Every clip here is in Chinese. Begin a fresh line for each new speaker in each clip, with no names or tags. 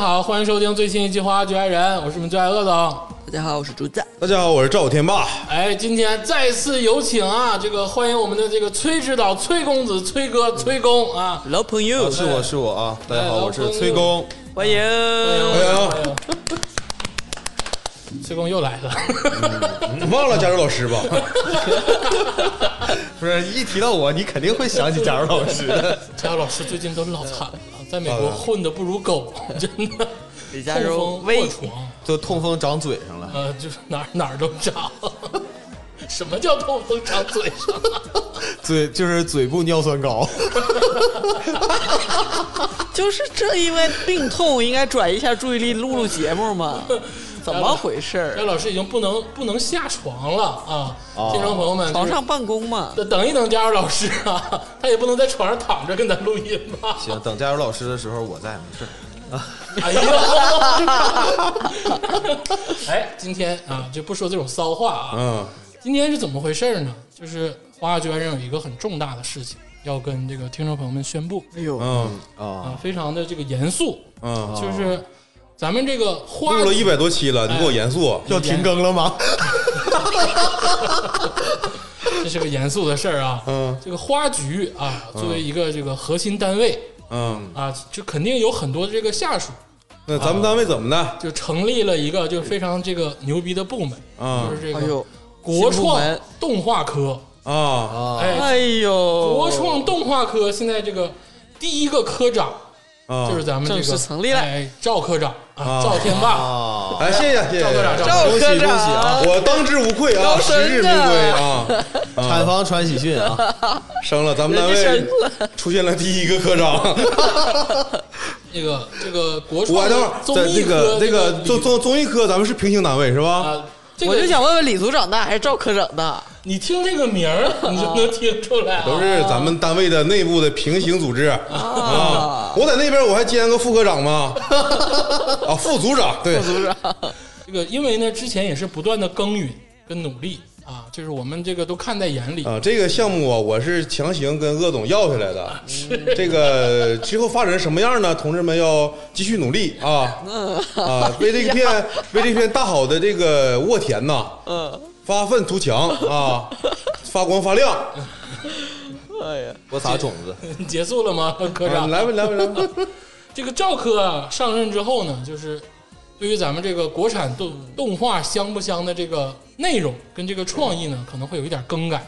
好，欢迎收听最新一期《花局爱人》，我是你们最爱恶总。
大家好，我是竹子。
大家好，我是赵天霸。
哎，今天再次有请啊，这个欢迎我们的这个崔指导、崔公子、崔哥、崔公啊，
老朋友，
是我是我啊！大家
哎
好，我是
老朋友
崔工。
欢迎。
欢
哎
迎
呦
欢迎。崔公又来了，
忘了加入老师吧？ 不是，一提到我，你肯定会想起加入老师。
佳老师最近都老惨了，在美国混的不如狗，真的。
李佳
痛
柔
风
微
卧床，
都痛风长嘴上了，
呃，就是哪儿哪儿都长。 什么叫痛风长嘴上？
嘴就是嘴部尿酸高。
就是这因为病痛，应该转移一下注意力，录录节目嘛？ 怎么回事
这
儿？
老师已经不能不能下床了啊！
哦
听众朋友们，
床上办公嘛？
就是等一等佳儿老师啊，他也不能在床上躺着跟咱录音吧？
行，等加入老师的时候我在，没事儿。
哎呀， 哎，今天啊就不说这种骚话啊，
嗯，
今天是怎么回事呢？就是花花学院有一个很重大的事情要跟这个听众朋友们宣布
哎呦，
嗯啊
啊，非常的这个严肃，
嗯，
就是咱们这个花
录了一百多期了，你给我严肃，要停更了吗？
这是个严肃的事儿啊。
嗯
这个花局啊，作为一个这个核心单位
嗯，
啊，就肯定有很多这个下属，
那咱们单位怎么的？
就成立了一个就非常这个牛逼的部门，
嗯
就是这
哎
个
呦，
国
新部
创
门
动画科。
啊
哎，
哎呦，
国创动画科现在这个第一个科长
啊！
就是咱们这个
正式成立了
哎，赵科长啊，
啊
赵天霸，
啊！哎，谢谢谢谢，
赵科长赵
赵
恭喜
科
恭喜啊！
长，
我当之无愧啊，
高神
实
啊
至名归啊！
产房传喜讯啊，
升了，咱们单
人家升
位出现了第一个科 长。
那个这个国
我
创
等会儿
综
在
艺
那
科
个那个
这
综综综艺科，咱们是平行单位是吧？
啊，这个
我就想问问李组长大还是赵科长大？
你听这个名儿，你就能听出来啊，
都是咱们单位的内部的平行组织啊。我在那边我还兼个副科长吗？啊，副组长对，
组长，
这个，因为呢，之前也是不断的耕耘跟努力啊，就是我们这个都看在眼里。
啊，这个项目啊，我是强行跟鄂总要下来的。这个之后发展什么样呢？同志们要继续努力啊！啊，为这片为这片大好的这个沃田呐，
嗯，
发愤图强啊，发光发亮。
哎呀，
播撒种子，
结束了吗，科
啊
长？
来吧，来吧，来吧。
这个赵科啊上任之后呢，就是对于咱们这个国产动动画香不香的这个内容跟这个创意呢，可能会有一点更改。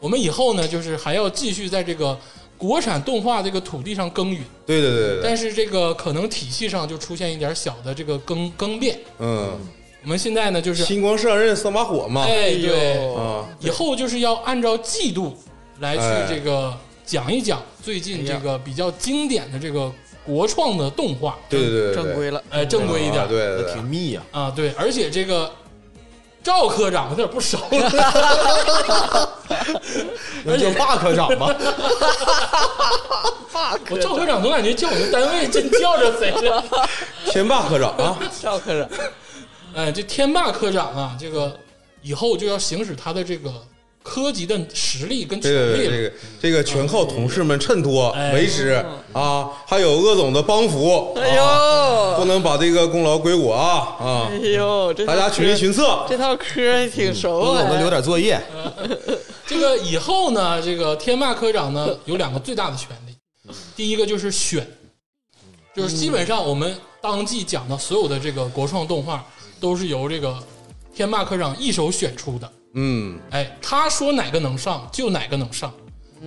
我们以后呢，就是还要继续在这个国产动画这个土地上耕耘，
对对对对对，
但是这个可能体系上就出现一点小的这个更更变。
嗯。
我们现在呢，就是
星光上任三把火嘛，
哎对，
啊，
以后就是要按照季度来
哎
去这个讲一讲最近这个比较经典的这个国创的动画，
对对对对，
正规了，
哎，正规一点
啊对对对
挺密 呀、
啊，对，而且这个赵科长有点不熟了，
那叫霸科长吧，
我赵科长总感觉叫我们单位真叫着谁 了，
天霸科长 啊，
赵科长，
哎，这天霸科长啊，这个以后就要行使他的这个科级的实力跟
对
权
对
力了，
哎
对，这个这个全靠同事们衬托
哎
维持啊，还有鄂总的帮扶，
嗯哎
不
呦，
能把这个功劳归我啊
哎呦，这
啊，大家群力群策
这套科挺熟
给我
啊，
们留点作 业。
这个以后呢，这个天霸科长呢有两个最大的权利，第一个就是选，就是基本上我们当季讲的所有的这个国创动画都是由这个天霸科长一手选出的。
嗯，
哎，他说哪个能上就哪个能上，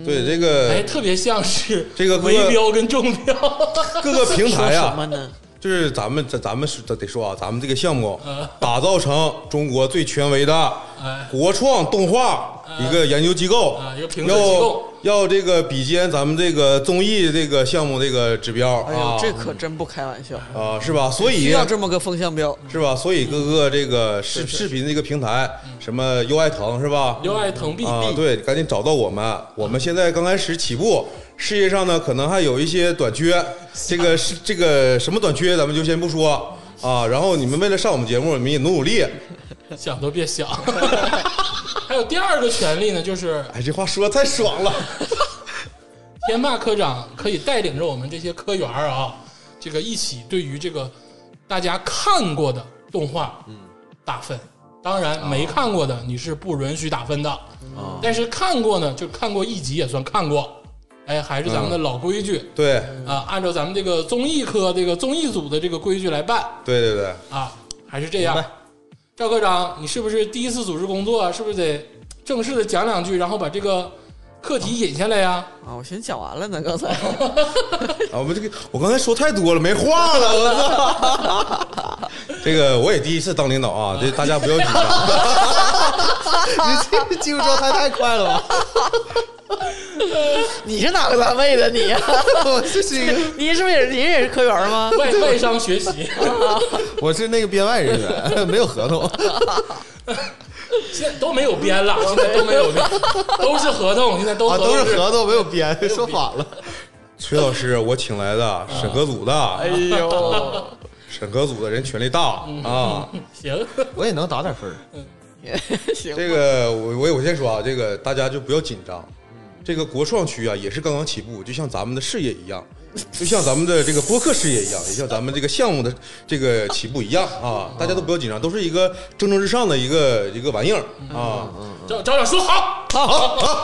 对这
哎，
个
特别像是
这个
围标跟中 标，
各个平
说
台
什么
啊，
呢？
就是咱们咱咱们是得说啊，咱们这个项目 打造成中国最权威的
嗯哎
国创动画一个研究机构
啊一个评测机构
要要这个比肩咱们这个综艺这个项目这个指标
哎呦
啊，
这可真不开玩笑，
啊是吧？所
需
以
要这么个风向标。
是吧？所以各个这个视视频这个平台，什么优爱腾是吧？
嗯优爱腾币
啊，对，赶紧找到我们。我们现在刚开始起步，事业上呢可能还有一些短缺，这个是这个什么短缺，咱们就先不说啊。然后你们为了上我们节目，你们也努努力。
想都别想。 还有第二个权利呢，就是
哎，这话说得太爽了。
天霸科长可以带领着我们这些科员儿啊，这个一起对于这个大家看过的动画，嗯，打分。当然，没看过的你是不允许打分的，
嗯啊
但是看过呢，就看过一集也算看过。哎，还是咱们的老规矩
对
啊、按照咱们这个综艺科这个综艺组的这个规矩来办
对对对，
啊，还是这样。赵科长，你是不是第一次组织工作，啊是不是得正式的讲两句，然后把这个课题引下来呀、
啊，我寻思讲完了呢，刚才
啊，我这个我刚才说太多了，没话了，我操！ 这个我也第一次当领导啊，这大家不要紧 张。
你这个进入状态太快了吧？
你是哪个单位的你？啊
我就是一个，
你是不是也是你也是科员吗？
外外商学习。
我是那个编外人员，没有合 同。
哦
现在都没有编了，现在都没有编，都是合同，现在都
啊，
合
都
同
是合同，没有编，说反了。
崔老师，我请来的审核组
哎
的，
呦，
审核组的人权力大啊。
行，
我也能打点分儿，
行，
这个我我我先说啊，这个大家就不要紧张。这个国创区啊，也是刚刚起步，就像咱们的事业一样，就像咱们的这个播客事业一样，也像咱们这个项目的这个起步一样啊，大家都不要紧张，都是一个蒸蒸日上的一个一个玩意儿啊。
赵赵长说好，
好，好，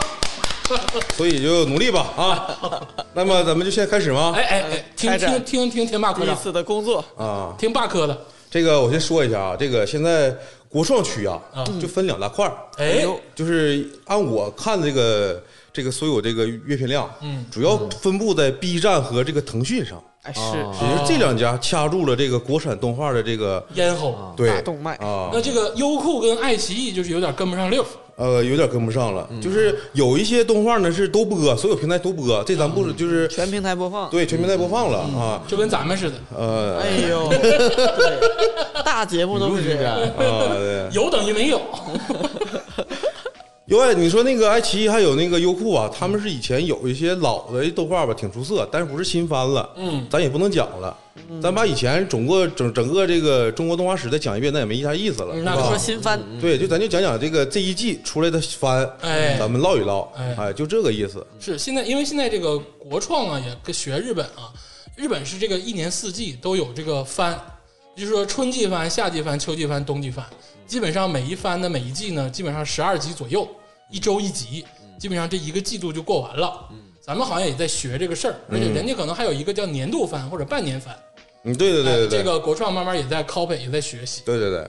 所以就努力吧啊！那么咱们就现在开始吗
哎？哎哎，听
开
听
展
听听听霸科
第一
长，
次的工作，
啊，
听霸科的，
这个我先说一下啊，这个现在国创区啊
啊，
就分两大块儿，
哎，
就是按我看这个这个所有这个阅片量，
嗯
主要分布在 B 站和这个腾讯上，
哎是
啊
也就是这两家掐住了这个国产动画的这个
咽喉。
嗯
对
大动脉
啊
那，这个优酷跟爱奇艺就是有点跟不上溜，
呃，有点跟不上了，就是有一些动画呢是都播，所有平台都播，这咱不就是
全平台播放。
对全平台播放了啊，
就跟咱们似的，
呃
哎 呦，对，大节目都是这样。
样。
啊对。
有等于没有。
有啊，你说那个爱奇艺还有那个优酷啊，他们是以前有一些老的动画吧，挺出色，但是不是新番了，
嗯，
咱也不能讲了，咱把以前整个整整个这个中国动画史再讲一遍，那也没啥意思了，
嗯
是
那
都
吧
说？新番，
对，就咱就讲讲这个这一季出来的番，
哎
咱们唠一唠，
哎
哎，就这个意思，
是现在，因为现在这个国创啊，也跟学日本啊，日本是这个一年四季都有这个番，也就是说春季番、夏季番、秋季番、冬季番，基本上每一番的每一季呢，基本上十二集左右，一周一集，基本上这一个季度就过完了。
嗯
咱们好像也在学这个事儿，而且人家可能还有一个叫年度番或者半年番，
嗯，对对对对
哎
对，
这个国创慢慢也在 copy 也在学习。
对对对，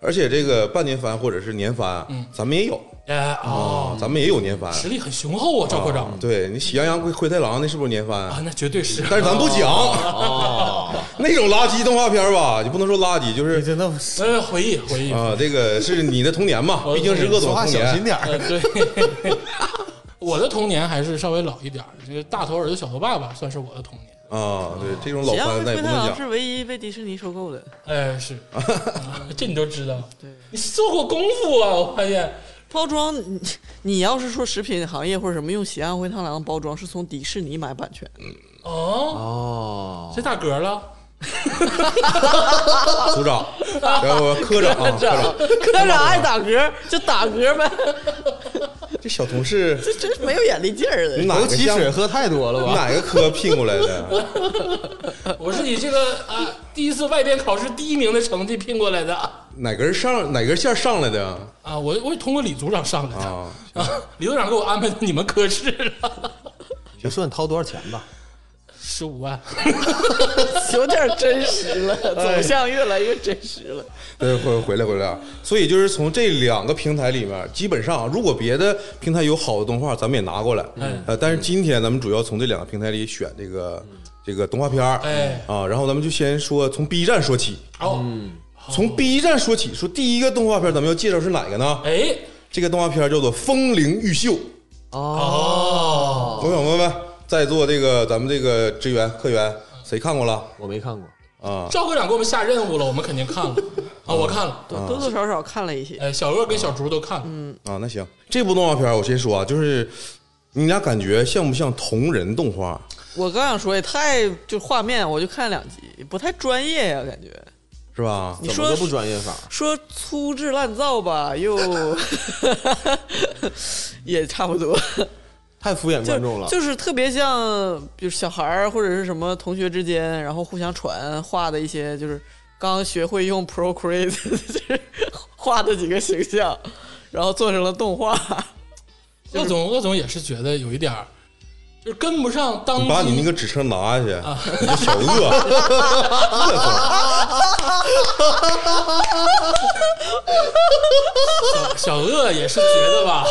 而且这个半年番或者是年番，啊
嗯
咱们也有啊
哎哦，
咱们也有年番，
实力很雄厚啊，赵科长
啊对你喜羊羊灰灰太狼那是不是年番？
啊，那绝对是。
但是咱不讲。 那种垃圾动画片吧，你不能说垃圾，就是
你哎真的
呃，回忆回忆，
啊，这个是你的童年嘛，
我的
毕竟是恶
说
总
话
童
小心
年。
点
呃，
儿。
对， 我的童年还是稍微老一点儿，就是大头儿子小头爸爸算是我的童年。
啊，对，这种老
沈阳
番
灰
咱也
太
不能
狼
讲。
是唯一被迪士尼收购的。
哎，是，啊这你都知道，
对，
你做过功夫啊！我发现，
包装，你你要是说食品行业或者什么用喜安灰太狼包装，是从迪士尼买版权。
哦，
哦，
谁打嗝了？
组长，然后科长 啊，科长，
科长爱打 嗝就打嗝呗，
这小同事，
这真是没有眼力劲儿
你
的。
哪
枸
个
杞
项
水
目？
喝太多了
你
吧？
哪个科聘过来的？
我是以这个啊第一次外边考试第一名的成绩拼过来的
哪根上哪根线上来的啊
啊！我我也通过李组长上来的
啊？
啊，李组长给我安排到你们科室了，
就说你掏多少钱吧。
十五万。
有点真实了，
哎
走向越来越真实了。
对，回回来回来啊。所以就是从这两个平台里面，基本上啊如果别的平台有好的动画，咱们也拿过来。
嗯
呃，但是今天咱们主要从这两个平台里选这个这个动画片儿。
哎
啊，然后咱们就先说从 B 站说起，
哦，
从 B 站说起，说第一个动画片咱们要介绍是哪个呢？
哎，
这个动画片叫做《风铃玉秀》。
哦，
朋友们们，在座这个咱们这个职员、科员，谁看过了
我没看过，
啊？
赵科长给我们下任务了，我们肯定看了啊，我看了。
多多多少少看了一些，
哎，小鳄跟小竹都看了，
啊，那行，这部动画片我先说啊，就是你俩感觉像不像同人动画？
我刚想说也太就画面，我就看两集，不太专业呀、感觉。
是吧？
你
怎
说
么个不专业法？
说粗 制滥造吧，又也差不多。
太敷衍
就
观众了。
就是特别像，比如小孩儿或者是什么同学之间，然后互相传画的一些，就是刚学会用 Procreate 就是画的几个形象，然后做成了动画。
鄂总，鄂总也是觉得有一点儿，就是跟不上当
你
今。
把你那个指称拿下去，
啊
你这小恶，
小鄂也是觉得吧，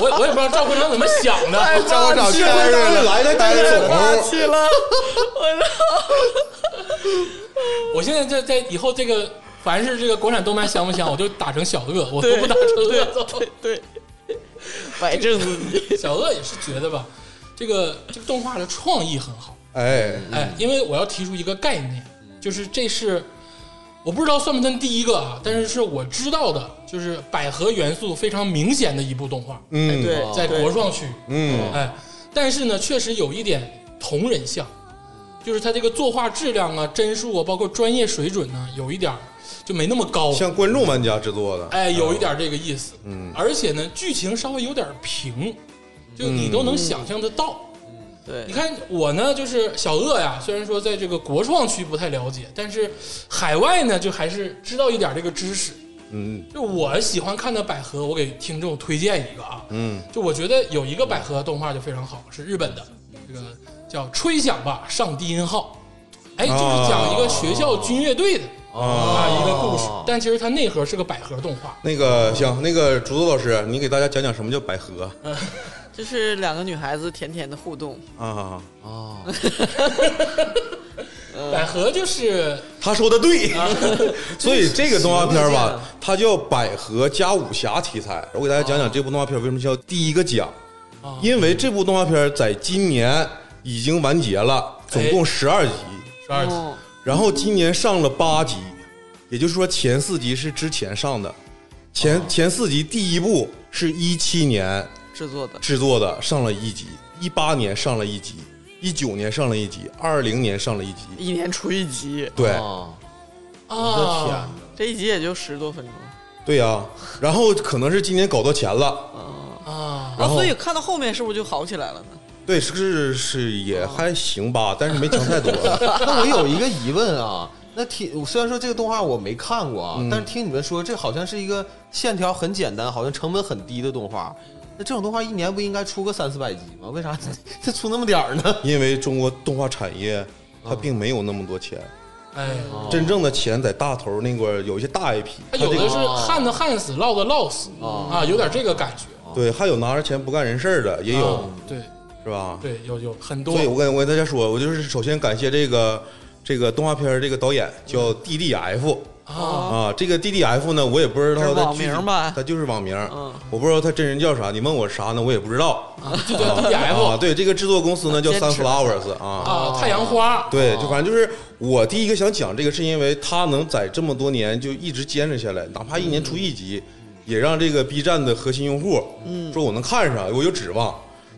我我也不知道赵坤昌怎么想的，
啊张国长
是不是当时来的带着
霸
走？
气了，
我现在在在以后这个凡是这个国产动漫香不香，我就打成小恶，我都
对
不打成恶总
对。对， 摆正自 己。
小恶也是觉得吧，这个这个动画的创意很好，
哎，
哎，因为我要提出一个概念，
嗯
就是这是我不知道算不算第一个啊，但是是我知道的，就是百合元素非常明显的一部动画，
嗯，
对，
在
对
哦
国创区，
嗯，
哎，但是呢，确实有一点同人像，就是它这个作画质量啊、帧数啊，包括专业水准呢，有一点儿就没那么高。
像观众玩家制作的，
哎，有一点这个意思。
嗯
而且呢，剧情稍微有点平，就你
嗯
都能想象得到。
对
你，看我呢，就是小鄂呀，虽然说在这个国创区不太了解，但是海外呢，就还是知道一点这个知识。
嗯
就我喜欢看的百合，我给听众推荐一个啊，
嗯，
就我觉得有一个百合动画就非常好，是日本的，这个叫《吹响吧，上低音号》。哎，就是讲一个学校军乐队的
哦
啊一个故事，但其实它内核是个百合动画。
那个行，那个竹子老师，你给大家讲讲什么叫百合
嗯
就是两个女孩子甜甜的互动，
啊？
哦，
嗯
百合就是
他说的对，
啊
所以这个动画片儿
真
吧
是，
它叫百合加武侠题材。我给大家讲讲这部动画片为什么叫第一个奖
啊，
因为这部动画片儿在今年已经完结了，总
哎
共十二集，
十二集，
嗯，
然后今年上了八集，也就是说前四集是之前上的，前
哦
前四集第一部是一七年
制作的，
制作的，上了一集；一八年上了一集；一九年上了一集；二零年上了一集。
一年出一集，
对，
哦
啊，
这一集也就十多分钟。
对呀、然后可能是今年搞到钱了。
啊，
然
哦
后
所以看到后面是不是就好起来了呢？
对，是是也还行吧，但是没强太多。
哦
那我有一个疑问啊，那听虽然说这个动画我没看过啊，但是听你们说这好像是一个线条很简单，好像成本很低的动画。那这种动画一年不应该出个三四百集吗？为啥 这出那么点儿呢？
因为中国动画产业它并没有那么多钱，
哎，
真正的钱在大头那块儿有一些大 IP，
它
它
啊有
这
的
个啊
是旱的旱死，涝的涝死，啊，有点这个感觉，
啊
对，还有拿着钱不干人事儿的也有
啊，对
是吧？
对，有有很多
哎所以，我跟我跟大家说，我就是首先感谢这个这个动画片儿这个导演
嗯
叫 DDF
啊，
啊，这个 DDF 呢，我也不知道
这是
他
网
具体
名吧
他就是网名
嗯，
我不知道他真人叫啥，你问我啥呢，我也不知道
就叫
啊。
DDF
对，这个制作公司呢叫
坚持
Sunflowers
啊，太阳花，
对，就反正就是我第一个想讲这个，是因为他能在这么多年就一直坚持下来，哪怕一年出一集，也让这个 B 站的核心用户，嗯，说我能看上，我有指望。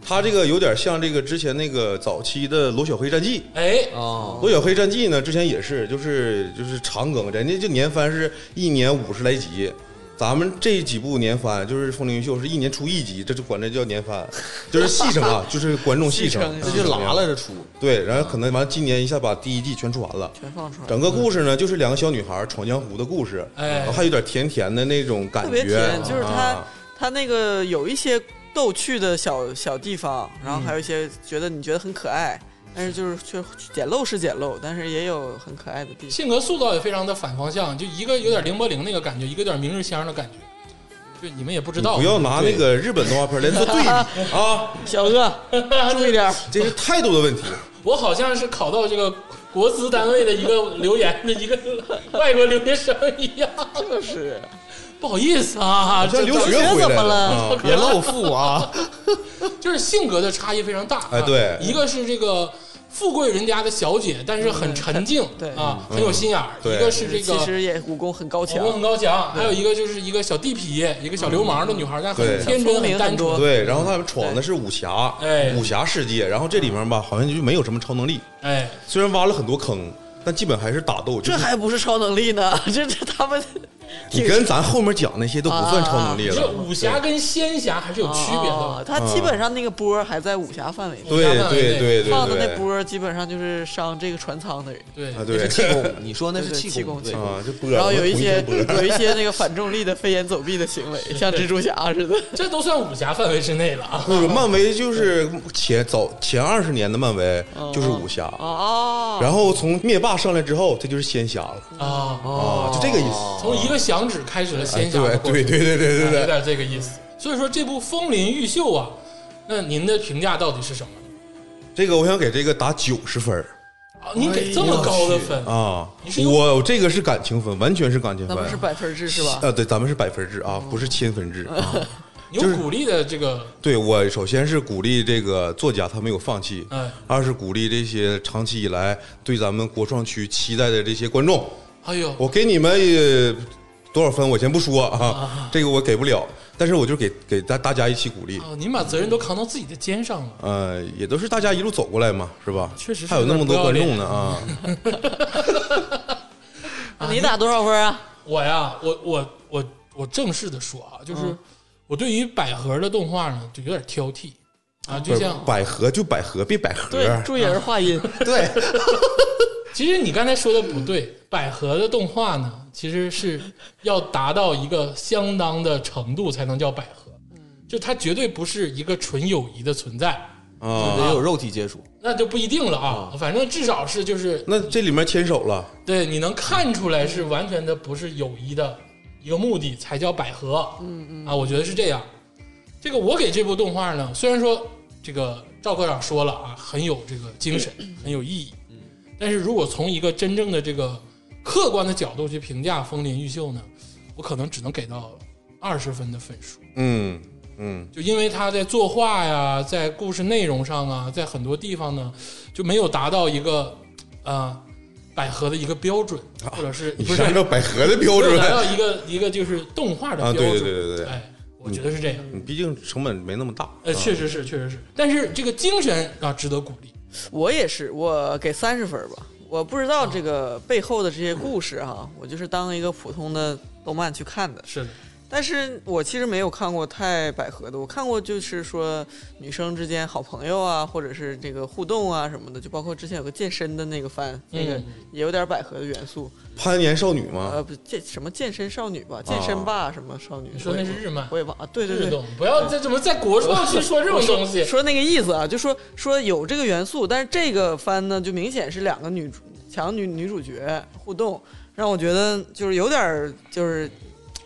他这个有点像这个之前那个早期的罗小黑战记。
哎，
哦，
罗小黑战记呢，之前也是，就是就是长更，人家就年番是一年五十来集，咱们这几部年番就是《风铃云秀》是一年出一集，这就管这叫年番，就是戏称啊，就是观众戏称嗯
戏称，
这就拉拉着出，
对，然后可能完今年一下把第一季全出完了。
全放出来，
整个故事呢，就是两个小女孩闯江湖的故事，
哎
然后还有点甜甜的那种感
特
觉，
别甜，就是它
啊
它那个有一些逗趣的小小地方，然后还有一些觉得你觉得很可爱，但是就是却简陋是简陋，但是也有很可爱的地方。
性格塑造也非常的反方向，就一个有点凌波玲那个感觉，一个有点明日香的感觉，就你们也不知
你
道，
不要拿那个日本动画片来做对比啊，
小鳄， 注意点儿，
这是态度的问题。
我好像是考到这个国资单位的一个留言的 一个外国留学生一样，
就是
不好意思啊，
好像
这
留学
这
回
怎
来
么了
啊
别露富啊！
就是性格的差异非常大。啊
哎对
一个是这个富贵人家的小姐，但是很沉静，
嗯对
啊，很有心眼儿；
嗯对
一个是这
其
个
实也武功很高
武功
强
很，高强，还有一个就是一个小地痞，一个小流
嗯
氓的女孩，但很
对
天真、很单纯。
对，然后他们闯的是武侠，
哎
武侠世界，然后这里面吧，好像就没有什么超能力，
哎，
虽然挖了很多坑，但基本还是打斗，就
这
是
还不是超能力呢，这这他们
你跟咱后面讲那些都不算超能力
这
了。
武侠跟仙侠还是有区别
哦
的。
它基本上那个波儿还在武侠范围内，
对对对对对，
放的那波儿基本上就是伤这个船舱的人，
对
啊，
那
对
是气功，你说那
对
是
对
气
气
功，
功
对
气功
啊，这波
然后有一
我同
些
情波
有一些那个反重力的飞檐走壁 的行为，像蜘蛛侠似的。
这都算武侠范围之内了啊。
不是漫威就是前早前二十年的漫威就是武侠，
哦，
然后从灭霸上来之后，这就是仙侠了
哦
啊，
啊，就这个意思。
从一个响指开始了仙
哎
侠的
对
过程，
对对对对
有
对对，
点这个意思。所以说这部《风林玉秀》啊，那您的评价到底是什么？
这个我想给这个打九十分儿
啊，您给
哎
这么高的分，
啊
你是，用
我这个是感情分，完全是感情
那
分
不，是百分制是吧？嗯
啊，对，咱们是百分制啊，不是千分制啊。
有鼓励的这个
对我首先是鼓励这个作家他没有放弃，
哎
二是鼓励这些长期以来对咱们国创区期待的这些观众，
哎呦，
我给你们呃多少分我先不说啊，这个我给不了，但是我就给给大大家一起鼓励，
啊，您把责任都扛到自己的肩上了。
呃，也都是大家一路走过来嘛，是吧？
确实是
还有那么多观众呢啊，
你打多少分啊？
我呀，我我我我正式的说啊，
嗯
就是我对于百合的动画呢，就有点挑剔啊，就像
百合就百合，别百合，啊
对，注意人话音。
对，
其实你刚才说的不对，百合的动画呢，其实是要达到一个相当的程度才能叫百合，
嗯
就它绝对不是一个纯友谊的存在，
啊，
得有肉体接触。
那就不一定了啊。反正至少是就是
那这里面牵手了，
对你能看出来是完全的不是友谊的一个目的才叫百合，嗯嗯啊，我觉得是这样。这个我给这部动画呢，虽然说这个赵科长说了啊，很有这个精 神，很有意义，嗯，但是如果从一个真正的这个客观的角度去评价《风林玉秀》呢，我可能只能给到二十分的分数，
嗯嗯，
就因为他在作画呀，在故事内容上啊，在很多地方呢就没有达到一个呃百合的一个标准，或者是
你
不
是
是
按照百合的标
没有
准
达 到一个一个就是动画的
啊，
标
对
准。
对对对啊对，
哎，我觉得是这样。
你毕竟成本没那么大，
呃，确实是，确实是，但是这个精神啊，值得鼓励。
我也是，我给三十分儿吧。我不知道这个背后的这些故事哈、我就是当一个普通的动漫去看的。
是的，
但是我其实没有看过太百合的，我看过就是说女生之间好朋友啊，或者是这个互动啊什么的，就包括之前有个健身的那个番，
嗯
那个也有点百合的元素。
攀岩少女嘛，
啊
呃，不健什么健身少女吧，健身吧什么少女，
你说那是日漫
我也忘啊，对对
日
对
动，，不要再怎么在国创去说这种东西。
说那个意思啊，就说说有这个元素，但是这个番呢，就明显是两个女主强女女主角互动，让我觉得就是有点儿就是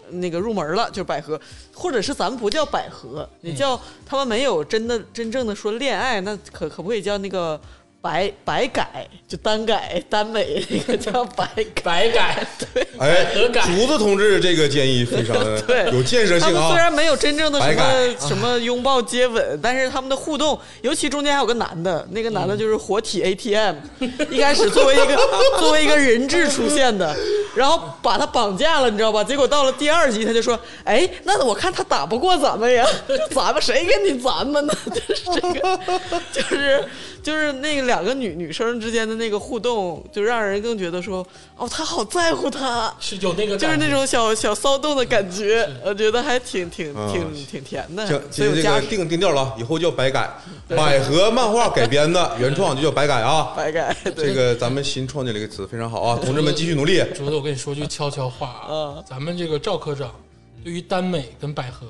呃那个入门了，就是百合，或者是咱们不叫百合，你叫他们没有真的真正的说恋爱，那可可不可以叫那个白白改，就单改耽美那个叫白改？
白 改，
哎
呃百合，感
竹子同志这个建议非常 的
对
有建设
他
性
们
啊
虽，然没有真正的什
白
么什么拥抱、接吻，但是他们的互动，尤其中间还有个男的，那个男的就是活体 ATM，一开始作为一 个作为一个人质出现的，然后把他绑架了，你知道吧？结果到了第二集，他就说：“哎，那我看他打不过咱们呀， 咱们谁跟你咱们呢？” 就是这个，就是就是那个两个女女生之间的那个互动，就让人更觉得说：“哦，他好在乎她。”
是有那个
就是
感觉
那种小小骚动的感觉，我觉得还挺挺
嗯
挺挺甜的
行，，
所以
今天
我
这
加
个
了
定定调了，以后叫百改，百合漫画改编的原创就叫百改啊。
白改。
这个咱们新创建了一个词，非常好啊，同志们继续努力。
竹子，我跟你说句悄悄话啊
嗯，
咱们这个赵科长对于耽美跟百合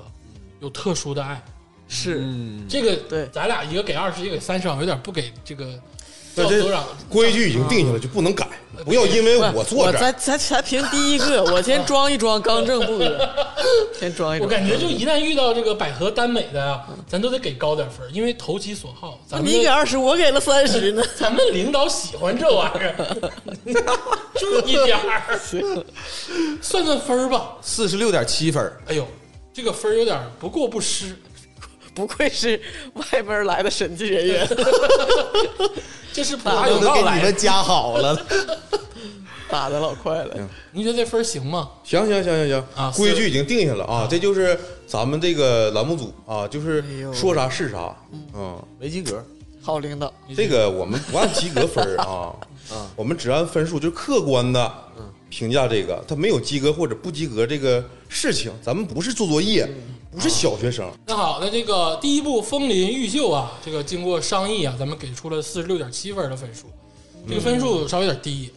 有特殊的爱，
是
嗯
这个
对
咱俩一个给二十，一个给三十，好像有点不给这个赵
那这
科长。
规矩已经定下了，就不能改，不要因为我坐
我
这儿
咱咱才评第一个，我先装一装，刚正不 阿，先装一
我
装。
感觉就一旦遇到这个百合耽美的啊，咱都得给高点分儿，因为投其所好。咱们
你给二十，我给了三十呢。
咱们领导喜欢这玩意 儿，注意点儿，算算分儿吧。
四十六点七分儿，
哎呦，这个分儿有点儿不过不失，
不愧是外边来的审计人员，
这是普拉
我
永
都
道
给
来
你
的
们。加好了。
打的老快了。
嗯
你觉得这分儿行吗？
行行行行
啊
行，规矩已经定下了啊，这就是咱们这个栏目组啊，就是
呦
说啥是啥，嗯。
没及格，
好领导，
这个我们不按及格分儿啊，我们只按分数，就是客观的评价这个，他没有及格或者不及格这个事情。咱们不是做作业，不是小学生。
那好，那这个第一部《风林玉秀》啊，这个经过商议啊，咱们给出了四十六点七分的分数，
嗯
这个分数稍微有点低，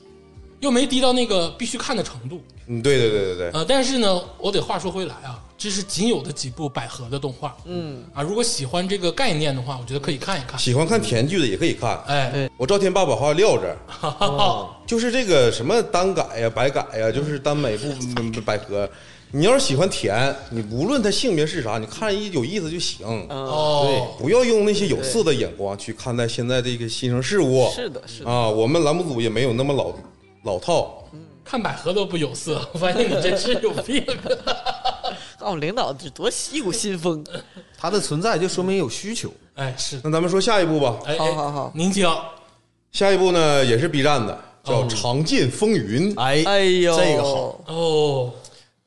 又没低到那个必须看的程度。
嗯，对对对对对，
呃，但是呢，我得话说回来啊，这是仅有的几部百合的动画。嗯啊，如果喜欢这个概念的话，我觉得可以看一看。
喜欢看甜剧的也可以看。
哎，
我赵天霸把话撂这儿，
啊
就是这个什么耽改呀、百改呀，就是耽美不嗯百合。你要是喜欢甜，你无论它性别是啥，你看一有意思就行，
哦，
不要用那些有色的眼光去看待现在这个新生事物。
是的，是的，
啊，我们栏目组也没有那么老老套，
看百合都不有色，我发现你真是有 病。
哦，领导这多一股新风，
它的存在就说明有需求。
哎，是的，
那咱们说下一步吧。
哎，哎
好好好
您讲，
下一步呢，也是 B 站的，叫《长剑风云》。
哎
哎呦，
这个好，，
哦，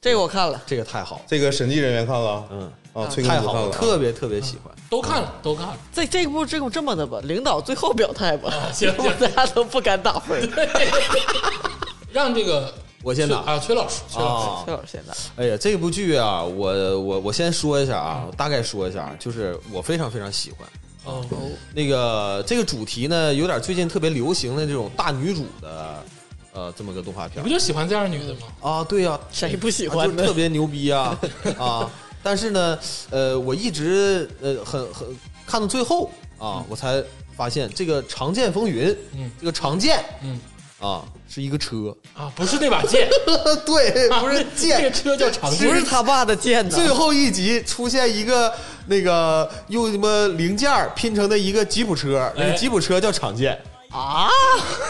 这个我看了，
这个太好，
这个审计人员看了，
嗯，
啊，崔公
太
子看
好
了
了，
啊，
特别特别喜欢。
都看了，都看了。
这这部这部这么的吧，领导最后表态吧，
行 行
大家都不敢打分，
让这个
我先
崔
打
啊，崔老师，崔老师，
啊
崔！老师先打，
哎呀，这部剧啊，我我我先说一下啊，我大概说一下，就是我非常非常喜欢。
哦，
那个这个主题呢，有点最近特别流行的这种大女主的，呃，这么个动画
你
片
不就喜欢这样女的吗？
啊，对呀、
谁不喜
啊
欢
就是
呢
特？别牛 逼啊啊！但是呢，呃，我一直呃很很看到最后
嗯
啊，我才发现这个《长剑风云》，
嗯
这个长剑
嗯
啊是一个车，
啊，不是那把剑，
对，不
啊
是
这个
剑。
车叫长
不
剑
是他爸的剑呐，
最后一集出现一个那个用什么零件儿拼成的一个吉普车，那个
哎
吉普车叫长剑。
啊，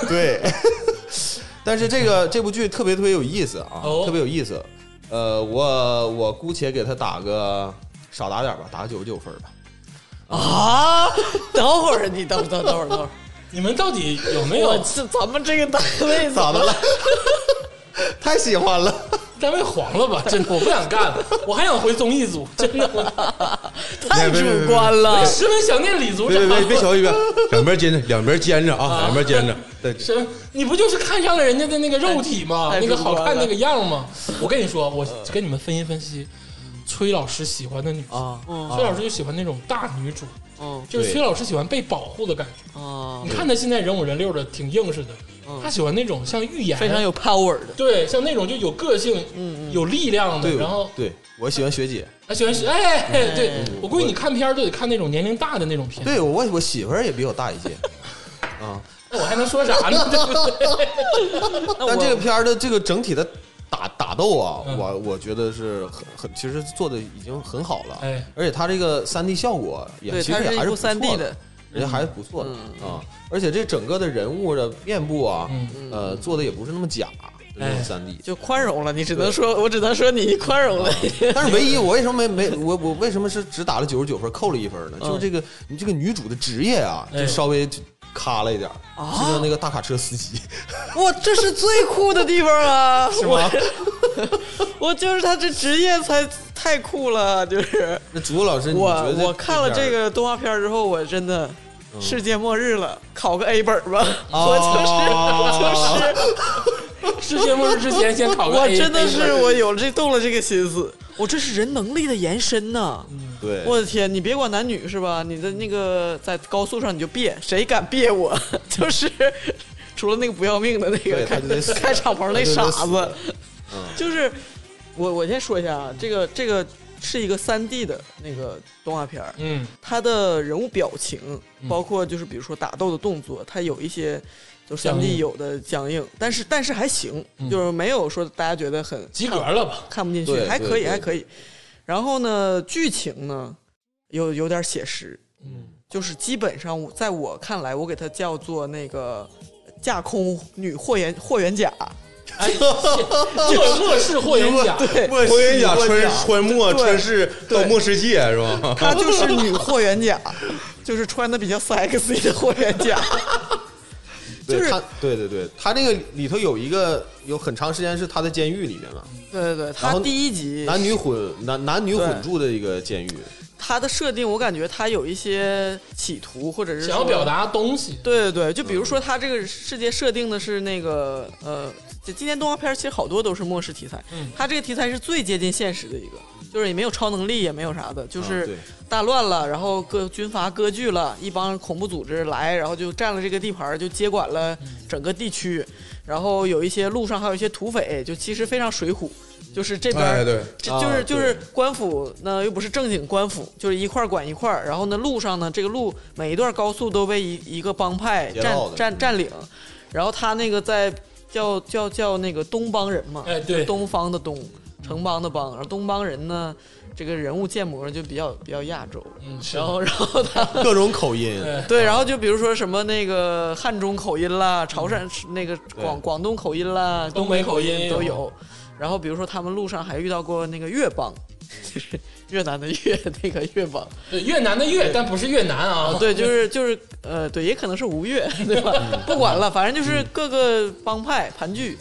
对， 但是这个这部剧特别特别有意思啊，
哦
特别有意思。呃，我我姑且给他打个少打点吧，打个九十九分 吧。
啊！ 等会儿你等等等会儿等会儿，
你们到底有没
我
有
这咱们这个单 位
咋的
么
了？？太喜欢了，
单位黄了吧？真的，我不想干了，我还想回综艺组，真的，
太主观了
我，十分想念李组
别
长
别。别别瞧一遍， 两边煎着，两边煎着啊，两边煎着。 对，
什？你不 就是看上了人家的那个肉体吗？
哎
那个
太主
好
观
看
了
那个样吗？我跟你说，我跟你们分析分析，崔老师喜欢的女生，
啊
崔老师就喜欢那种大女主，
嗯
就是
对
崔老师喜欢被保护的感觉。
啊
你，看他现在人五人六的，挺硬实的，他喜欢那种像预言
嗯非常有嗯 power 的，
对，像那种就有个性、有力量的，
对，
然后
对我喜欢学姐，
还喜欢哎，对
嗯
我估计你看片儿都得看那种年龄大的那种片，
对我我媳妇儿也比我大一届啊。
那哎我还能说啥 呢？对不对？
但这个片儿的这个整体的打打斗啊，
嗯
我我觉得是很很，其实做的已经很好了，
哎
而且它这个三 D 效果也
对，
其
它
实也
是
还
一
是
部
不错
三 D 的，嗯
嗯
人家还是不错的、啊。而且这整个的人物的面部啊，
嗯
呃，做的也不是那么假，那
哎
种三 D。
就宽容了。你只能说，我只能说你宽容了。
但是唯一我为什么没没我我为什么是只打了九十九分，扣了一分呢？
嗯
就是这个你这个女主的职业啊，
哎
就稍微就卡了一点儿，
啊
就像那个大卡车司机，
我这是最酷的地方 啊！
是吗？
我就是他这职业才太酷了，就是
那竹子老师，你
我
觉得
我看了这个动画片嗯之后，我真的。世界末日了，考个 A 本儿吧！
哦
我就是就是，
世界末日之前先考个 A,
我真的
A
是
分
我有了这动了这个心思，我这是人能力的延伸呐！
对
我的天，你别管男女是吧？你的那个在高速上你就别，谁敢别我， 就是除了那个不要命的那个
对
开
他就得嗯 死
开敞篷那傻
他就
子， 就是我我先说一下啊，这个这个是一个三 D 的那个动画片儿，
嗯
它的人物表情，
嗯
包括就是比如说打斗的动作，它有一些就三
僵
D
硬
有的僵硬，但是但是还行，就是没有说大家觉得很
及格了吧？
看不进去，
嗯对
还可以，
对
还可以。然后呢，剧情呢有有点写实，
嗯，
就是基本上我在我看来，我给它叫做那个架空女霍元霍元甲，
哎，这末世霍元 甲，
对，
霍元甲穿穿墨
对
穿世
对
到末世界是吧？
她就是女霍元甲，就是穿的比较 sexy 的霍元甲，
对
就是
他对对对，他这个里头有一个有很长时间是他在监狱里面嘛，
对对对，
然
她
后
第一集
男女混男男女混住的一个监狱，
它的设定，我感觉它有一些企图，或者是
想要
说
表。达东西，
对对对，就比如说它这个世界设定的是那个呃就今年动画片儿其实好多都是末世题材，
嗯
它这个题材是最接近现实的一个，就是也没有超能力，也没有啥的，就
啊
是
对
大乱了，然后各军阀割据了，一帮恐怖组织来，然后就占了这个地盘儿，就接管了整个地区，然后有一些路上还有一些土匪，就其实非常水浒。就是这边儿，
哎对
这
啊
就是
对
就是官府呢，又不是正经官府，就是一块儿管一块儿。然后呢，路上呢，这个路每一段高速都被一一个帮派
劫
占
道的嗯
占占领，然后他那个在叫叫叫那个东邦人嘛，
哎对
东方的东，城邦的邦，然后东邦人呢，这个人物建模就比较比较亚洲，
嗯，是
然后然后 他
各种口音，
对
对，然后就比如说什么那个汉中口音啦，潮汕那个广广东口音啦，
嗯东
北
北
口
口音
都
哎
也
有。然后比如说他们路上还遇到过那个越帮，就是 越南的越那个越帮
对越南的越，但不是越南啊
啊，，
哦
对，就是就是呃，对，也可能是吴越，对吧？
嗯
不管了，反正就是各个帮派盘踞。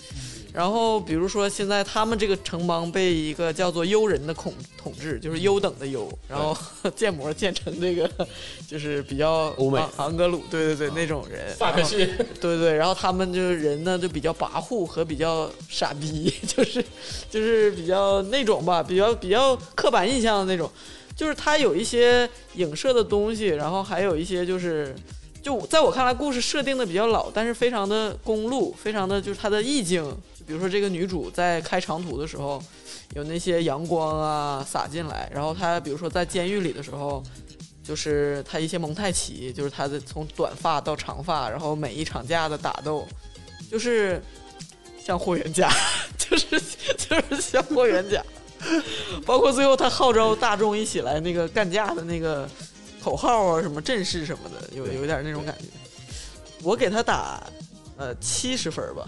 然后比如说现在他们这个城邦被一个叫做幽人的统统治，就是
嗯
优等的优，然后 建模建成这个 就是比较
欧美啊
昂昂格鲁，对对对、那种人，
萨克逊，
对对，然后他们就是人呢，就比较跋扈和比较傻逼， 就是就是比较那种吧，比较比较刻板印象的那种。就是他有一些影射的东西，然后还有一些就是，就在我看来，故事设定的比较老，但是非常的公路，非常的就是它的意境。就比如说这个女主在开长途的时候，有那些阳光啊洒进来，然后她比如说在监狱里的时候，就是他一些蒙太奇，就是他的从短发到长发，然后每一场架的打斗，就是像霍元甲， 就是就是像霍元甲，包括最后他号召大众一起来那个干架的那个口号啊，什么阵势什么的，有有一点那种感觉。我给他打呃七十分儿吧，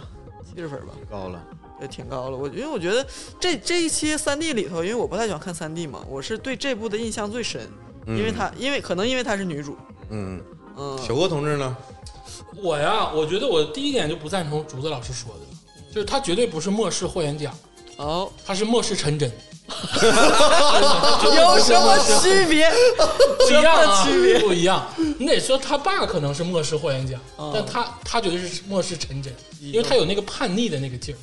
七十分儿吧，
高了，
也呃挺高了。我因为我觉得这这一期三 D 里头，因为我不太喜欢看三 D 嘛，我是对这部的印象最深，因为
嗯
她、因为可能因为她是女主，
嗯，
嗯，
小郭同志呢？
我呀，我觉得我第一点就不赞同竹子老师说的，就是他绝对不是末世霍元甲，
哦，
他是末世陈真，
有什么区别？
不一样啊
什么区别，
不一样。你得说他爸可能是末世霍元甲，但他他绝对是末世陈真，因为他有那个叛逆的那个劲儿。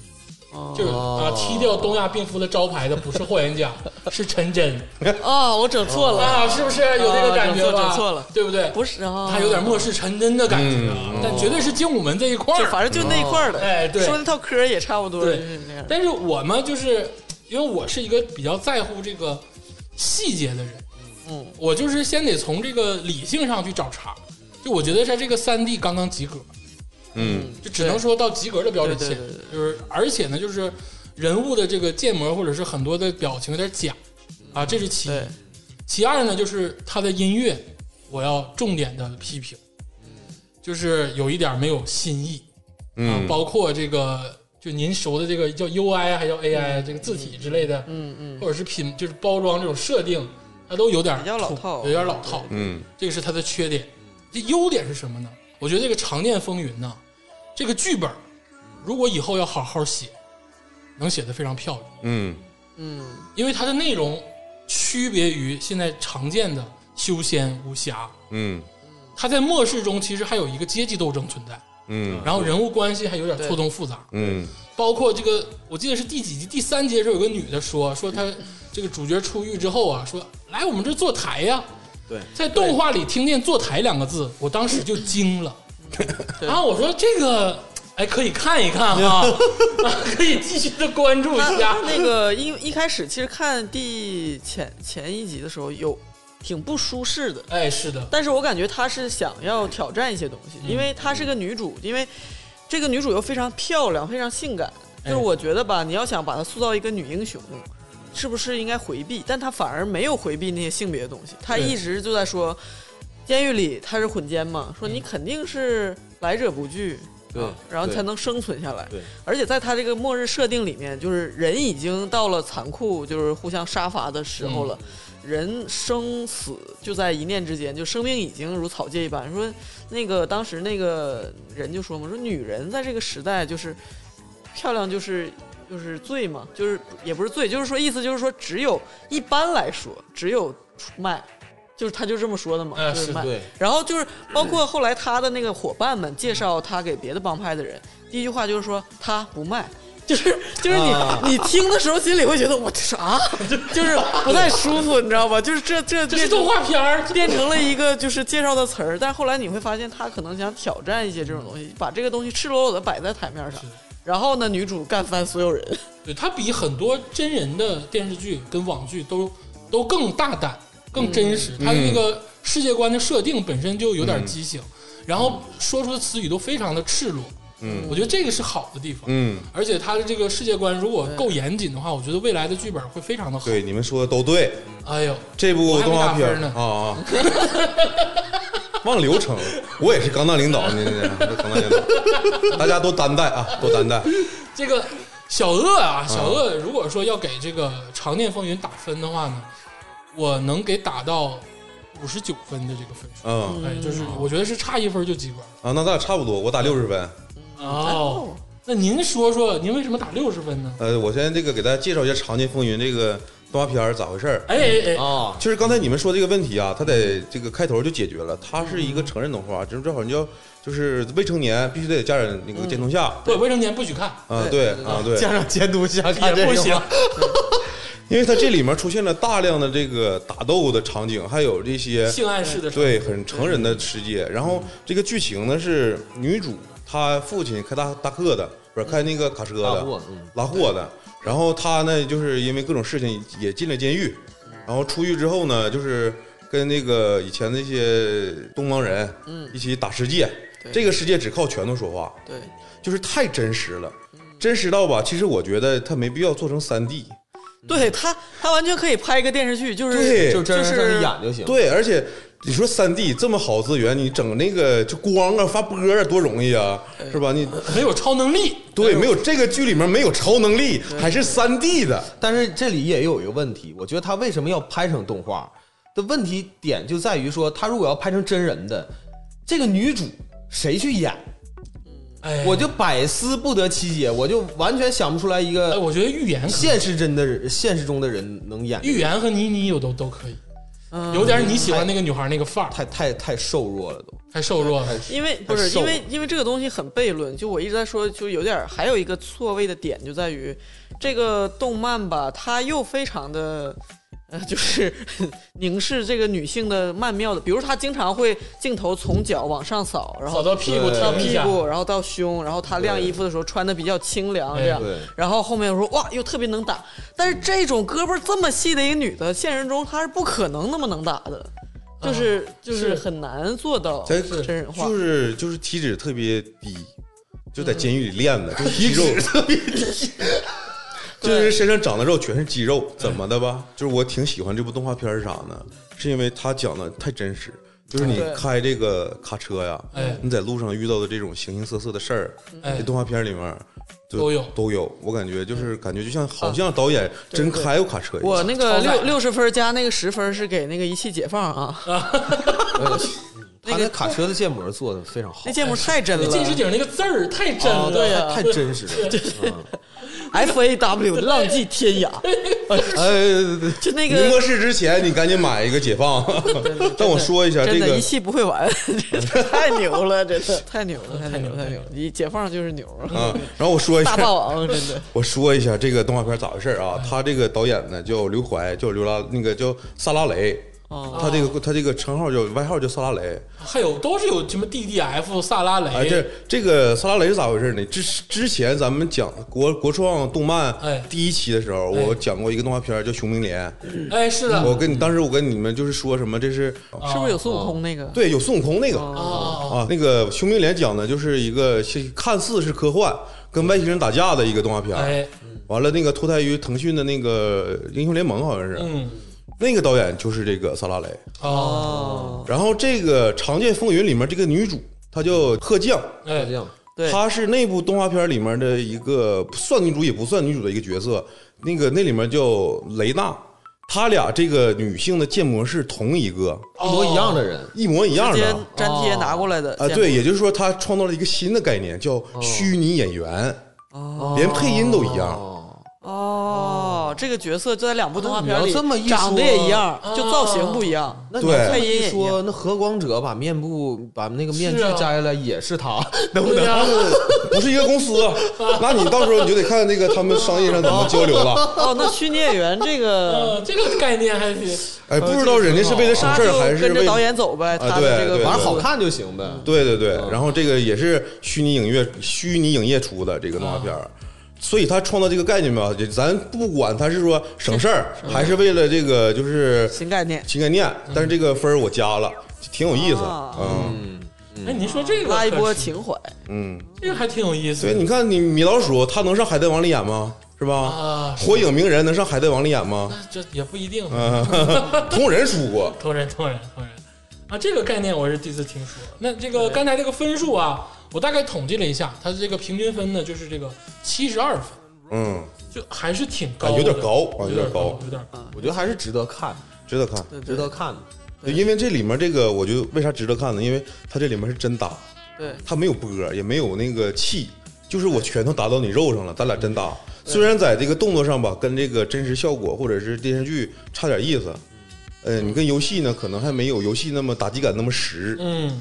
就是啊，踢掉东亚病夫的招牌的不是霍元甲，是陈 真
哦，我整错了，
啊，是不是有这个感觉
啊整错
吧？
整错了
对不对？
不是啊，
他有点末世陈真的感觉啊，但绝对是精武门这一块
就
儿。啊
反正就那一块儿的，
哎对
说那套嗑儿也差不多，就
对
是那样。
但是我们就是因为我是一个比较在乎这个细节的人，
嗯，
我就是先得从这个理性上去找茬。就我觉得在这个三 D 刚刚及格，
嗯
就只能说到及格的标准
对
线
对对对，
就是而且呢，就是人物的这个建模或者是很多的表情有点假啊，这是其一
对。
其二呢，就是他的音乐，我要重点的批评，就是有一点没有新意。啊，
嗯，
包括这个就您熟的这个叫 UI 还叫 AI、这个字体之类的，嗯嗯，或者是品就是包装这种设定，它都有点
比较老
土
套
有点老套，
嗯
这个是它的缺点。这优点是什么呢？我觉得这个《常见风云》呢，这个剧本如果以后要好好写，能写得非常漂亮，
嗯
嗯，
因为它的内容区别于现在常见的修仙武侠，
嗯
它在末世中其实还有一个阶级斗争存在，
嗯
然后人物关系还有点错综复杂，
嗯
包括这个，我记得是第几集第三集的时候，有个女的说说她这个主角出狱之后啊，说来我们这坐台呀。
对，
在动画里听见“坐台”两个字，我当时就惊了。然后我说这个，哎，可以看一看哈，啊 可以继续的关注一
那
下。
那个一一开始其实看第前前一集的时候有挺不舒适的，
哎，是的，嗯
但是我感觉她是想要挑战一些东西，因为她是个女主，因为这个女主又非常漂亮，非常性感。就是
哎嗯
我觉得吧，你要想把她塑造一个女英雄，是不是应该回避？但她反而没有回避那些性别的东西，她
对
一直就在说，监狱里她是混监嘛，说你
嗯
肯定是来者不拒，
对
啊然后
对
才能生存下来。
对，
而且在他这个末日设定里面，就是人已经到了残酷，就是互相杀伐的时候了。人生死就在一念之间，就生命已经如草芥一般。说那个当时那个人就说嘛，说女人在这个时代就是漂亮就是就是罪嘛，就是也不是罪，就是说意思就是说只有一般来说只有出卖，就是他就这么说的嘛，
嗯
就是卖。
对
然后就是包括后来他的那个伙伴们介绍他给别的帮派的人，第一句话就是说他不卖。就是 就是你、
啊
你听的时候心里会觉得我这啥， 就是不太舒服，你知道吧？就是这这
这
这
是动画片儿，
变成了一个就是介绍的词儿，但后来你会发现他可能想挑战一些这种东西，把这个东西赤裸裸的摆在台面上，然后呢，女主干翻所有人，
对它比很多真人的电视剧跟网剧都都更大胆、更真实。
嗯
它的那个世界观的设定本身就有点畸形，然后说出的词语都非常的赤裸。
嗯，
我觉得这个是好的地方。
嗯，
而且它的这个世界观如果够严谨的话，我觉得未来的剧本会非常的好。
对，你们说的都对。
哎呦，
这部动画片
我还没打
儿
分呢
啊啊，忘流程了，我也是刚当领导呢，这这刚当领导，大家都担待啊，都担待。
这个小恶啊，小
嗯
恶，如果说要给这个《长念风云》打分的话呢，我能给打到五十九分的这个分数。
嗯
哎，就是我觉得是差一分就及格。
啊，那咱俩差不多，我打六十分。
哦，那您说说，您为什么打六十分呢？
呃，我先这个给大家介绍一下《长津风云》这个动画片儿咋回事儿。
哎哎哎，
啊，
就是刚才你们说这个问题啊，它在这个开头就解决了。它是一个成人动画，就是正好你要就是未成年必须得家人那个监督下
对，未成年不许看，
啊，嗯对啊对，
家长监督下看
也
这
不
个
行
吗，。
因为它这里面出现了大量的这个打斗的场景，还有这些
性暗示的时候，
对，很成人的世界。然后这个剧情呢是女主她父亲开大大客的，不是开那个卡车的，
拉货嗯
拉货的。然后她呢就是因为各种事情也进了监狱，然后出狱之后呢就是跟那个以前那些东方人，嗯，一起打世界。这个世界只靠拳头说话，
对，
就是太真实了，
嗯
真实到吧？其实我觉得它没必要做成三 D。
对他他完全可以拍一个电视剧，就是
对
就真
就
人上去
是
演就行。
对，而且你说三 D 这么好资源，你整那个就光啊发波啊，多容易啊，是吧？你
没有超能力，
对，没有这个剧里面没有超能力，还是三 D 的，
但是这里也有一个问题，我觉得他为什么要拍成动画的问题点就在于说，他如果要拍成真人的，这个女主谁去演，
哎，
我就百思不得其解，我就完全想不出来一
哎，
个
我觉得预言可以，
现实真的人、现实中的人能演，
预言和倪妮有都都可以，
嗯
有点你喜欢那个女孩那个范儿，
太太太瘦弱了都。
太瘦弱了。
因为不
太
是
瘦
因为因为这个东西很悖论，就我一直在说，就有点儿还有一个错位的点就在于这个动漫吧，它又非常的。呃，就是 凝视这个女性的曼妙的，比如她经常会镜头从脚往上扫，然
扫
后
到屁股，
对
停一
屁
下，
股，然后到胸，然后她晾衣服的时候穿的比较清凉，这样
对，
然后后面我说哇，又特别能打，但是这种胳膊这么细的一个女的，现实中她是不可能那么能打的，就是就是
是
很难做到
咱
真人化，嗯
就是就是体脂特别低，就在监狱里练的，就体脂特别 低。就是身上长的肉全是肌肉，怎么的吧？就是我挺喜欢这部动画片是啥呢？是因为它讲的太真实，就是你
对
开这个卡车呀
哎，
你在路上遇到的这种形形色色的事儿，
嗯
哎
这动画片里面就
都有
都有。我感觉
嗯
就是感觉就像好像导演真开过卡车一
啊我
样。
那
超
个
载
六六十分加那个十分是给那个一汽解放啊，
呃 他那卡车的建模做的非常好
那，建模太
哎
真了
那近视顶那个字儿太真
啊
了，
对呀
太太真实了。
，F A W 浪迹天 涯，
哎，
就那
宁
个
波市之前，你赶紧买一个解放。 但我说一下这
真的，
个
一，汽不会玩， 太牛了，真的太牛了，太牛了，太牛了，你解放就是牛，
啊，然后我说一
大
下，
霸王真 的，
哦
我说一下这个动画片咋回事儿
嗯
啊？他这个导演呢叫刘怀，叫刘拉，那个叫萨拉雷。
哦
他这个他这个称号叫外号叫萨拉雷。
还有都是有什么 DDF、萨拉
哎，这
雷，
这个萨拉雷是咋回事呢？之之前咱们讲国国创动漫
哎
第一期的时候，
哎
我讲过一个动画片叫《熊明莲》。
哎，是的，
我跟你当时我跟你们就是说什么，这是
是不是有孙悟空那个？
对有孙悟空那个
哦
啊，那个《熊明莲》讲的就是一个是看似是科幻跟外星人打架的一个动画片。
哎，
完了，那个脱胎于腾讯的那个《英雄联盟》，好像是。
嗯，
那个导演就是这个萨拉雷，
哦，
哦，
然后这个《长剑风云》里面这个女主，她叫贺将，
哎
这，样
对，
她是那部动画片里面的一个不算女主也不算女主的一个角色，那个那里面叫雷娜，她俩这个女性的建模是同一个，
一模一样的
哦
人，
一模一样
直接
的。
粘
哦
贴拿过来的
啊，对，，也就是说，她创造了一个新的概念，叫虚拟演员，
哦
连配音都一样。
哦，
哦，道，这个角色就在两部动画
啊你
片
要
里
这么一
长得
说
也一样，
啊
就造型不一样。
那你
对
这么
配音
一
也一
说，
样
那何光者把面部把那个面具
是啊
摘了，也是他，
啊
能不
对
能？
呀、
不是一个 公司，那你到时候你就得看那个他们商业上怎么交流了。
哦，那虚拟演员这个，
呃，这个概念还挺
哎，不知道人家是为了什么
他
事
呃就
儿，还是
跟着
为
导演走嗯呗，
啊
他的这个
对
公
反正
司
好看就行呗。
对对对，然后这个也是虚拟影业虚拟影业出的这个动画片儿，
嗯
所以他创造这个概念吧，就咱不管他是说省事儿，
嗯
还是为了这个就是
新概念，
情感念，但是这个分儿我加了，挺有意思，
嗯啊
嗯
哎，你说这个
拉一波
可是，
情怀。
嗯，
这个还挺有意思
所以你看你米老鼠他能上《海贼王》里演吗？是吧？
啊。
火影鸣人能上《海贼王》里演吗？
那这也不一定，
嗯，同人出过，
同人同人同人啊，这个概念我是第一次听说。那这个刚才这个分数啊，我大概统计了一下，它的这个平均分呢，就是这个七十二分，
嗯，
就还是挺高
啊
的，
有点高啊，
有
有点
高
高，，
有点高。
我觉得还是值得看，
值得看。
对对
值得看。
对
因为这里面这个，我觉得为啥值得看呢？因为它这里面是真打，
对，
它没有波，也没有那个气，就是我拳头打到你肉上了，咱俩真打。虽然在这个动作上吧，跟这个真实效果或者是电视剧差点意思，呃，你跟游戏呢，可能还没有游戏那么打击感那么实，
嗯，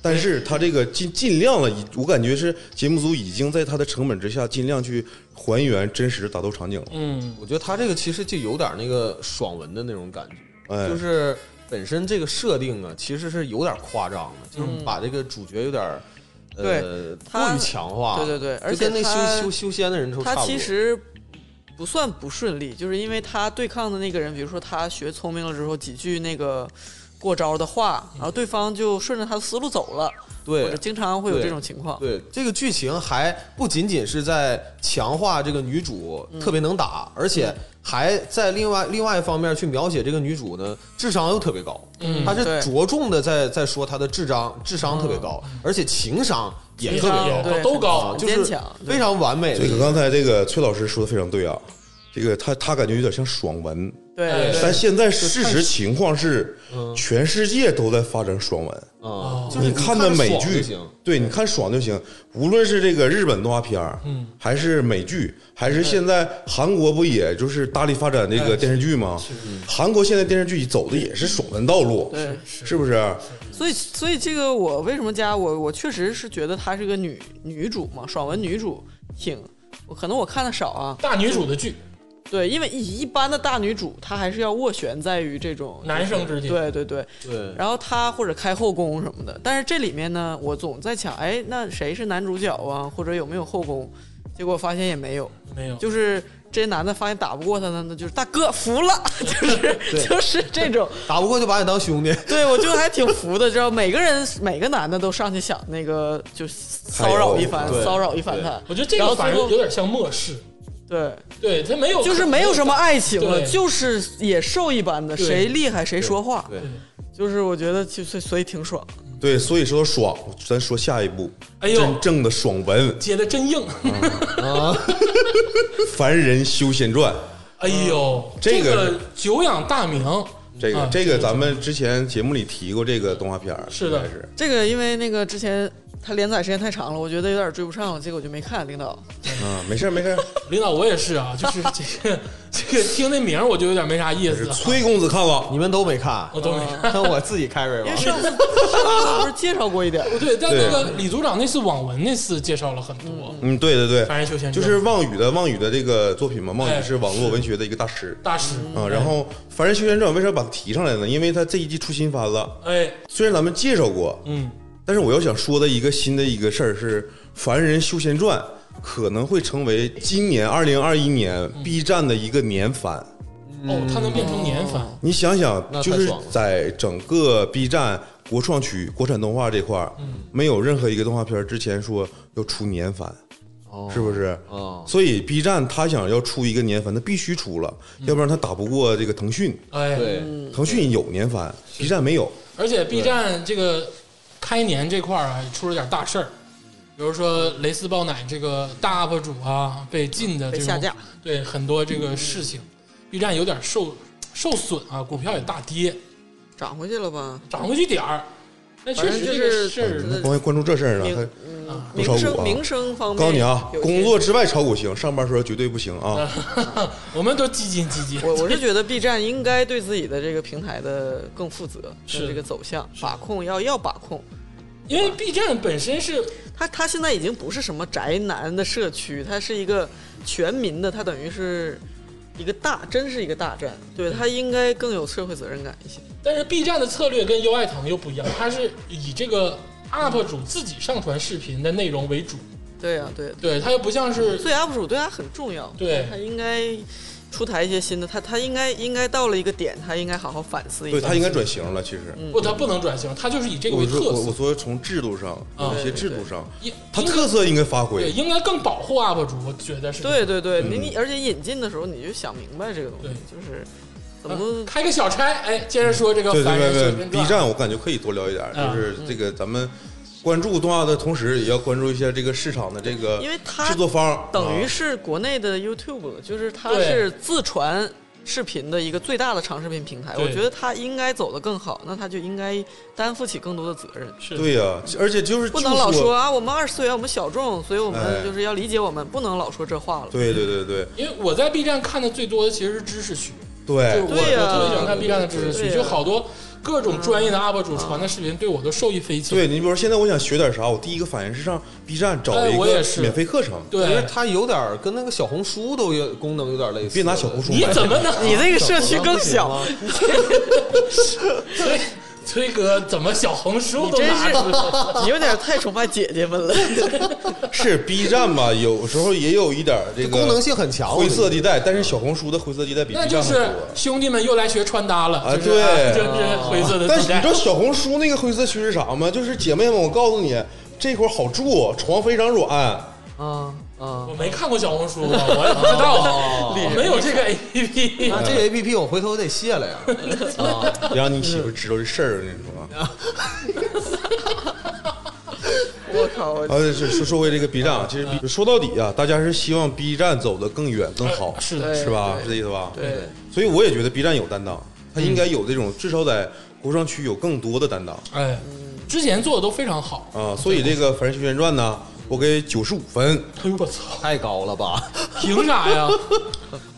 但是它这个尽尽量了，已我感觉是节目组已经在它的成本之下，尽量去还原真实打斗场景了。
嗯，
我觉得他这个其实就有点那个爽文的那种感觉，
哎，
就是本身这个设定啊，其实是有点夸张的，就是把这个主角有点儿
嗯
呃
对
过
他
于强化，
对对对
就
而且
跟那
他
修修修仙的人都差
他
不多。
其实不算不顺利，就是因为他对抗的那个人，比如说他学聪明了之后几句那个过招的话，然后对方就顺着他的思路走了，或
对
者经常会有
对
这种情况。
对，这个剧情还不仅仅是在强化这个女主
嗯
特别能打，而且还在另外另外一方面去描写这个女主呢智商又特别高，
嗯
她是
对嗯
着重的在在说她的智商智商特别高，而且情商也
情
特别
商
高，
对
都高
啊，
很
就
坚
是
强。
非常完美的
这
一
个
个。
刚才这个崔老师说的非常对啊，这个他他感觉有点像爽文，
哎
对
对
但现在事实情况是
嗯，
全世界都在发展爽文。
啊，
哦
就是
看
着
的美
爽就
剧
行，
对，你看爽就行。无论是这个日本动画片儿
嗯，
还是美剧，还是现在韩国不也就是大力发展这个电视剧吗？韩国现在电视剧走的也是爽文道路，
对，
是啊不是？
所以所以这个我为什么加我我确实是觉得她是个女女主嘛，爽文女主挺。我可能我看的少啊，
大女主的剧，
对，因为以一般的大女主，她还是要斡旋在于这种
男生之间，
对对对，
对，
然后他或者开后宫什么的。但是这里面呢，我总在想，哎，那谁是男主角啊？或者有没有后宫？结果发现也没有，
没有，
就是这些男的发现打不过他呢，那就是大哥服了， 就是就是这种。
打不过就把你当兄弟，
对我就还挺服的，知道每个人每个男的都上去想那个就骚扰一番
哎呦，对
骚扰一番他。
我觉得这
然
个
后
反而
最后
有点像末世，
对，
对他没有，
就是没有什么爱情了，
对
就是野兽一般的，
对
谁厉害谁说话。
对，
就是我觉得就是所以挺爽。
对，所以说爽，咱说下一步，
哎呦
真正的爽文
接的真硬，
嗯《凡人修仙传》。
哎呦，
这个
个久仰大名，
这个、
啊
这个，咱们之前节目里提过这个动画片儿，
是的
应该是
这个因为那个之前它连载时间太长了，我觉得有点追不上了，这个我就没看。领导，
啊，没事儿没事儿，
领导我也 是 啊，就是这个这个听那名儿我就有点没啥意思
是
了，
崔公子看了，
你们都没看，
我都没看。
那我自己 carry
因
吧
为。上次上次不是介绍过一点，
对，但那
对
个李组长那次网文那次介绍了很多，
嗯，对对对，
凡人修仙
就
传
是望雨的望雨的这个作品嘛，望
哎
雨是网络文学的一个大师
大师
嗯
啊。然后《凡人修仙传》为啥把它提上来呢？因为它这一季出新番了，
哎，
虽然咱们介绍过，
嗯，
但是我要想说的一个新的一个事儿是，《凡人修仙传》可能会成为今年二零二一年
嗯
B 站的一个年番。
哦，他能变
嗯
成年番，
你想想
那，太
就是
爽了
在整个 B 站国创区国产动画这块儿，没有任何一个动画片儿之前说要出年番，
哦
是不是？
哦
所以 B 站他想要出一个年番，他必须出了，要不然他打不过这个腾讯。
嗯
哎，
嗯对，
腾讯有年番，B 站没有。
而且 B 站这个开年这块儿啊，出了点大事儿，比如说雷斯爆奶这个大 UP 主啊被禁的这
被
种
下架，
对很多这个事情，B 站有点受受损啊，股票也大跌，
涨回去了吧？
涨回去点儿，但确
反正
实
就
这个
是
事儿
关于关注这事儿呢，
明
他不
民
炒股
生
啊
民生方面，
告诉你啊
有，一些
工作之外炒股行，上班时候绝对不行啊。
我们都激进激进。
我我是觉得 B 站应该对自己的这个平台的更负责，
是
跟这个走向把控要要把控。
因为 B 站本身是
它它现在已经不是什么宅男的社区，它是一个全民的，它等于是一个大，真是一个大战。对，它应该更有社会责任感一些。
但是 B 站的策略跟优爱腾又不一样，它是以这个 UP 主自己上传视频的内容为主，
对呀、对呀、
对，它又不像是
所以 UP 主对他很重要，
对
他应该出台一些新的，他他应该应该到了一个点，他应该好好反思一下。
对他应该转型了，其实。
不，它不能转型，它就是以嗯这个
我
为
说
特
我
色，
我说从制度上，
啊
有些制度上，
应
它
应
特色应该发
对
挥。
应该更保护 UP 主，我觉得是
对对对，你你而且引进的时候你就想明白这个东西，就是怎么
嗯开个小差，哎，接着说这个
对
凡人修
对对
真
，B
传
站我感觉可以多聊一点，
啊
就是这个咱们关注动画的同时，也要关注一下这个市场的这个
因为它
制作方，
等于
啊
是国内的 YouTube，了就是它
对
是自传视频的一个最大的长视频平台。
对
我觉得它应该走得更好，那它就应该担负起更多的责任，
是
啊对呀，而且就是
不
就
能老
说
说，啊，我们二十岁啊，我们小众，所以我
哎
们就是要理解我们，不能老说这话了。
对对对对
因为我在 B 站看的最多的其实是知识区，就我
对
我特
对呀
别喜欢看 B 站的知识
对
区，
呀嗯
就好多各种专业的 UP 主传的视频，对我都受益匪浅。
对，你比如说现在我想学点啥，我第一个反应是上 B 站找
哎
一
我
个
也是
免费课程，
因为
对，
它有点儿跟那个小红书都有功能有点类似。
别拿小红书
你怎么能
你那个社区更
小
小
红，
崔崔哥怎么小红书
你
都
真
拿
是
出 来？
你有点太崇拜姐姐们了。
是 B 站吧？有时候也有一点这个
功能性很强，
灰色地带，但是小红书的灰色地带比
那
B
就
站很多
是。兄弟们又来学穿搭了，
啊
就是
对
就是灰色的
但
地
是你
带
知道。小红书那个灰色区是啥吗？就是姐妹们，我告诉你，这块儿好住，床非常软。
啊啊
我！没看过小红书，啊，我也不知道，
哦
我没有这个 A P P。
那这个 A P P 我回头得卸 了呀。啊，
让你媳妇知道这事儿，我跟你说啊。
我靠！我
啊，是说说回这个 B 站啊，其实 B- 说到底啊，大家是希望 B 站走得更远更好，
是的
是吧？
对
是这意思吧？
对
对
所以我也觉得 B 站有担当，它应该有这种至少在国商区有更多的担当
哎，之前做的都非常好。
啊。所以这个《凡人修仙传》呢，我给九十五分，
哎呦我操！
太高了吧？
凭啥呀？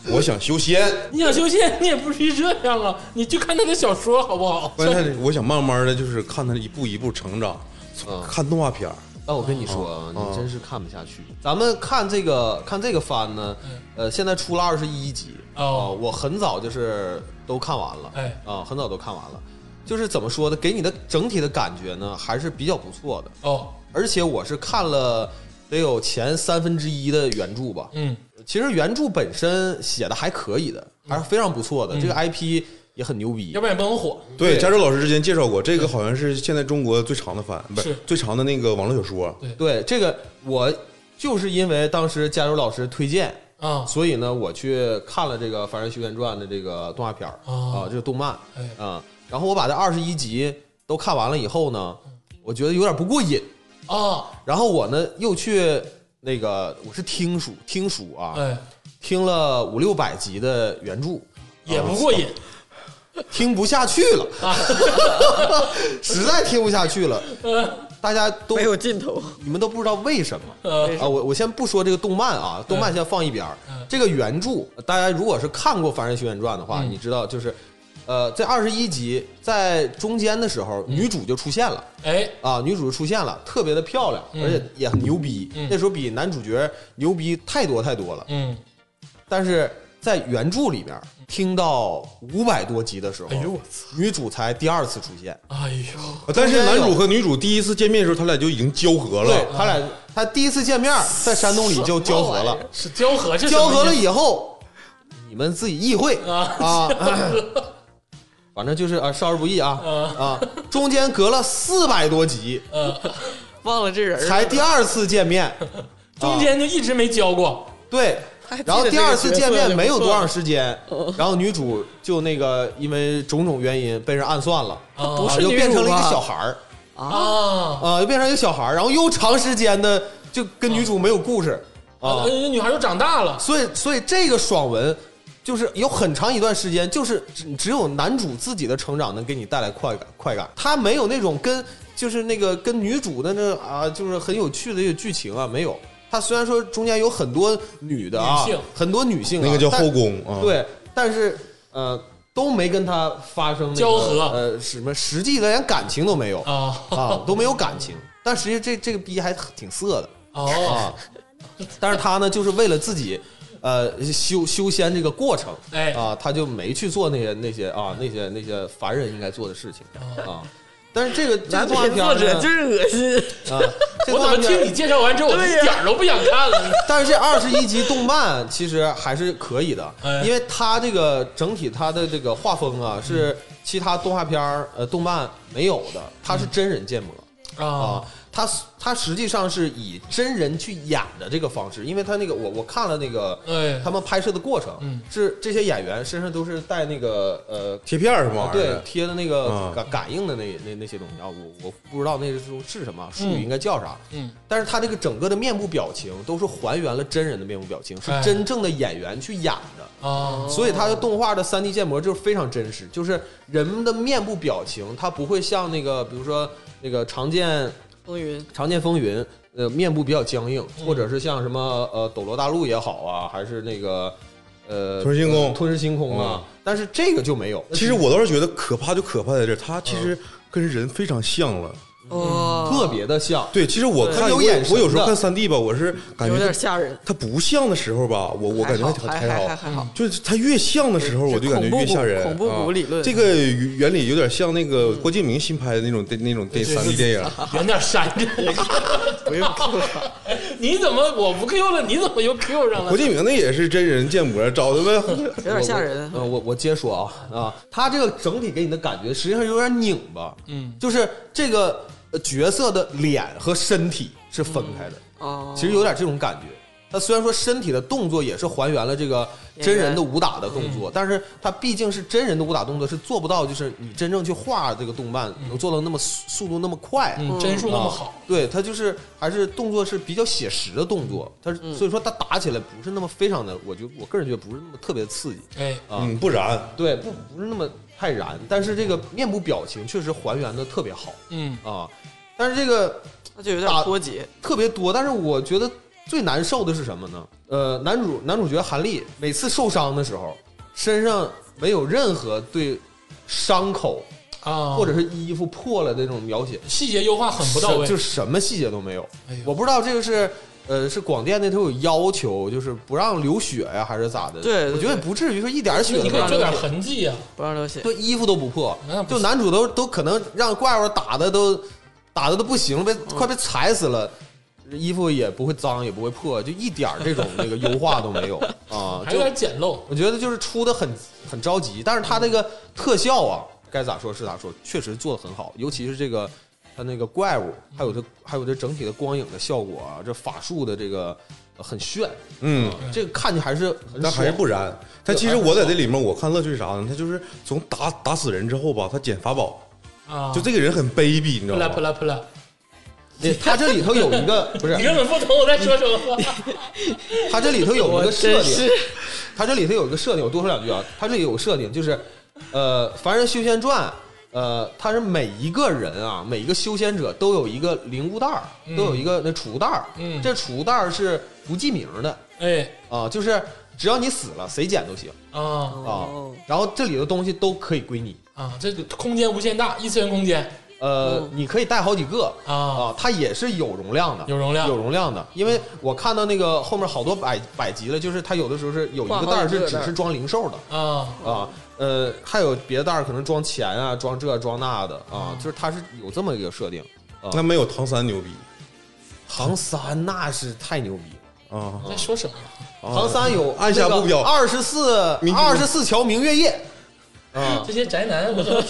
我想修仙。
你想修仙，你也不必这样啊！你去看他的小说好不好？
关键是我想慢慢的就是看他一步一步成长，
嗯
看动画片儿
但我跟你说
哦
啊，你真是看不下去。咱们看这个看这个番呢，呃，现在出了二十一集
嗯哦
啊我很早就是都看完了，
哎
啊，很早都看完了。就是怎么说呢，给你的整体的感觉呢还是比较不错的，
哦，
而且我是看了得有前三分之一的原著吧。
嗯，
其实原著本身写的还可以的，还是非常不错的，这个 IP 也很牛逼
嗯要。不然也不能火。
对，
对
加州老师之前介绍过，这个好像是现在中国最长的番，不
是
最长的那个网络小说。
对
对这个，我就是因为当时加州老师推荐，
啊，
所以呢，我去看了这个《凡人修仙传》的这个动画片儿啊、
哦
这个动漫啊、
哎
然后我把这二十一集都看完了以后呢，
嗯
我觉得有点不过瘾，
啊，
然后我呢又去那个我是听书听书啊，
哎，
听了五六百集的原著，
也不过瘾。啊
听不下去了，
啊
实在听不下去了，
嗯
大家都
没有尽头，
你们都不知道为什么。
呃，
啊，我我先不说这个动漫啊，动漫先放一边儿
嗯。
这个原著，大家如果是看过《凡人修仙传》的话，
嗯
你知道就是，呃，这二十一集在中间的时候，
嗯
女主就出现了
哎，
啊，女主就出现了，特别的漂亮，
嗯
而且也很牛逼
嗯。
那时候比男主角牛逼太多太多了。
嗯，
但是在原著里面，听到五百多集的时候
哎呦我操，
女主才第二次出现。
哎呦，
呃但是
中间
男
有
主和女主第一次见面的时候，他俩就已经交合
对
了。
他
嗯
俩，他第一次见面在山洞里就交合了。
是交合，这
交合
什
了
么意
以后，你们自己意会
思啊，
啊。 反正就是啊，少儿不宜啊
嗯
啊！中间隔了四百多集，
呃，
忘了这人儿了
才第二次 见面，啊
中间就一直没交过。
对
还记得。
然后第二次见
这个角色就不错
面
了哦
没有多长时间，然后女主就那个因为种种原因被人暗算了，
哦
啊
是
又
女
变成
主
了一个
吧
小孩儿
啊，
啊，又变成一个小孩儿，然后又长时间的就跟
哦
女主没有故事啊
呃，女孩又长大了，
所以，所以这个爽文就是有很长一段时间，就是只只有男主自己的成长能给你带来快感，快感。他没有那种跟就是那个跟女主的那啊，就是很有趣的这个剧情啊，没有。它虽然说中间有很多女的啊
女性，
很多女性啊、
那个叫
但
后宫啊，，
对，但是呃都没跟他发生、那个、
交合
呃什么实际的连感情都没有啊
啊
都没有感情。但实际这这个逼还挺色的
哦，
啊，但是他呢就是为了自己呃修修仙这个过程。
哎
啊，他就没去做那些那些啊那些那些凡人应该做的事情
哦
啊。但是这个这个
男
动画
频
片
作者
呢
就是恶心，
啊，这
我怎
个动画
么听
片
你，介绍完之后，我一点儿都不想看 了？
但是这二十一集动漫其实还是可以的
哎，嗯
因为它这个整体它的这个画风啊是其他动画片儿呃动漫没有的，它是真人建模。啊
啊，，
它它实际上是以真人去演的这个方式，因为它那个我我看了那个
哎
他们拍摄的过程，
嗯
是这些演员身上都是带那个呃
贴片儿什么哎玩意
对
儿，的，
贴的那个
嗯
感感应的那那那些东西啊，我我不知道那是是什么术
嗯
语，应该叫啥。
嗯，
但是他这个整个的面部表情都是还原了真人的面部表情，是
哎
真正的演员去演的，
啊
所以他的动画的三 D 建模就是非常真实，就是人们的面部表情，它不会像那个比如说那个常见
风云
常见风云，呃，面部比较僵硬，
嗯
或者是像什么呃《斗罗大陆》也好啊，还是那个呃《
吞噬星空嗯
吞噬星空》啊，但是这个就没有，
其实我倒是觉得可怕就可怕在这儿，它其实跟人非常像了。
哇，
特别的像。
对，其实我
它
看
有
我
眼神的
我有时候看三 D 吧，我是感
有
觉
点
就
吓人。
它不像的时候吧，我我感觉
还好
还
还还
好嗯
还，还好，
就是它越像的时候，
是
我就感觉越吓人。
恐怖恐怖谷理论
啊这个原理有点像那个郭敬明新拍的那种那种
对
电三 D 电影。
远点闪 着。
不用 Q 了，
你怎么我不 Q 了？你怎么又 Q 上了
郭？敬明那也是真人建模，找的呗。
有点吓人。
呃，我我接说啊啊，他这个整体给你的感觉实际上有点拧巴，
嗯，
就是这个呃角色的脸和身体是分开的，
哦，
其实有点这种感觉。他虽然说身体的动作也是还原了这个
演
真
员
人的武打的动作，但是他毕竟是真人的武打动作，是做不到就是你真正去画这个动漫能做到那么速速度那么快，
嗯，帧数那么好
啊，对他就是还是动作是比较写实的动作，他所以说他打起来不是那么非常的，我觉得我个人觉得不是那么特别刺激。
哎，
啊
嗯，不然
对，不不是那么太燃，但是这个面部表情确实还原的特别好
嗯，
啊。但是这个
那就有点脱节。
特别多，但是我觉得最难受的是什么呢？呃，男主男主角韩立每次受伤的时候，身上没有任何对伤口
啊，
或者是衣服破了的那种描写，
细节优化很不到
是
位，
就是什么细节都没有。
哎呦
我不知道这个是。呃，是广电那头有要求，就是不让流血呀、还是咋的？
对对
我觉得也不至于说一点儿血
你
都没
可以
有。
做点痕迹啊呀，
不让流血，
对，衣服都不破
那不，
就
行
男主都都可能让怪物打的都打的都不行了，
嗯
被快被踩死了。衣服也不会脏，也不会破，就一点儿这种那个优化都 没有啊！
还有
就
点简陋，
我觉得就是出的很很着急，但是他那个特效啊，该咋说是咋说，确实做的很好，尤其是这个他那个怪物，还有这还有这整体的光影的效果啊，这法术的这个呃很炫，
嗯，
这个看着还嗯是很
但还是
爽
不燃。但
对
其实我在这里面，我看乐趣是啥呢？他就是从打打死人之后吧，他捡法宝，
啊，
就这个人很卑鄙，你知
扑
道
啦
吗
扑？啦扑啦，
他这里头有一个 不 是
你根本不懂我在说什 么话。
它这里头有一
我
个设
真
定
是，
它这里头有一个设定，我多说两句啊。它这里有个设定，就是，呃，《凡人修仙传》，呃，它是每一个人啊，每一个修仙者都有一个灵物袋儿，
嗯
都有一个那储物袋儿。
嗯
这储物袋儿是不记名的
哎
啊，就是只要你死了，谁捡都行
啊
啊
哦。
然后这里的东西都可以归你，
啊，这空间无限大，异次元空间
呃
嗯，
你可以带好几个
啊，
啊，它也是有容量的，
有容量
有容量的。因为我看到那个后面好多百百集了，就是它有的时候是有一
挂
个
好
袋儿
几
是
个
只
袋儿
是装零售的
啊，
啊，呃，还有别的袋儿可能装钱啊，装这装那的啊，就是它是有这么一个设定。
那没有唐三牛逼
唐三那是太牛逼了，
啊！
在说什么？
唐三有
按下目标
二十四
明
二十四桥明月夜啊，
这些宅男，我怎么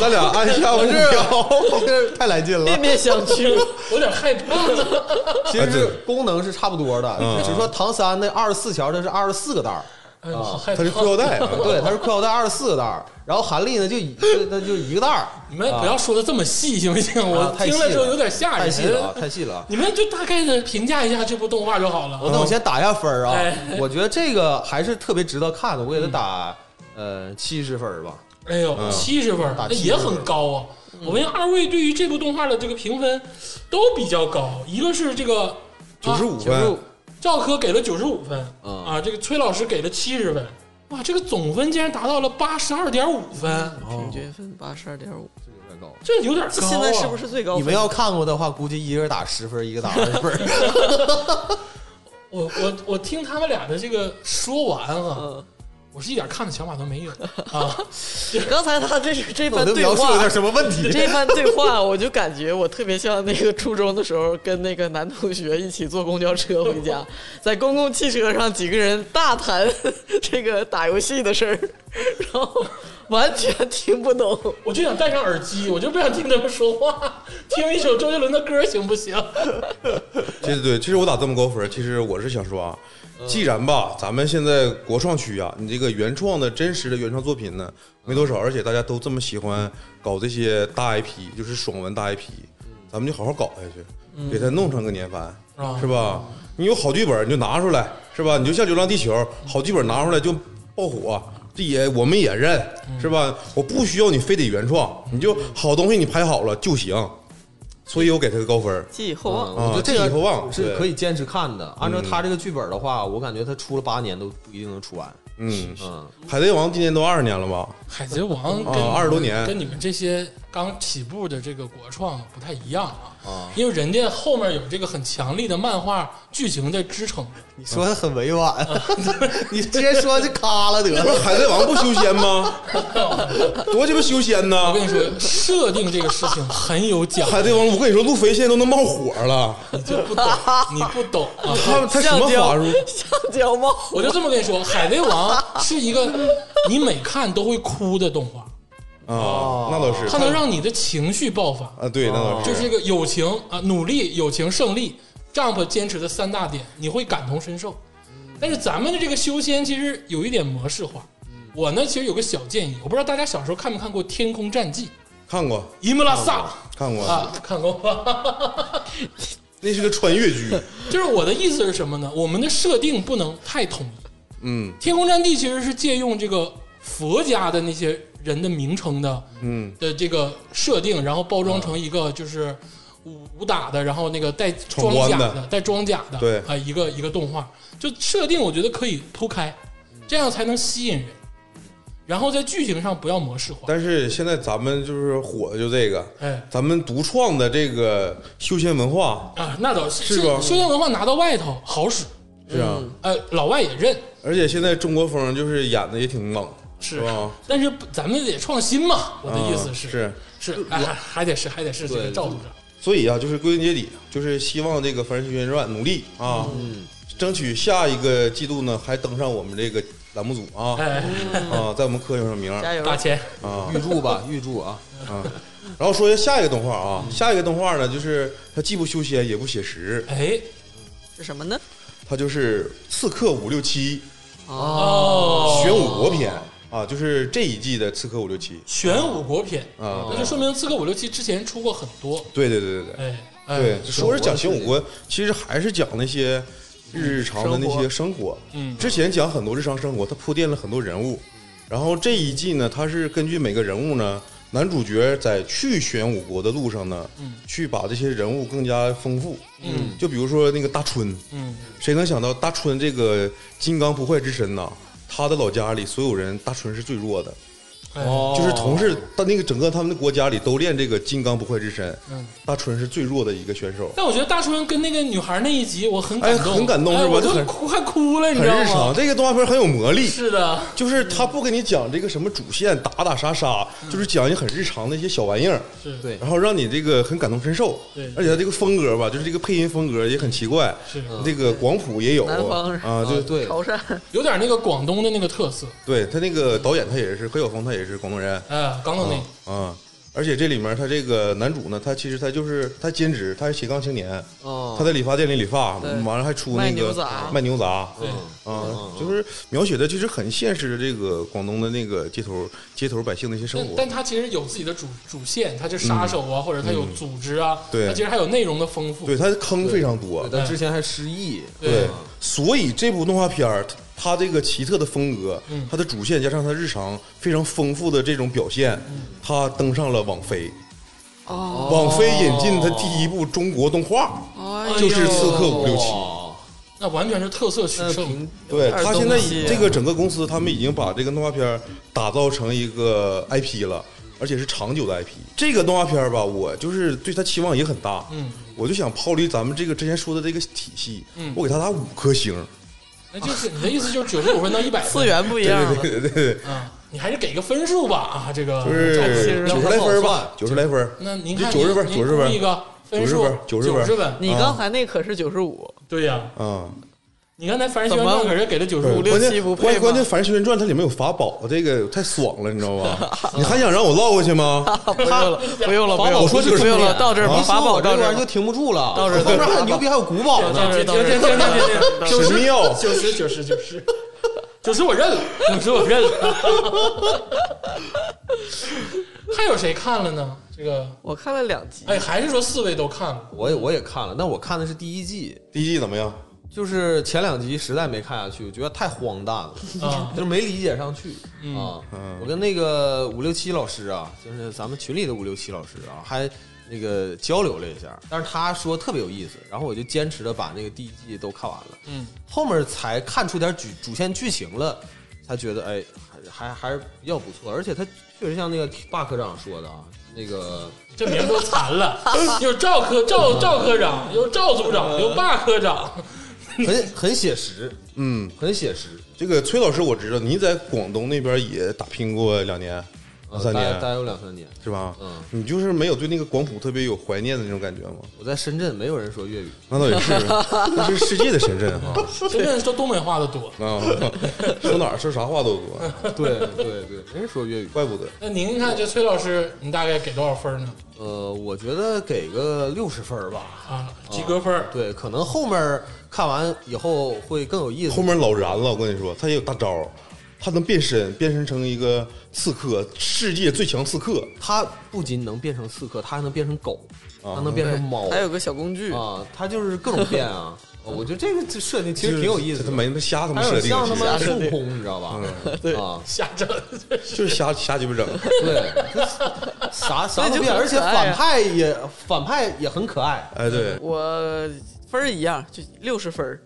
咱俩按下目标，
这太来劲了，
面面相觑。
有点害怕了？
其
啊
实
对
是功能是差不多的，
嗯
只是说唐三那二十四条它是二十四个袋儿，
哎呦，好害
他
怕
是！裤腰带啊，
对，它是裤腰带二十四个袋儿，然后韩立呢就一就它就一个袋儿，
你们不要说的这么细，行不行？ 我
啊太
听
细
了
了
之后有点吓人。
太细了啊，太细了 啊。
你们就大概的评价一下这部动画就好了。
我那我先打一下分儿啊
哎，
我觉得这个还是特别值得看的，我给它打呃七十分儿吧，
哎呦，七十分儿，
打
那
70
也很高啊。我们二位对于这部动画的这个评分都比较高，一个是这个
九十
啊
五
九十
分
五，
赵科给了九十五分，
嗯
啊，这个崔老师给了七十分，哇，这个总分竟然达到了八十二点五分，
平均分八十二点五，
这个太哦高了。
这有点
这
高啊。
现在是不是最高分？
你们要看过的话，估计一个人打十分，一个打二十分。
我我我听他们俩的这个说完啊，
嗯，
我是一点看的想法都没有啊。
刚才他这 是这
我
番
的
对
描述有
话
点，什么问题？
这番对话，我就感觉我特别像那个初中的时候，跟那个男同学一起坐公交车回 家，在公共汽车上几个人大谈这个打游戏的事儿， 然后完全听不懂。
我就想戴上耳机，我就不想听他们说话，听一首周杰伦的歌行不行？
对对对，其实我打这么高分，其实我是想说啊，既然吧，咱们现在国创区啊，你这个原创的真实的原创作品呢没多少，而且大家都这么喜欢搞这些大 IP，就是爽文大 IP，咱们就好好搞下去，给它弄成个年番
啊，
是吧？你有好剧本你就拿出来，是吧？你就像《流浪地球》，好剧本拿出来就爆火。这也我们也认是吧？我不需要你非得原创，你就好东西你拍好了就行，所以我给他个高分儿。
寄以后
嗯
望，
我觉得这
啊寄以厚
个
望
是
对嗯
可以坚持看的。按照他这个剧本的话，我感觉他出了八年都不一定能出完。
嗯，
嗯，
海贼王今年都二十年了吧？
海贼王跟
啊20多年
跟你们这些刚起步的这个国创不太一样啊，
啊
因为人家后面有这个很强力的漫画剧情的支撑。
你说的很委婉，啊 你直接说就咔了得
不
了。
是海贼王不修仙吗？多鸡巴修仙呢
我！跟你说，设定这个事情很有讲
海
究，
贼王，我跟你说，路飞现在都能冒火了，啊
你就不懂，你不懂啊。
他他什
橡
么法
胶
术？
橡胶帽，
我就这么跟你说，《海贼王》是一个你每看都会哭的动画，
啊，那倒是，
它能让你的情绪爆发，
啊，对，那
哦
倒是，
就是这个友情啊、努力、友情、胜利，Jump 坚持的三大点，你会感同身受。
嗯
但是咱们的这个修仙其实有一点模式化。
嗯
我呢，其实有个小建议，我不知道大家小时候看没看过《天空战记》
看过
伊姆拉萨
看过，
啊，看过吧？
那是个穿 越剧，
就是我的意思是什么呢？我们的设定不能太统一。
嗯
《天空战地》其实是借用这个佛家的那些人的名称的
嗯，
的这个设定，然后包装成一个就是武武打的，然后那个带装甲
闯关的
带装甲的，
对
啊、一个一个动画，就设定我觉得可以铺开，这样才能吸引人。然后在剧情上不要模式化，
但是现在咱们就是火的就这个，
哎
咱们独创的这个修仙文化
啊，那倒是
是吧
这修仙文化拿到外头好使，
是啊，
呃，老外也认
而且现在中国风就是演的也挺猛，是吧？
但是不咱们得创新嘛，我的意思
啊
是、
是。
是，哎，还还得是还得是这个
对
照顾着。
所以啊，就是归根结底，就是希望这个《凡人修仙传》努力啊，争取下一个季度呢还登上我们这个栏目组啊
哎，
啊，在我们科上有名儿
加油！
大钱
啊
预祝吧，预祝啊！
啊。然后说一下下一个动画啊，下一个动画呢，就是它既不修仙也不写实，
哎
是什么呢？
它就是《刺客伍六七
哦》，
玄武国篇啊，就是这一季的《刺客伍六七
玄武国篇》
啊。
那就说明《刺客伍六七》之前出过很多，
对对对对对
哎，哎
对，说是讲玄武国，其实还是讲那些日常的那些生活。
嗯
之前讲很多日常生活，它铺垫了很多人物。然后这一季呢，它是根据每个人物呢，男主角在去玄武国的路上呢，
嗯
去把这些人物更加丰富。
嗯，
就比如说那个大春，
嗯，
谁能想到大春这个金刚不坏之身呐、他的老家里所有人，大春是最弱的，
哎，
哦
就是同事，他那个整个他们的国家里都练这个金刚不坏之身，
嗯。
大春是最弱的一个选手。
但我觉得大春跟那个女孩那一集，我很感动，
哎很感动是吧
哎我
就
都
很
哭快哭了，你
很
知道
日常，
吗？
这个动画片很有魔力，
是的，
就是他不跟你讲这个什么主线打打杀杀，就是讲一些很日常的一些小玩意儿，
嗯是，
对
啊
然后让你这个很感同身受。
对
而且他这个风格吧，就是这个配音风格也很奇怪，
是
这个广谱也有
南方人
啊，就
嗯
啊对，
潮汕
有点那个广东的那个特色，
对他那个导演他也是何晓峰，他也是广东人
哎，港岛那
啊啊。而且这里面他这个男主呢，他其实他就是他兼职，他是斜杠青年，
哦
他在理发店里理发，
对
完了还出那
卖
个
牛杂
卖牛杂，
对，
啊，就是描写的其实很现实的这个广东的那个街头街头百姓的一些生
但
活
但。他其实有自己的主主线，他是杀手啊，或者他有组织啊，
嗯对
他其实还有内容的丰富，
对，它的坑非常多
对，，他之前还失忆，
对
所以这部动画片儿它它这个奇特的风格，它的主线加上它日常非常丰富的这种表现，它登上了网飞。
哦，
网飞引进它第一部中国动画，
哎呦
就是《刺客伍六七》。
哦
哇
那完全是特色取
呃
那
胜
凭。
对
有点
他现在
东西
已这个整个公司，他们已经把这个动画片儿打造成一个 IP 了，而且是长久的 IP。这个动画片儿吧，我就是对他期望也很大，
嗯，
我就想抛离咱们这个之前说的这个体系，嗯，我给他打五颗星，
那哎就是你的意思就是九十五分到一百
次
分
元不一样了，
对对对，
啊？你还是给个分数吧啊，这个
就是九十来分儿吧，九十来分儿，
那您
就
看
九十分儿，
您
九十分
您估一
儿，
个分数
90分儿
90
90
分，
你
啊
刚才那可是九十五，
对呀、
啊。
你刚才《凡人修仙
怎么
传》可是给了九十
对
五
五六
关键
七不配
关
吗
关键《凡人修仙传》它里面有法宝，啊这个太爽了，你知 道吧？你还想让我唠过去吗？
不用了，不用了，不用了，
我说就是
不用了，到这儿吧，
一
法
说啊
宝
我这
到这
玩
儿
意儿
吧
就，停不住了，
到这儿
后面还牛逼还有古堡呢，
停停停停停停，
神庙
九十九十九十九十我认了，九十我认了。 还有谁看了呢？这个
我看了两集，
哎，还是说四位都看了？
我也我也看了，但我看的是第一季，
第一季怎么样？
就是前两集实在没看下去，我觉得太荒 诞了，
啊
嗯
就是没理解上去啊。
嗯
我跟那个五六七老师啊，就是咱们群里的五六七老师啊，还那个交流了一下，但是他说特别有意思，然后我就坚持着把那个第一季都看完了，
嗯，
后面才看出点主主线剧情了，才觉得哎，还还还是比较不错，而且他确实像那个霸科长说的啊，那个。
这名都残 了，有赵科
嗯
赵赵科长，有赵组长，有霸科长，
很很写实，
嗯，
很写实，
这个崔老师我知道，你在广东那边也打拼过两年、
呃
三
待待
年，
有两三年。
是吧？
嗯，
你就是没有对那个广普特别有怀念的那种感觉吗？
我在深圳没有人说粤语，
那倒 也是，那是世界的深圳哈。
深圳说东北话的多。
啊，说哪儿说啥话都多，
对对对，没人说粤语。
怪不得。
那您看这崔老师，你大概给多少分呢？
呃，我觉得给个六十分儿吧。
啊，及格分儿。
对，可能后面儿看完以后会更有意思
后。面老燃了，我跟你说，他也有大招儿，他能变身，变身成一个刺客，世界最强刺客。
他不仅能变成刺客，他还能变成狗，
啊哎
他能变成猫
还有个小工具，
啊，他就是各种变 啊。我觉得这个这设定其实挺有意思
这
的
他，没他瞎他妈
还有
设
点
定，
像他妈
其实嗯
孙悟空，你知道吧？啊，
下 整，
就是瞎瞎鸡巴整。
对，他啥啥
那
都
就
变，
很
而且
可爱啊
反派也反派也很可爱。啊
哎，对，
我分儿一样，就六十分儿，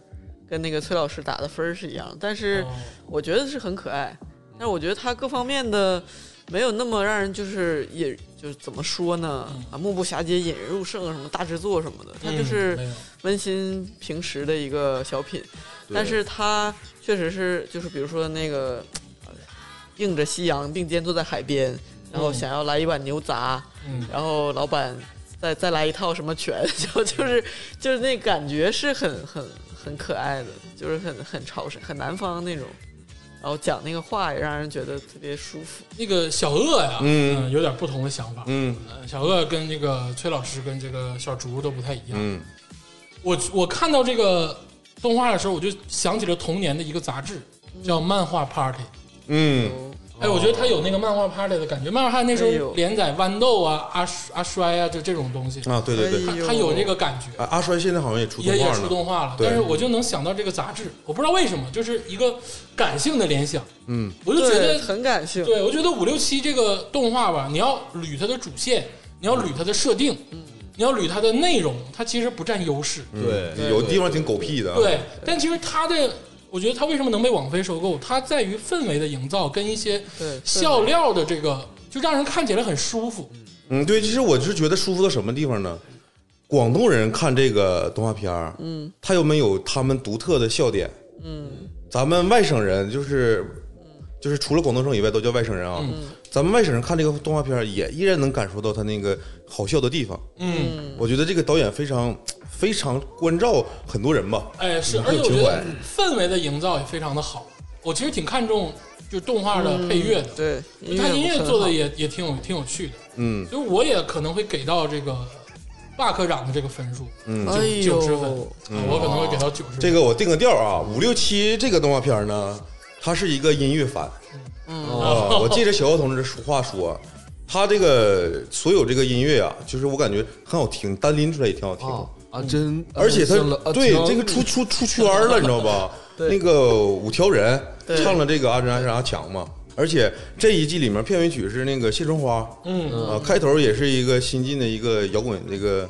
跟那个崔老师打的分儿是一样，但是
哦
我觉得是很可爱，但是我觉得他各方面的没有那么让人就是也就是怎么说呢啊，目不暇接、引人入胜啊什么大制作什么的，他就是
嗯没有
温馨平时的一个小品，但是他确实是就是比如说那个呃映着夕阳并肩坐在海边，然后想要来一碗牛杂，
嗯
然后老板再再来一套什么拳， 就就是就是那感觉是很很很可爱的，就是很很潮汕、很南方那种。然后讲那个话也让人觉得特别舒服。
那个小鄂呀，
嗯
有点不同的想法。
嗯
呃小鄂跟这个崔老师跟这个小竹都不太一样。
嗯
我我看到这个动画的时候，我就想起了童年的一个杂志，
嗯
叫《漫画 Party》。
嗯，
哎，我觉得它有那个漫画 Party 的感觉。漫画 Party 那时
哎
候
呦
连载豌豆啊、阿衰阿衰啊，就这种东西，
啊，对对对
哎，呦
它有这个感觉。
啊阿衰现在好像也出动
也也
画
出
了，
动画了，
对
但是我就能想到这个杂志，我不知道为什么，就是一个感性的联想，
嗯，
我就觉得
很感性，
对，我觉得五六七这个动画吧，你要捋它的主线，你要捋它的设定，
嗯
你要捋它的内容，它其实不占优势。
对，
嗯有地方挺狗屁的，，啊
对，但其实它的，我觉得它为什么能被网飞收购，它在于氛围的营造跟一些
对
笑料的这个，就让人看起来很舒服。
嗯，对，其实我是觉得舒服到什么地方呢？广东人看这个动画片儿，嗯，他有没有他们独特的笑点？嗯，咱们外省人就是，就是除了广东省以外都叫外省人啊，咱们外省人看这个动画片儿也依然能感受到他那个好笑的地方。
嗯，
我觉得这个导演非常非常关照很多人吧，
哎是，
嗯
而且我觉
情怀
得氛围的营造也非常的好。我其实挺看重就动画的配乐的，
对，
它音乐做的
也
也也挺有挺有趣的。
嗯，
所以我也可能会给到这个霸科长的这个分数，嗯
哎
九
呦
十分，啊我可能会给到九十。
这个我定个调啊，五六七这个动画片呢，它是一个音乐番。啊，我借着小姚同志说话说，他这个所有这个音乐啊，就是我感觉很好听，单拎出来也挺好听。
啊啊，真
而且他
真了啊
对
真
这个出出出圈儿了，你知道吧？那个五条人
对
唱了这个《阿珍阿莎强》嘛，而且这一季里面片尾曲是那个谢春花，
嗯
啊，开头也是一个新进的一个摇滚，那个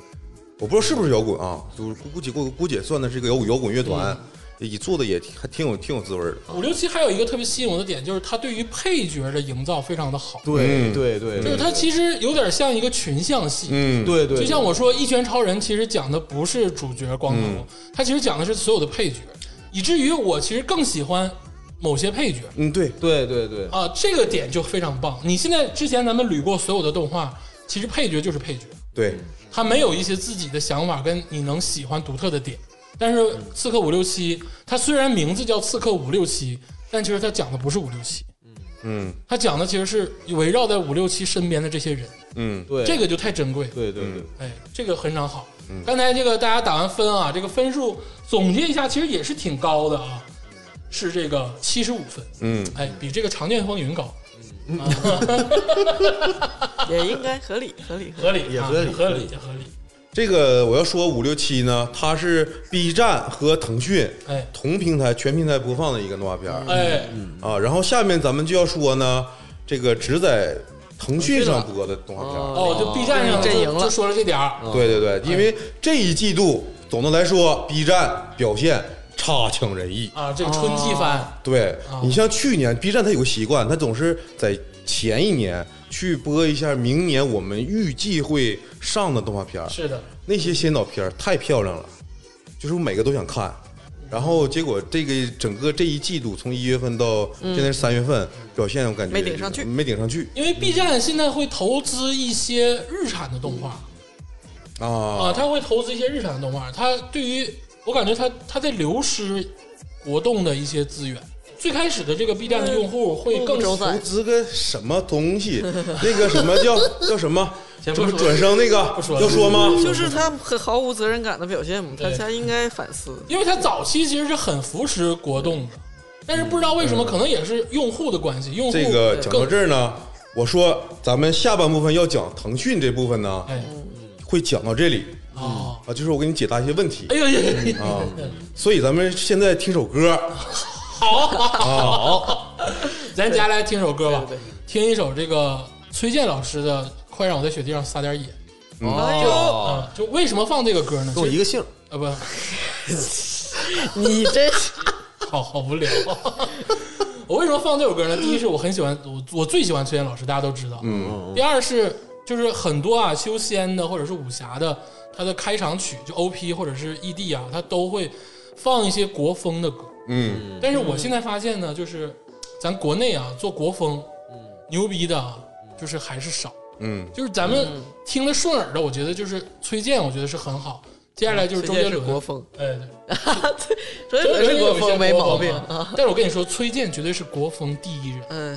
我不知道是不是摇滚啊，就是估估计估估计也算的是一个摇滚摇滚乐团，也做的也挺还挺有挺有滋味儿的。啊
五六七还有一个特别吸引我的点，就是他对于配角的营造非常的好，
对
嗯
对对，
就是他其实有点像一个群像戏。
嗯，
对对，
就像我说，《一拳超人》其实讲的不是主角光头，
嗯
他其实讲的是所有的配角，以至于我其实更喜欢某些配角
嗯对，
对对对
啊，这个点就非常棒。你现在之前咱们捋过所有的动画，其实配角就是配角，
对，
他没有一些自己的想法跟你能喜欢独特的点。但是《刺客伍六七》，它虽然名字叫《刺客伍六七》，但其实它讲的不是伍六七，
嗯
它讲的其实是围绕在伍六七身边的这些人，
嗯
对，
这个就太珍贵了。
对对嗯对
哎，这个非常好。刚才这个大家打完分啊，这个分数总结一下，其实也是挺高的啊，是这个七十五分，
嗯，
哎，比这个《常见风云》高，
也应该合理，合理，合理。
合理，
也
啊
合理
合理，也合理。
这个我要说五六七呢，它是 B 站和腾讯
哎
同平台全平台播放的一个动画片儿
嗯
哎，
啊。然后下面咱们就要说呢，这个只在腾讯上播的动画片儿。
哦，哎就 B 站上
阵营
就
了
就说了这点
嗯
儿，
对对对，因为这一季度总的来说，B 站表现差强人意。
啊，这个春季
哦
番，
对
啊
你像去年 B 站，它有个习惯，它总是在前一年去播一下明年我们预计会上的动画片儿。
是的，
那些先导片儿太漂亮了，就是我每个都想看。然后结果这个整个这一季度，从一月份到现在是三月份，表现我感
嗯
觉
没顶上去
没顶上去
因为 B 站现在会投资一些日产的动画啊，
哦
啊。
它会投资一些日产的动画，它对于我感觉它它在流失国动的一些资源。最开始的这个 B 站的用户会更
嗯周
投
散
资个什么 东西？那个什么叫叫什么？
先不
就是
说
转生那个
不说了
要说吗？
就是他很毫无责任感的表现嘛，他
对
他应该反思。
因为它早期其实是很扶持国动的，但是不知道为什么，可能也是用户的关系，用户
嗯这个
更
讲到这儿呢，我说咱们下半部分要讲腾讯这部分呢，
哎
会讲到这里
哦，
啊，就是我给你解答一些问题
哎。呦哦呀，
啊，所以咱们现在听首歌，
咱接下来听首歌吧
对对，
听一首这个崔健老师的《快让我在雪地上撒点野》
哎呦，
哦，
啊，就为什么放这个歌呢？
跟我
其
一
实
个姓儿，
啊不，
你这
好好无聊。啊 我为什么放这首歌呢？第一是我很喜欢，我我最喜欢崔健老师，大家都知道。嗯。第二是就是很多啊修仙的或者是武侠的，它的开场曲就 O P 或者是 E D 啊，它都会放一些国风的歌。
嗯，
但是我现在发现呢，就是咱国内啊做国风，牛逼的啊，就是还是少。
嗯，
就是咱们听得顺耳的，我觉得就是崔健，我觉得是很好。接下来就是周
周
杰
嗯杰是
伦，
国风，
哎，对。
周杰伦是国风没毛病啊。
但是我跟你说，崔健绝对是国风第一人。
嗯，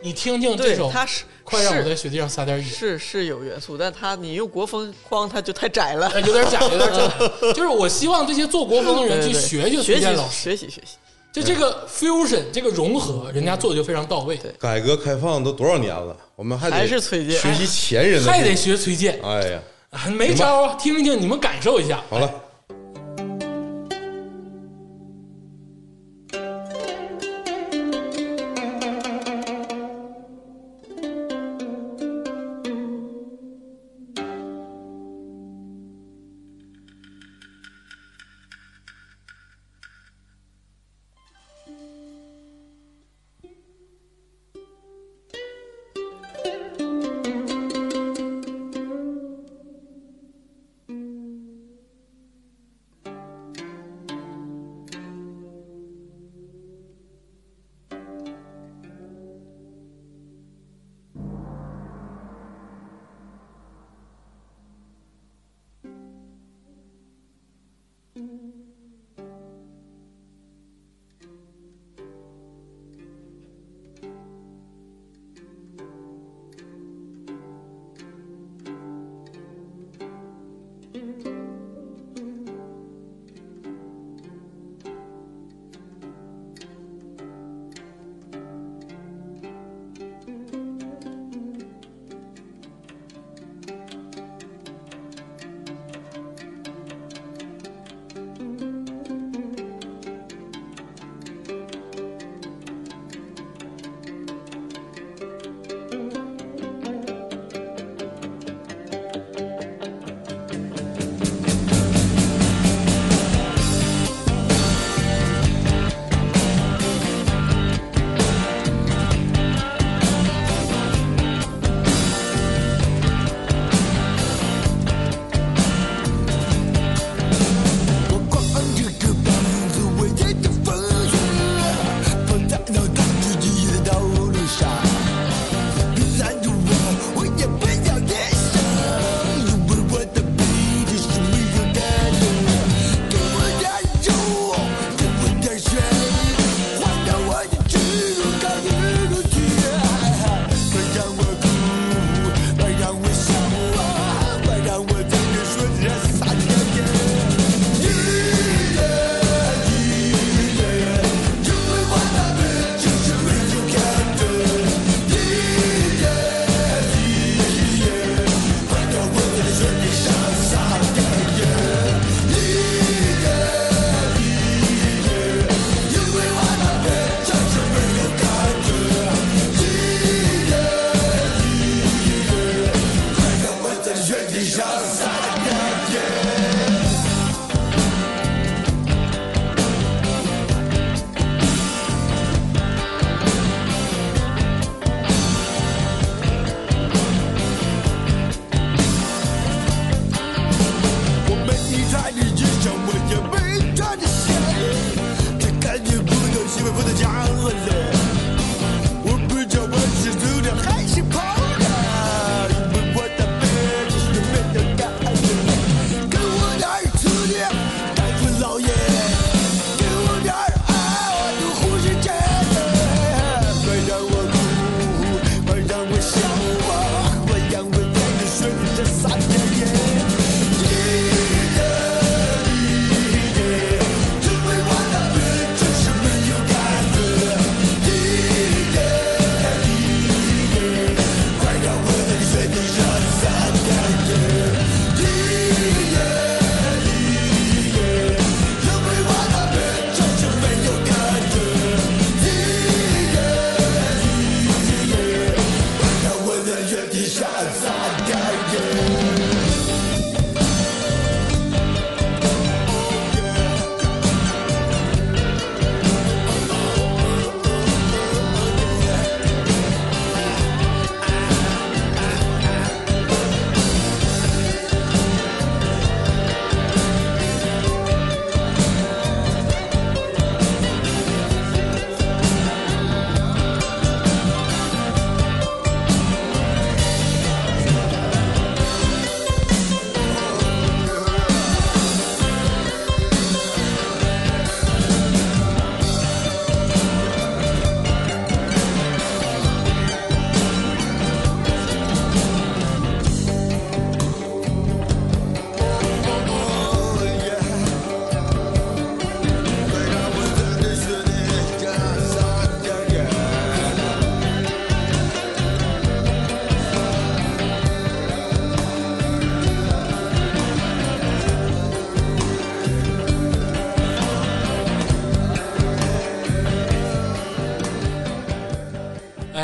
你听听这
对
首，《
他是
快让我在
是
雪地上撒点野》，
是是有元素，但他你用国风框他就太窄了。
哎有点假，有点假。就是我希望这些做国风的人
对
去
对
学学崔
学习
健老师，
学习学习，
就这个 fusion 这个融合，人家做的就非常到位。
对
改革开放都多少年了，我们还得
还是崔健
学习前人的，
还得，学崔健，
哎呀，
没招啊！听一听，你们感受一下。
好了，
Thank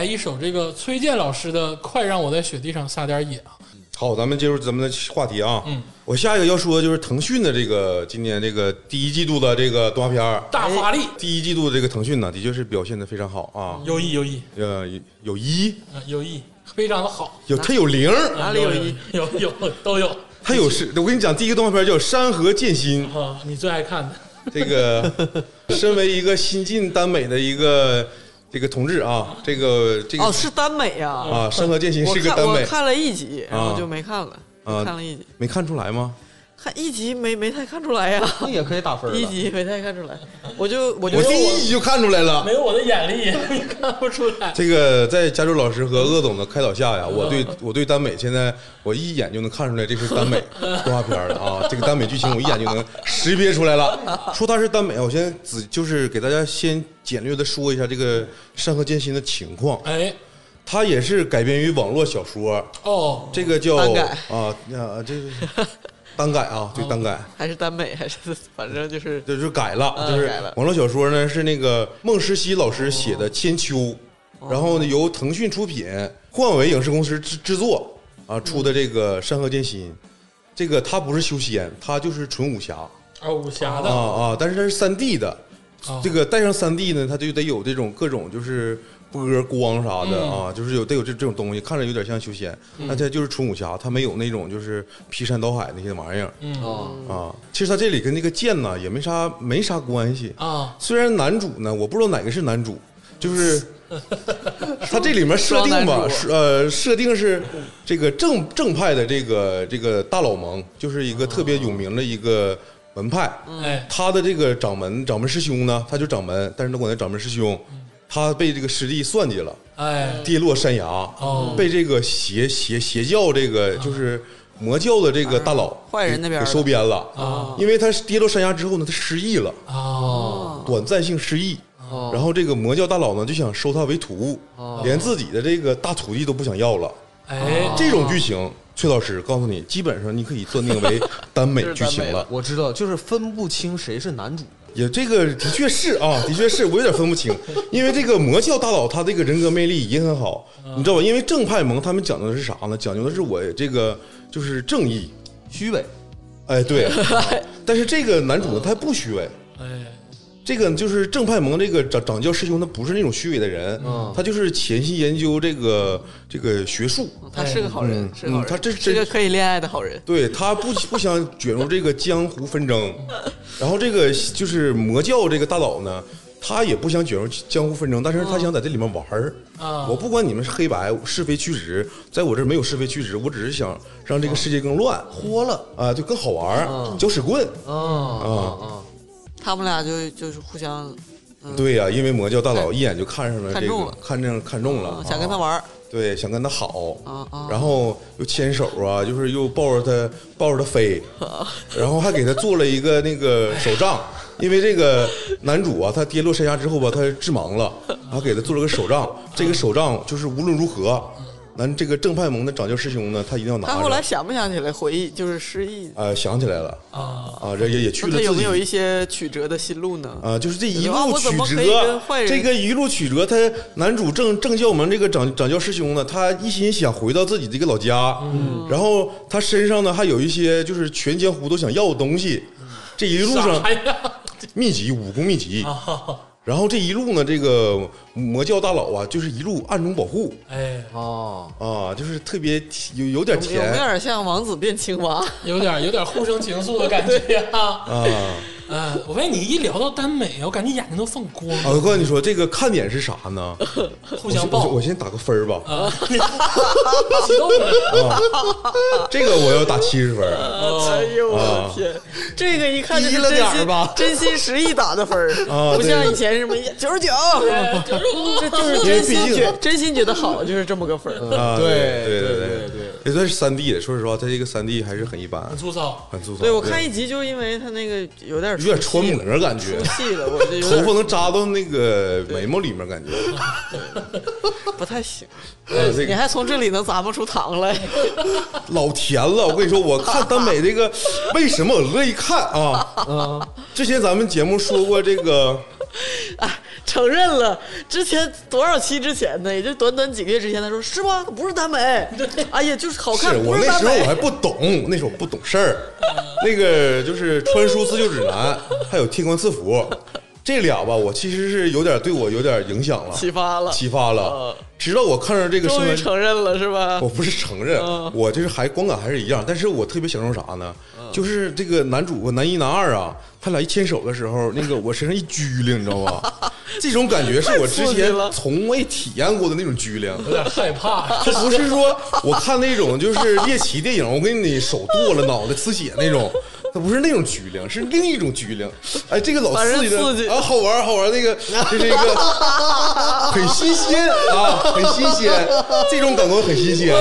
一首这个崔健老师的《快让我在雪地上撒点野》啊，
好，咱们进入咱们的话题啊。
嗯，
我下一个要说的就是腾讯的这个今年这个第一季度的这个动画片儿，
大发力，
第一季度的这个腾讯呢，的确是表现的非常好啊。
嗯
有意有意，
呃，有一
嗯，有意，非常的好，
有它有零，
嗯
哪里有意？
有有有都有
它有是，我跟你讲，第一个动画片叫《山河剑心》，
啊，你最爱看的，
这个身为一个新晋耽美的一个这个同志啊，这个这个、
哦，是耽美呀、
嗯
啊。
啊，《山河剑心》
我
是个
看
耽
我
美，
看了一集，然后就没看了，
啊
看了一集，
没看出来吗？
看一集没没太看出来呀、
那也可以打分
一
了。
集没太看出来，我就我就
我第一集就看出来了
没。有我的眼力 你看不出来。
这个在加州老师和鄂总的开导下呀，我对我对耽美现在我一眼就能看出来这是耽美动画片了啊，这个耽美剧情我一眼就能识别出来了。说它是耽美，我先只就是给大家先简略的说一下这个《山河剑心》的情况，
哎，
它也是改编于网络小说，
哦，
这个叫
耽改
啊啊这个 耽改啊，对耽改。
还是耽美，还是反正就是
就是改了，就是
嗯改了
网络小说呢是那个孟诗熙老师写的《千秋》，
哦
然后呢由腾讯出品，幻伟影视公司制制作啊出的这个《山河剑心》，这个它不是修仙，它就是纯武侠
啊，武侠
啊
的，
啊，但是它是三 D 的，
哦
这个带上三 D 呢，它就得有这种各种就是波光啥的
嗯
啊，就是有得有这这种东西，看着有点像修仙，但它就是纯武侠，它没有那种就是劈山倒海那些玩意儿
嗯
啊，
啊。其实它这里跟那个剑呢也没啥没啥关系
啊，
虽然男主呢，我不知道哪个是男主，就是 他这里面设定吧，
双男主
是呃，设定是这个正正派的这个这个大佬盟，就是一个特别有名的一个门派。
嗯
哎，
他的这个掌门掌门师兄呢，他就掌门，但是他管他掌门师兄，
嗯
他被这个师弟算计了，
哎，
跌落山崖，
哦
被这个邪邪邪教这个就是魔教的这个大佬
啊坏人那边
给收编了，因为他跌落山崖之后呢，他失忆了。
哦，
短暂性失忆。然后这个魔教大佬呢就想收他为徒，连自己的这个大徒弟都不想要了。
哦哎，
这种剧情，崔老师告诉你，基本上你可以断定为 耽美剧情了。
我知道，就是分不清谁是男主。
也这个的确是啊，的确是我有点分不清，因为这个魔教大佬他这个人格魅力也很好，你知道吧？因为正派盟他们讲究的是啥呢？讲究的是我这个就是正义，
虚伪，
哎对。啊但是这个男主呢，他不虚伪，
哎，
这个就是正派盟这个掌掌教师兄，他不是那种虚伪的人，他就是潜心研究这个这个学术，
他是个好人，是个好人，
嗯他这
是个可以恋爱的好人。
对他不不想卷入这个江湖纷争，然后这个就是魔教这个大佬呢，他也不想卷入江湖纷争，但是
嗯
他想在这里面玩儿。
啊
我不管你们是黑白是非曲直，在我这儿没有是非曲直，我只是想让
嗯
这个世界更乱，
豁了
啊，就更好玩儿，搅屎棍。
啊啊！
他们俩就就是互相
对呀、因为魔教大佬一眼就看上了这
嗯看中
个
了，
看上看中了啊
嗯，想跟他玩儿，
对，想跟他好
啊啊
然后又牵手啊，就是又抱着他抱着他飞，
哦
然后还给他做了一个那个手杖，因为这个男主啊，他跌落山崖之后吧，他致盲了，然后给他做了个手杖，这个手杖就是无论如何，咱这个正派盟的掌教师兄呢，他一定要拿
他后来
着。
想不想起来回忆就是失忆？
呃，想起来了
啊，
啊，这也也去
哦那他
了自己。
有没有一些曲折的心路呢？
啊，就是这一
啊
路
我
曲
怎么可以
折
跟坏，人
这个一路曲折，他男主正正教门这个掌掌教师兄呢，他一心想回到自己这个老家，
嗯
然后他身上呢还有一些就是全江湖都想要的东西，
嗯
这一路上
啥 呀？
秘籍武功秘籍，
啊，
然后这一路呢，这个魔教大佬啊，就是一路暗中保护
哎，
哦，
啊，就是特别甜有有点
有没有
甜
点像王子变青蛙？
有点有点互生情愫的感觉 呀。
啊
嗯，我发现你一聊到耽美，我感觉眼睛都放光，
啊！我告诉你说，这个看点是啥呢？
互相
我
抱
先我先打个分儿吧，
啊，激动了
这个我要打七十分儿
哎呦我
哦
的天，这个一看就是
低了
真
点儿
心
吧
真心实意打的分儿，
啊
不
对
像以前什么九十九，这就是
因为
真
毕
心
竟
觉真心觉得好，就是这么个分儿。
啊！
对对
对对
对对，
也算是三 D 的。说实话，它这个三 D 还是很一般
很，粗糙，
很粗糙。
对我看一集，就因为他那个有点
有点
出
穿
戏
模
了
感觉，
出戏了，我就有
头
点
发能扎到那个眉毛里面感觉。
不太行。
呃，这
你
个
还从这里能咂摸出糖来？
老甜了，我跟你说，我看耽美这个为什么我乐意看啊？之前咱们节目说过这个
承认了之前多少期之前呢，也就短短几个月之前，他说是吗？不是耽美，哎呀，就是好看，
是
不
我
是嗯
那
耽
时候我还
美。
不懂，那时候我不懂事儿。那个就是《穿书自救指南》，还有《天官赐福》，这俩吧，我其实是有点对我有点影响了，
启发了嗯
启发了。直到我看上这个新
终于
闻，
承认嗯了是吧
我？不是承认，我就是还观感还是一样，但是我特别享受啥呢？
嗯
就是这个男主男一男二啊，他俩一牵手的时候，那个我身上一拘灵，你知道 吧？这种感觉是我之
太刺激
前
了
从未体验过的那种拘灵。
有点害 怕。
他不是说我看那种就是猎奇电影，我给你手剁了，脑袋呲血那种，他不是那种局灵，是另一种局灵。哎，这个老
反正
刺激的
刺激
啊，好玩儿好玩儿，那个这是 一个很新鲜啊，很新鲜，这种感官很新鲜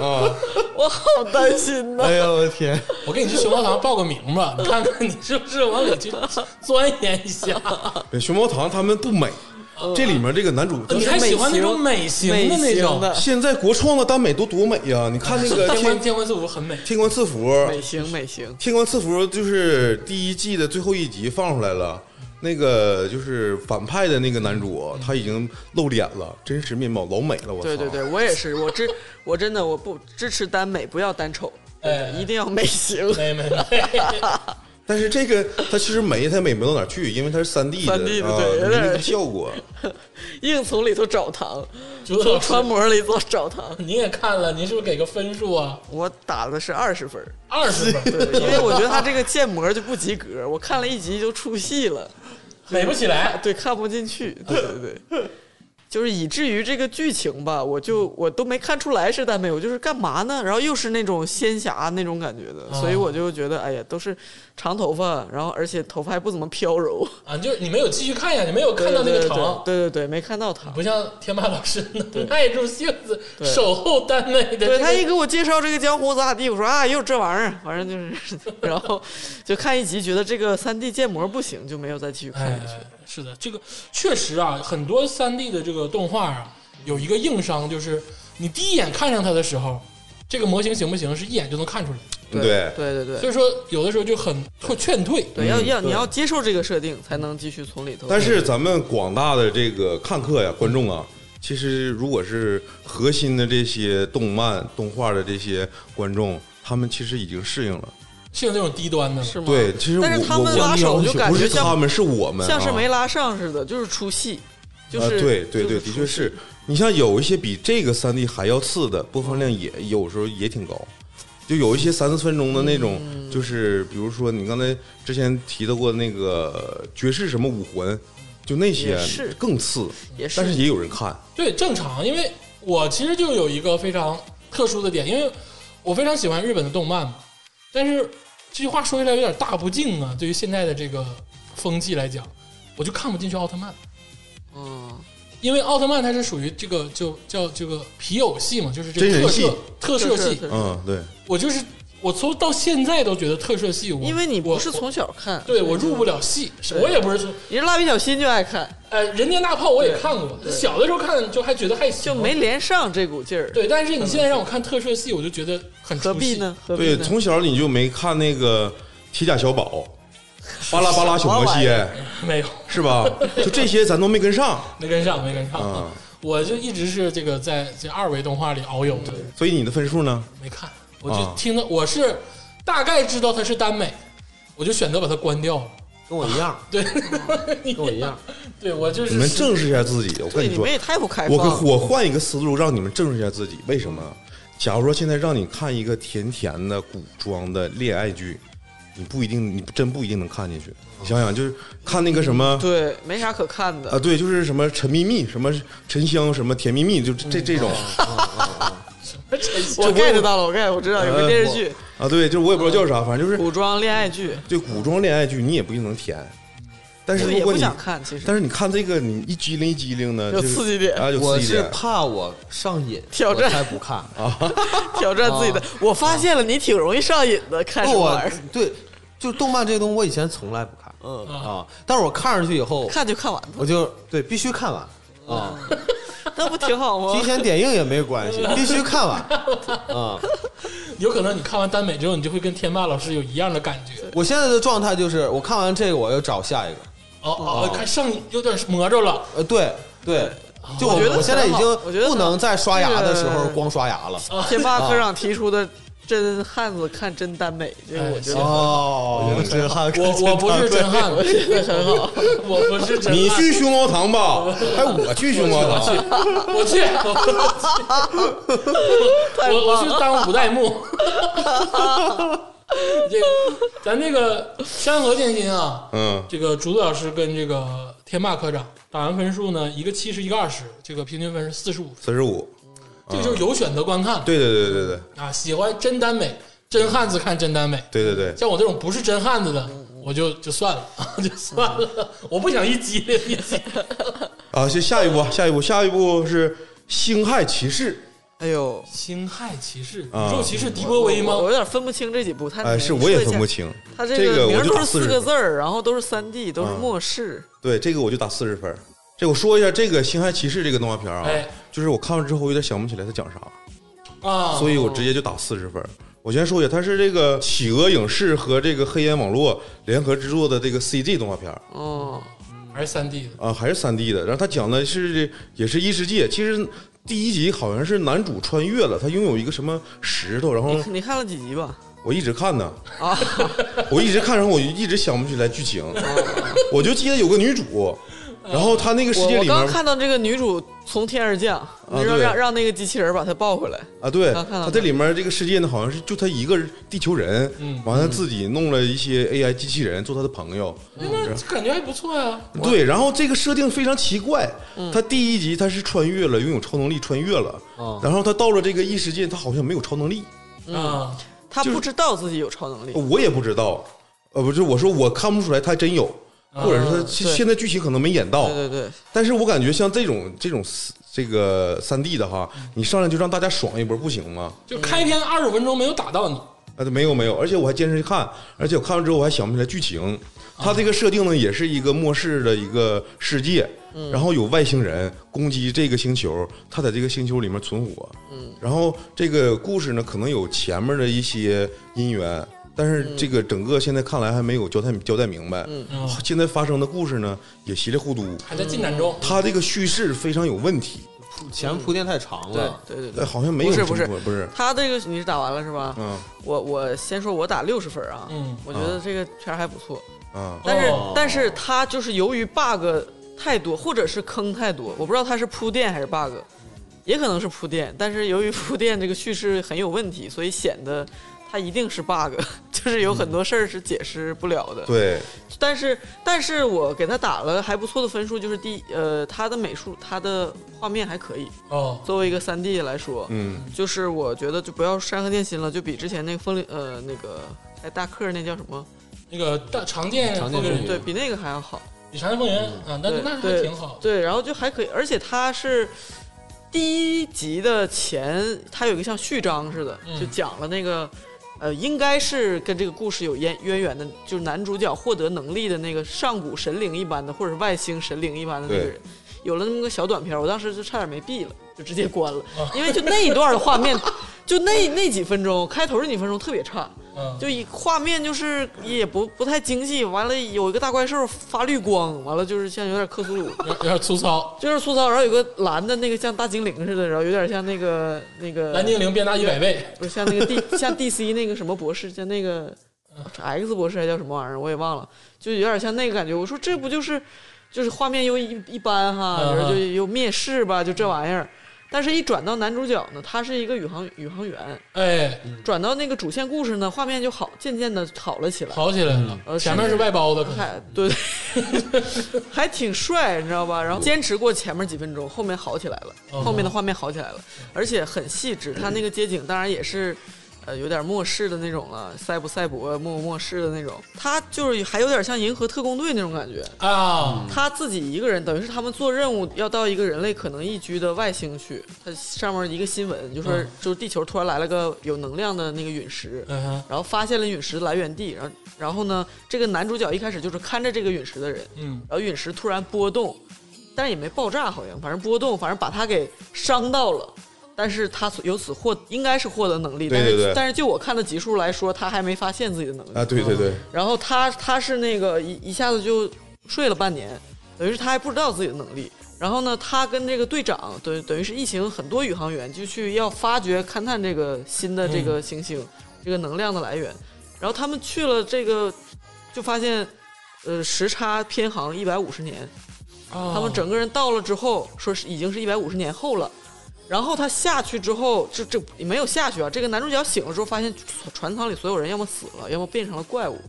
啊。
我好担心呐、
哎呦我的天，
我给你去熊猫堂报个名吧，你看看你是不是往里去钻研一下？
熊猫堂他们不美，这里面这个男主 就
你
是
还喜欢那种美型
美
的那
型
种？
的，
现在国创的耽美都多美呀、你看 那个
天官
天
天官赐福很美，
天官赐福，
美型美型，
《天官赐福》就是第一季的最后一集放出来了，那个就是反派的那个男主，他已经露脸了，真实面貌老美了，我操！
嗯对对对，，我也是，我支我真的我不支持耽美，不要单丑，
哎
一定要美型。
美美美。
但是这个他其实美，他美不到哪儿去，因为他是三 D 的，
3D 的
啊
对有
没那个
点
效果。
硬从里头找糖，
竹子
从
老师
穿模里头 找糖。
您也看了，您是不是给个分数啊？
我打的是二十分儿，
二十分，
因为我觉得他这个建模就不及格，我看了一集就出戏了，
美不起来。
对，看不进去，对对对，就是以至于这个剧情吧，我就我都没看出来是耽美，我就是干嘛呢？然后又是那种仙侠那种感觉的，所
哦
以我就觉得，哎呀，都是长头发，然后而且头发还不怎么飘柔，
啊，就是你没有继续看下去，没有 看到那
对
个
对对
糖，
对对对，没看到糖。
不像天霸老师能耐住性子
对
守候耽美的这个。
对他一给我介绍这个江湖咋咋地，我说啊，又这玩意儿，反正就是， 然后就看一集，觉得这个三 D 建模不行，就没有再继续看
哎
下去。，
是的，这个确实啊，很多三 D 的这个动画啊，有一个硬伤，就是你第一眼看上它的时候，这个模型行不行是一眼就能看出来，
对
对对
所
对
以说有的时候就很会劝退。
对，要要你要接受这个设定，才能继续从里头。
但是咱们广大的这个看客呀、观众啊，其实如果是核心的这些动漫、动画的这些观众，他们其实已经适应了。
是有那种低端的，
是吗？
对，其实我
嗯但是他们
我
拉手就感
不
觉
是他
像
们，是我们、啊，
像是没拉上似的，就是出戏，就
啊，
是
对对对，
就
的
出戏
确是。你像有一些比这个三 D 还要次的，播放量也有时候也挺高，就有一些三四分钟的那种，
嗯
就是比如说你刚才之前提到过那个爵士什么武魂，就那些
也是
更次，
也是
但是也有人看。
对，正常，因为我其实就有一个非常特殊的点，因为我非常喜欢日本的动漫嘛。但是这句话说起来有点大不敬啊，对于现在的这个风气来讲，我就看不进去奥特曼，
嗯，
因为奥特曼它是属于这个就叫这个皮偶戏嘛，就是这
真
个
人
特
戏
摄特摄
特摄
戏
特。摄
嗯，对，
我就是我从到现在都觉得特摄戏，我
因为你
我
不是从小看，
对我入不了戏，是我也不是从
你是蜡笔小新就爱看，
呃人间大炮我也看过，小的时候看就还觉得还行，
就没连上这股劲儿，
对，但是你现在让我看特摄戏，我就觉得很
何
出
必
戏
呢？？何必
对，
呢？
从小你就没看那个铁甲小 宝、巴拉巴拉小魔
什么玩意
仙
没有，
是吧？就这些咱都没跟上，
没跟上，没跟上。
嗯
我就一直是这个在这二维动画里遨游的，
所以你的分数呢？
没看，我就
啊
听到我是大概知道它是耽美，我就选择把它关掉了。
跟我一 样，
对，
跟我一样，
对我就是
你们正视一下自己，我跟
对
你
你
说
们，也太不开
我
放
跟
了。
我换一个思路，让你们正视一下自己。为什么？假如说现在让你看一个甜甜的古装的恋爱剧，你不一定，你真不一定能看进去。你想想，就是看那个什么
对，没啥可看的
啊，。对，就是什么陈秘密、什么沉香、什么甜蜜蜜，就这这种
嗯我 get 到了，我 get，我知道有个电视剧，嗯
啊，对，就是我也不知道叫啥，反正就是
古装恋爱剧，
对古装恋爱剧，你也不一定能甜。但是
就
如
也
果
不
你，
想看，其实
但是你看这个，你一激灵一激灵呢，
有
就是
刺激点
啊，有
我
刺激
是
点。
怕我上瘾，
挑战
我才不看。
挑战自己的。
啊
我发现了，你挺容易上瘾
哦
的，看什
不，
么
我
玩意儿，
对，就动漫这东西，我以前从来不看，嗯啊，但是我看上去以后，
看就看完了，
我就对必须看完啊，
那不挺好吗
提？前点映也没关系，必须看 完啊。
有可能你看完耽美之后，你就会跟天霸老师有一样的感觉。
我现在的状态就是，我看完这个，我要找下一个，
哦哦，
嗯
看上有点魔怔了，
呃，对对，就我
我觉得
我现在已
很啊好我觉得
经不能在刷牙的时候
是
光刷牙了。
天
啊
霸科长提出的“真汉子看真耽美”，这
哎
个我觉得
哦
我觉得
真汉
我我不是真汉子，
很好。
我不是真汉子，
你去熊猫堂吧，还我去熊猫堂，
我去，我去，我我去当五代目。这咱这个山河剑心啊，
嗯
这个竹子老师跟这个天霸科长打完分数呢，一个七十，一个二十，这个平均分是四十五，
四十五，
这个就是有选择观看。
嗯对对对对对
啊，喜欢真耽美，真汉子看真耽美。
对对对，
像我这种不是真汉
嗯
子的，我就就算了， 就算了， 我不想一激烈一激 烈。
啊，下下一步啊，下一步，下一步是星汉骑士，
哎呦，
星亥骑士、宇
啊
宙骑士迪波威
嗯
我
吗？
有点分不清这几部，他
哎，是我也分不。清，
他
这个
名
我
儿
就
都
打
是
四
四个
十，啊
字儿，然后都是三 D，都是末世。
对，这个我就打四十分。这我说一下这个《星汉骑士》这个动画片啊，
哎
就是我看完之后有点想不起来它讲啥，
啊，
所以我直接就打四十分。我先说一下，它是这个企鹅影视和这个黑岩网络联合制作的这个 CG 动画片儿
哦，
还是三 D 的。
啊，还是三 D 的。然后它讲的是也是异世界，其实第一集好像是男主穿越了，他拥有一个什么石头，然后
你看了几集 吧？
我一直看呢，
啊，
我一直看，然后我一直想不起来剧情，我就记得有个女主，然后她那个世
我
界
哦嗯我
里面啊
刚看到这个女主从天而降，
对
让让让那个机器人把她抱回来。
啊，对，
刚看到
她这里面这个世界呢，好像是就她一个人地球人，
嗯
完了自己弄了一些 AI 机器人做她的朋友，
嗯
那感觉还不错呀、
对，然后这个设定非常奇怪，
嗯
她第一集她是穿越了，拥有超能力穿越了，
哦
然后她到了这个异世界，她好像没有超能力，
嗯
啊，
她
就是
不知道自己有超能力，
我也不知道，呃，不是，我说我看不出来她真有。或者是她现
啊对
现在剧情可能没演到，
对对对，
但是我感觉像这种这种这个三 D 的哈，你上来就让大家爽一波不行吗？
就开篇二十分钟没有打到你，
啊，没有没有，而且我还坚持看，而且我看完之后我还想不起来剧情。它这个设定呢，也是一个末世的一个世界，然后有外星人攻击这个星球，他在这个星球里面存活。嗯，然后这个故事呢，可能有前面的一些因缘，但是这个整个现在看来还没有交代交代明白。嗯
嗯
现在发生的故事呢，也稀里糊涂。
还在进展中。
它这个叙事非常有问题，
前铺垫太长
对
了，
对对对
哎，。好像没有
不是
中
不是
国不是，
他这个你是打完了是吧？
嗯
我我先说，我打六十分啊，
嗯
我觉
哦
得这个片儿还不错，
啊
但是、
哦
但是他就是由于 bug 太多，或者是坑太多，我不知道他是铺垫还是 bug，也可能是铺垫，但是由于铺垫这个叙事很有问题，所以显得它一定是 bug，就是 有很多事儿是解释不了的。
嗯对，
但是但是我给他打了还不错的分数，就是第一呃他的美术他的画面还可以，
哦，
作为一个三 D 来说，
嗯
就是我觉得就不要山河剑心了，就比之前那个风铃呃那个哎大克那叫什么？
那个大常见
常见
风
风
云
云
对比那个还要好。
比常见风云啊，那
嗯对
那还
对
挺好。
对，然后就还可以，而且它是第一集的前，它有一个像序章似的，
嗯
就讲了那个。呃，应该是跟这个故事有渊渊源的，就是男主角获得能力的那个上古神灵一般的，或者是外星神灵一般的那个
对
人，有了那么个小短片儿，我当时就差点没毙了，就直接关了，因为就那一段的画面，就那那几分钟，开头那几分钟特别差，
嗯，
就一画面就是也不不太精细，完了有一个大怪兽发绿光，完了就是像有点克苏鲁，
有有点粗糙。
就是粗糙，然后有个蓝的那个像大精灵似的，然后有点像那个那个
蓝精灵变大一百倍，
不是像那个 D 像 DC 那个什么博士，像那个 X 博士还叫什么玩意儿，我也忘了，就有点像那个感觉。我说这不就是就是画面又一一般哈，
嗯嗯
然后就又蔑视吧，就这玩意儿。但是，一转到男主角呢，他是一个宇航宇航员，
哎，
转到那个主线故事呢，画面就好，渐渐的好了起来。
好起来了。
呃
前面是外包的，可能
还 对，还挺帅，你知道吧？然后坚持过前面几分钟，后面好起来了，
嗯
后面的画面好起来了，而且很细致。他那个街景当然也是，呃，有点末世的那种了，赛博赛博末末世的那种。他就是还有点像银河特工队那种感觉。
啊，
他自己一个人，等于是他们做任务要到一个人类可能宜居的外星去。他上面一个新闻就说
嗯，
就是地球突然来了个有能量的那个陨石，
嗯哼，
然后发现了陨石的来源地，然后然后呢，这个男主角一开始就是看着这个陨石的人，
嗯，
然后陨石突然波动，但是也没爆炸，好像反正波动，反正把他给伤到了。但是他所由此获应该是获得能力，
对对
但
对啊
是但是就我看的集数来说，他还没发现自己的能力。
啊，对对对，
然后他他是那个一一下子就睡了半年，等于是他还不知道自己的能力。然后呢，他跟这个队长等等于是疫情很多宇航员就去要发掘勘探这个新的这个行星、这个能量的来源。然后他们去了这个，就发现，呃，时差偏航一百五十年，
他
他们整个人到了之后，说是已经是一百五十年后了。然后他下去之后，这这没有下去啊。这个男主角醒了之后，发现船舱里所有人要么死了，要么变成了怪物，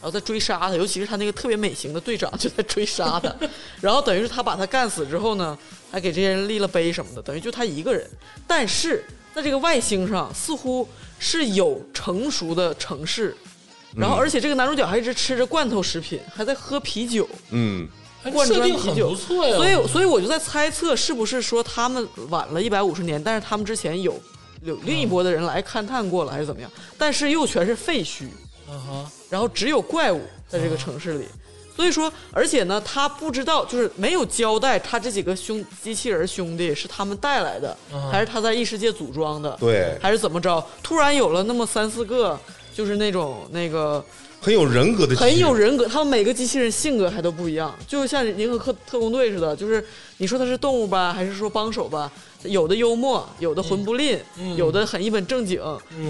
然后在追杀他。尤其是他那个特别美型的队长 就在追杀他。然后等于是他把他干死之后呢，还给这些人立了碑什么的，等于就他一个人。但是在这个外星上，似乎是有成熟的城市。然后，而且这个男主角还一直吃着罐头食品，还在喝啤酒。
嗯，
哎
贯
设
穿
定
啤
很
酒
不错呀，
所以，所以我就在猜测，是不是说他们晚了一百五十年，但是他们之前有有另一波的人来勘探过了，还是怎么样？但是又全是废墟，
嗯哼
然后只有怪物在这个城市里。所以说，而且呢，他不知道，就是没有交代他这几个兄机器人兄弟是他们带来的，
嗯
还是他在异世界组装的，
对，
还是怎么着？突然有了那么三四个，就是那种那个
很有人格的，
很有，人格，他们每个机器人性格还都不一样，就像银河特特工队似的，就是你说他是动物吧，还是说帮手吧？有的幽默，有的魂不吝，
嗯
有的很一本正经，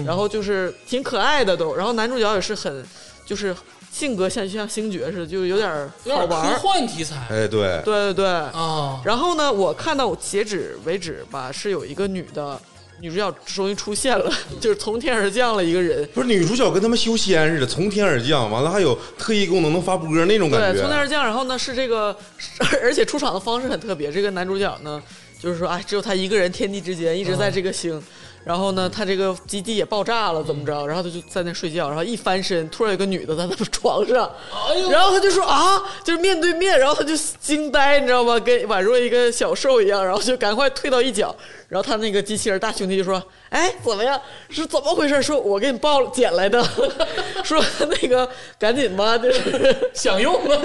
然后就是挺可爱的都。然后男主角也是很，就是性格像就像星爵似的，就有点儿
有
好
点
玩
科
儿。
幻题材
哎，对，
对对对。
啊，
然后呢，我看到截止为止吧，是有一个女的女主角终于出现了， 就是从天而降了一个人，
不是女主角跟他们修仙似的，从天而降，完了还有特异功能能发波那种感
对，从天
觉，
而降。然后呢，是这个，而而且出场的方式很特别。这个男主角呢，就是说，哎，只有他一个人，天地之间一直
嗯
在这个星。然后呢，他这个基地也爆炸了，怎么
嗯
着？然后他就在那睡觉，然后一翻身，突然有个女的在 他床上，
哎呦
然后他就说啊，就是面对面，然后他就惊呆，你知道吗？跟宛若一个小兽一样，然后就赶快退到一角。然后他那个机器人大兄弟就说：“哎，怎么样？是怎么回事？说我给你抱捡来的， 说那个赶紧吧，就是
想用 啊，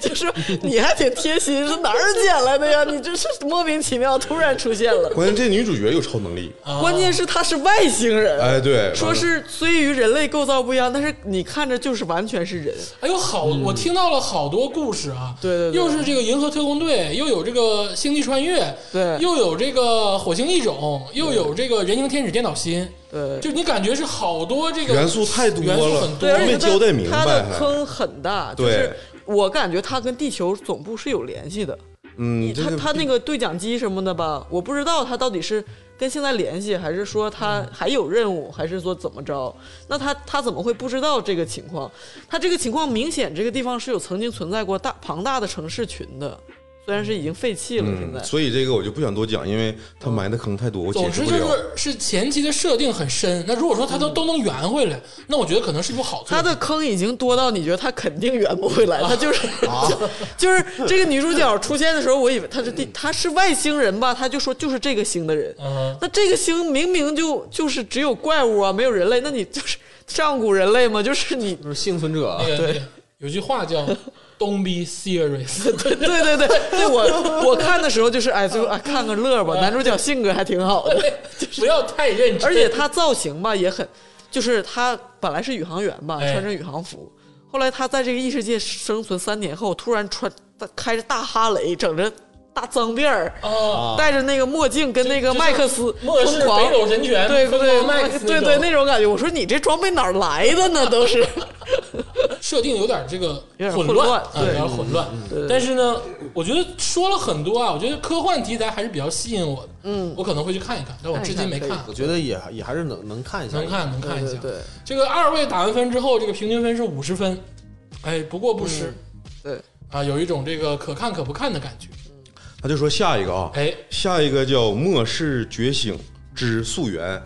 就说你还挺贴心，是哪儿捡来的呀？你这是莫名其妙突然出现了，
关键这女主角有超能力，
关键是他是外星人，
哦哎，对，
说是虽与人类构造不一样，但是你看着就是完全是人。
哎呦，好，我听到了好多故事啊！
嗯对对对
又是这个银河特工队，又有这个星际穿越，
对
又有这个火星异种，又有这个人形天使电脑心，
对
就你感觉是好多这个
元素太多
元素
了
很，多
对，而且
没
他
交代明白，
他的
还
坑很大，就
对
是我感觉他跟地球总部是有联系的。
嗯，这
他
个
他那个对讲机什么的吧，我不知道他到底是跟现在联系，还是说他
嗯
还有任务，还是说怎么着？那他他怎么会不知道这个情况？他这个情况明显，这个地方是有曾经存在过大庞大的城市群的，虽然是已经废弃了，现在
嗯，。所以这个我就不想多讲，因为他埋的坑太多，我解
总
释
之
不
就
了。
是是前期的设定很深，那如果说他都都能圆回来，那我觉得可能是一部好作
他
品。
嗯的坑已经多到你觉得他肯定圆不回来，他就是、 就是这个女主角出现的时候，我以为她是地，她是外星人吧，他就说就是这个星的人，
嗯，
那这个星明明就就是只有怪物啊，没有人类，那你就是上古人类吗？就是你，
就是幸存者
那，个那个有句话叫 “Don't be serious”，
对对对对，我我看的时候就是哎，就哎看个乐吧。男主角性格还挺好的，
不要太认真。
而且他造型吧也很，就是他本来是宇航员吧，
哎
穿着宇航服，后来他在这个异世界生存三年后，突然穿开着大哈雷，整着大脏辫儿，
啊，
戴着那个墨镜，跟那个
就
麦克斯
末世
疯狂
北斗神拳，
对
疯
对
狂麦克斯
对对，那种感觉。我说你这装备哪儿来的呢？都是
设定有点这个
有点
混
混乱
啊，
对嗯
有点混乱。但是呢，我觉得说了很多啊，我觉得科幻题材还是比较吸引我的。嗯，我可能会去看一看，但我至今没
看一看
我觉得也也还是能能看一下，
能看能看一下。
对对对
这个二位打完分之后，这个平均分是五十分，哎，不过不
嗯
失
对，
啊，有一种这个可看可不看的感觉。
他就说下一个啊，
哎，
下一个叫《末世觉醒之溯源》。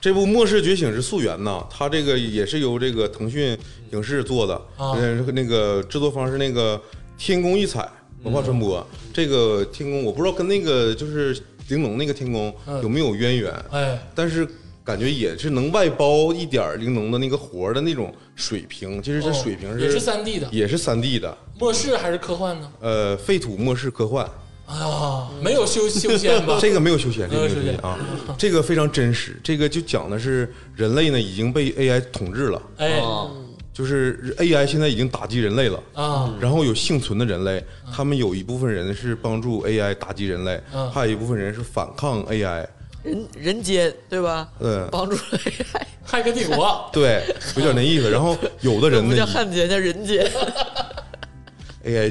这部《末世觉醒之溯源》呢，它这个也是由这个腾讯影视做的，
啊
呃，那个制作方是那个天宫一彩文化传播。这个天宫我不知道跟那个就是玲珑那个天宫
嗯
有没有渊源，
哎，
但是感觉也是能外包一点儿玲珑的那个活儿的那种水平。其实这
哦
水平
也
是、
是三 D 的，
也是三 D 的，
末世还是科幻呢？
呃，废土末世科幻。
啊，
嗯
没有修修仙吧？
这个没有休闲，
没有
这个
休
没有
闲
休闲啊，这个非常真实。这个就讲的是人类呢已经被 AI 统治了，
哎，
啊，
就是 AI 现在已经打击人类了。
啊，
然后有幸存的人类，他们有一部分人是帮助 AI 打击人类
嗯，
还有一部分人是反抗 AI。
人人间对吧？
嗯
帮助 AI，
骇客帝国，
对，有点那意思。然后有的人
不
呢
叫汉奸，叫人间。
，AI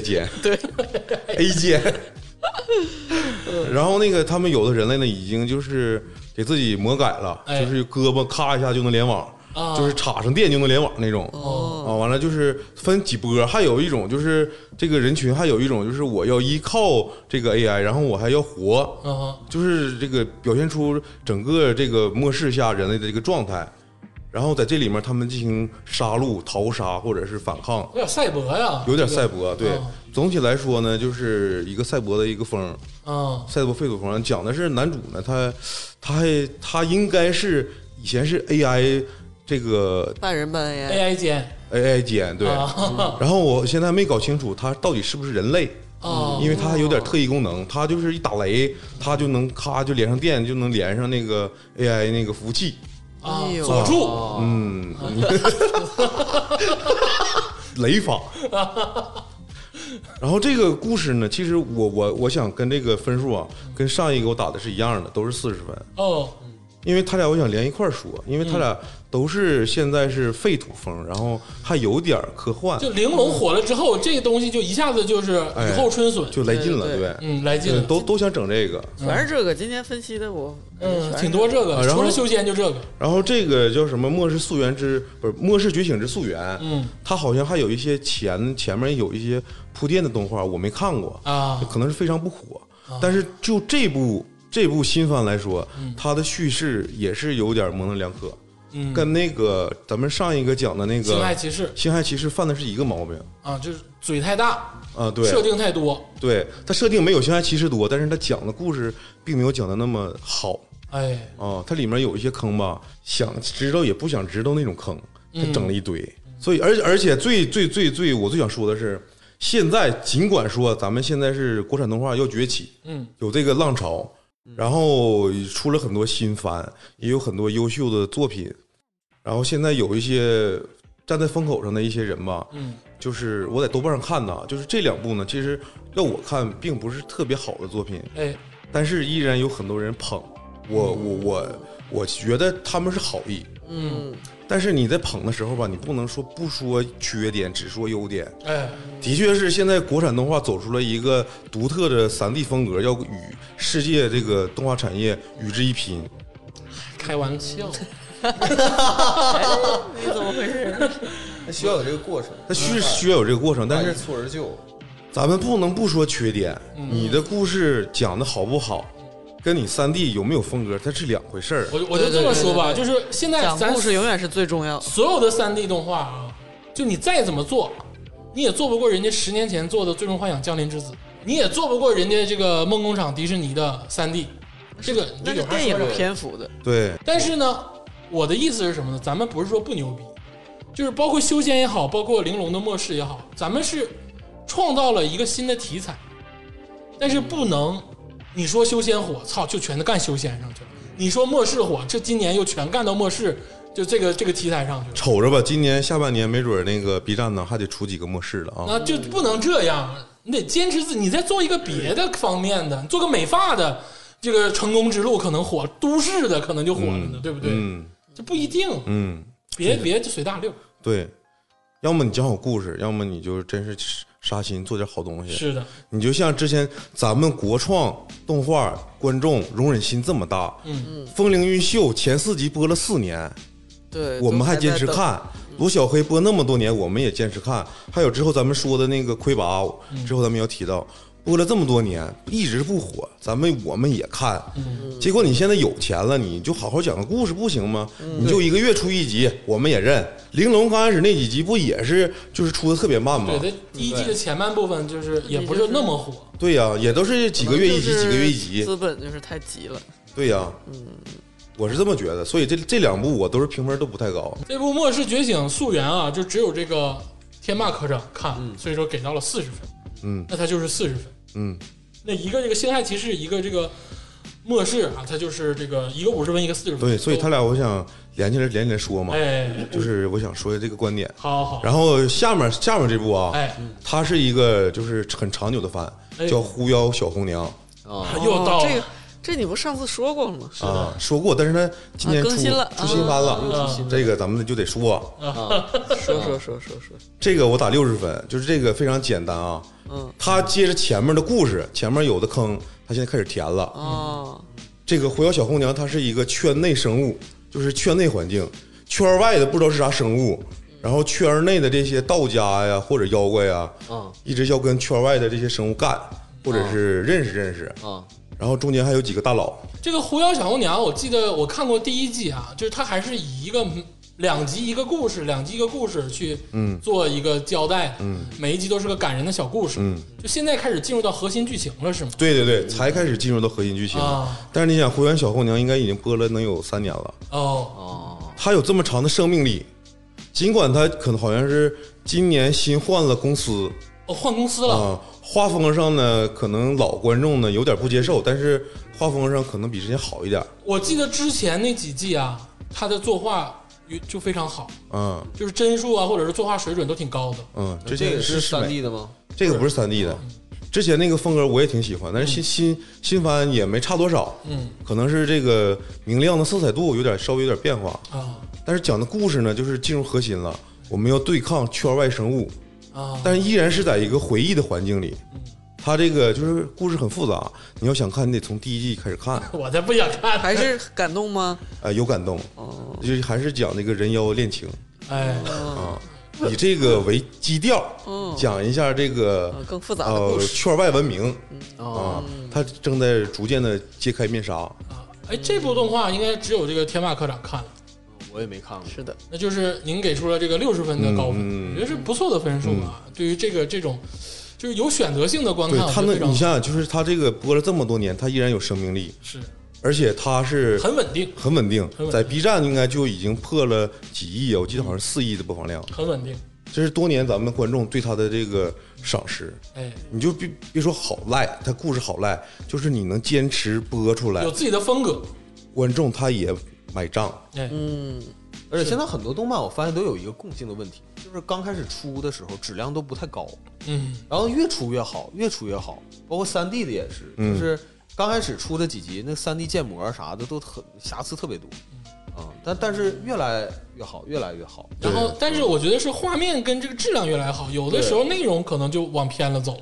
奸
对，
A 奸，然后那个他们有的人类呢，已经就是给自己魔改了，
哎
就是胳膊咔一下就能联网，
啊
就是插上电就能联网那种。
哦，
啊，完了就是分几波，还有一种就是这个人群，还有一种就是我要依靠这个 AI，然后我还要活，
嗯，
就是这个表现出整个这个末世下人类的这个状态，然后在这里面他们进行杀戮、逃杀或者是反抗
有，点赛博呀，
有点赛博。啊对
嗯，
总体来说呢，就是一个赛博的一个风，
嗯，
赛博废土风讲的是男主呢，他他还他应该是以前是 AI 这个
半人半 AI，
，AI 奸
AI 间对。
啊，
然后我现在没搞清楚他到底是不是人类，
哦
因为他有点特异功能，他就是一打雷，他就能咔就连上电，就能连上那个 AI 那个服务器。
啊
哎，呦
佐助，
哦
嗯，雷法。 然后这个故事呢，其实我我我想跟这个分数啊，跟上一个我打的是一样的，都是四十分，
哦，
因为他俩我想连一块儿说，因为他俩都是现在是废土风，然后还有点儿科幻，
就玲珑火了之后，这东西就一下子就是雨后春笋，
哎就来劲了，
对对
对不
嗯，来劲
对？
了，
都都想整这个，
全是这个。今天分析的我，
嗯，
全是
挺多这
啊
个，
然后
除了修仙就这个，
然后这个叫什么《末世溯源之》不是《末世觉醒之溯源》，
嗯
它好像还有一些前前面有一些铺垫的动画，我没看过，
啊
就可能是非常不火。但是就这部这部新番来说，它的叙事也是有点模棱两可，
嗯，
跟那个咱们上一个讲的那
情爱
个
骑士
星海骑士犯的是一个毛病
啊，就是嘴太大，
啊。对，
设定太多，
对，它设定没有星海骑士多，但是它讲的故事并没有讲的那么好。
哎，
啊，它里面有一些坑吧，想知道也不想知道那种坑，它
嗯
整了一堆。所以，而而且最最最最，我最想说的是，现在尽管说咱们现在是国产动画要崛起，
嗯，
有这个浪潮，然后出了很多新番，也有很多优秀的作品，然后现在有一些站在风口上的一些人吧，
嗯，
就是我在豆瓣上看的，就是这两部呢，其实要我看并不是特别好的作品，
哎，
但是依然有很多人捧。我
嗯
我我我觉得他们是好意，
嗯，
但是你在捧的时候吧，你不能说不说缺点，只说优点。
哎，
的确是现在国产动画走出了一个独特的三 D 风格，要与世界这个动画产业与之一拼。
开玩笑，
你怎么回事？
那需要有这个过程，
嗯
它需需要有这个过程，但
但
是
是蹴而就。
咱们不能不说缺点。
嗯
你的故事讲的好不好，跟你三 D 有没有风格，它是两回事儿。啊
我就我就这么说吧，
对对
就是现在
讲
咱
故事永远是最重要。
所有的三 D 动画啊，就你再怎么做，你也做不过人家十年前做的《最终幻想降临之子》，你也做不过人家这个梦工厂迪士尼的三 D，这个
那
你
是
有啥
电
说
影
的？
篇幅的，
对，
但是呢，我的意思是什么呢？咱们不是说不牛逼，就是包括修仙也好，包括玲珑的末世也好，咱们是创造了一个新的题材，但是不能你说修仙火，操，就全都干修仙上去了；你说末世火，这今年又全干到末世，就这个这个题材上去了。
瞅着吧，今年下半年没准儿那个 B 站呢还得出几个末世了啊。
那就不能这样，你得坚持自己。你再做一个别的方面的，你做个美发的，这个成功之路可能火，都市的可能就火了呢，对不对？
嗯
这不一定，
嗯，
别别就随大溜。
对，要么你讲好故事，要么你就真是杀心做点好东西。
是的，
你就像之前咱们国创动画观众容忍心这么大，
嗯
《风铃云秀》前四集播了四年，
对，
我们还
都嗯
坚持
呃在等。
看。罗小黑播那么多年，我们也坚持看。还有之后咱们说的那个《魁拔》，
嗯
之后咱们要提到，播了这么多年，一直不火，咱们我们也看。
嗯
结果你现在有钱了，你就好好讲个故事不行吗？
嗯
你就一个月出一集，我们也认。玲珑刚开始那几集不也是就是出的特别慢吗
对，？它第一季的前半部分就是也不是那么火，
对呀、也都是几个月一
就
集，
是嗯
几个月一集。
资本就是太急了。
对呀、我是这么觉得，所以这这两部我都是评分都不太高。
这部《末世觉醒：溯源》啊，就只有这个天霸科长看，所以说给到了四十分。
嗯
那他就是四十分。
嗯，
那一个这个星海骑士，一个这个末世啊，它就是这个一个五十分，一个四十分。
对，所以他俩我想连起来连起来说嘛，
哎，
就是我想说这个观点。
好好，
然后下面下面这部啊，
哎，
它是一个就是很长久的番，
哎
叫《狐妖小红娘》
啊，
又到
哦
了
这个，这你不上次说过吗？
啊，说过，但是它今
啊
年出
更新了啊
出新番
又
了，
出新的
这个咱们就得说。
说说说说说，
这个我打六十分，就是这个非常简单啊。
嗯，
他接着前面的故事，前面有的坑，他现在开始填了。
哦，
这个狐妖小红娘，它是一个圈内生物，就是圈内环境，圈外的不知道是啥生物。然后圈内的这些道家呀，或者妖怪呀，
啊
一直要跟圈外的这些生物干，或者是认识认识。
啊
然后中间还有几个大佬，
这个《狐妖小红娘》，我记得我看过第一季啊，就是它还是以一个两集一个故事，两集一个故事去
嗯
做一个交代，嗯，每一集都是个感人的小故事，
嗯，
就现在开始进入到核心剧情了，是吗？
对对对，才开始进入到核心剧情。
啊，
但是你想，《胡言小红娘》应该已经播了能有三年了，
哦，
啊
她有这么长的生命力，尽管她可能好像是今年新换了公司
哦，换公司了，
啊，画风上呢，可能老观众呢有点不接受，但是画风上可能比之前好一点，
我记得之前那几季啊，他的作画也就非常好，
嗯
就是帧数啊，或者是作画水准都挺高的。
嗯，之
这
前
个是
是
三
美
D 的吗？
这个不是三 D 的，之前那个风格我也挺喜欢，但是新
嗯
新新番也没差多少，
嗯
可能是这个明亮的色彩度有点稍微有点变化，
啊
但是讲的故事呢，就是进入核心了，我们要对抗圈外生物，
啊，
但是依然是在一个回忆的环境里。它这个就是故事很复杂，你要想看，你得从第一季开始看，
我才不想看。
还是感动吗？
呃，有感动，
哦
就是还是讲这个人妖恋情
哎，
啊，以这个为基调，讲一下这个
哦呃更复杂的
呃
故事。嗯
圈外文明
啊
啊，它正在逐渐的揭开面纱。
哎，这部动画应该只有这个天霸科长看了，
我也没看过。
是的，
那就是您给出了这个六十分的高分，
嗯
我觉得是不错的分数啊。对于这个这种就是有选择性的观
对
看，
它
我
那，
觉得
你
非常
想想，就是它这个播了这么多年，它依然有生命力，
是
而且它是
很稳定，
很稳定
很稳定，
在 B 站应该就已经破了几亿啊，我记得好像是四亿的播放量，
很稳定。
这是多年咱们观众对他的这个赏识。
哎，
你就别别说好赖，他故事好赖，就是你能坚持播出来
有，自己的风格。
观众他也买账。
哎，
嗯而且现在很多动漫，我发现都有一个共性的问题，就是刚开始出的时候质量都不太高，
嗯，
然后越出越好，越出越好。包括三 D 的也是，
嗯
就是刚开始出的几集，那三 D 建模啥的都很瑕疵特别多，
嗯
啊、但但是越来越好，越来越好。
然后，但是我觉得是画面跟这个质量越来越好，有的时候内容可能就往偏了走，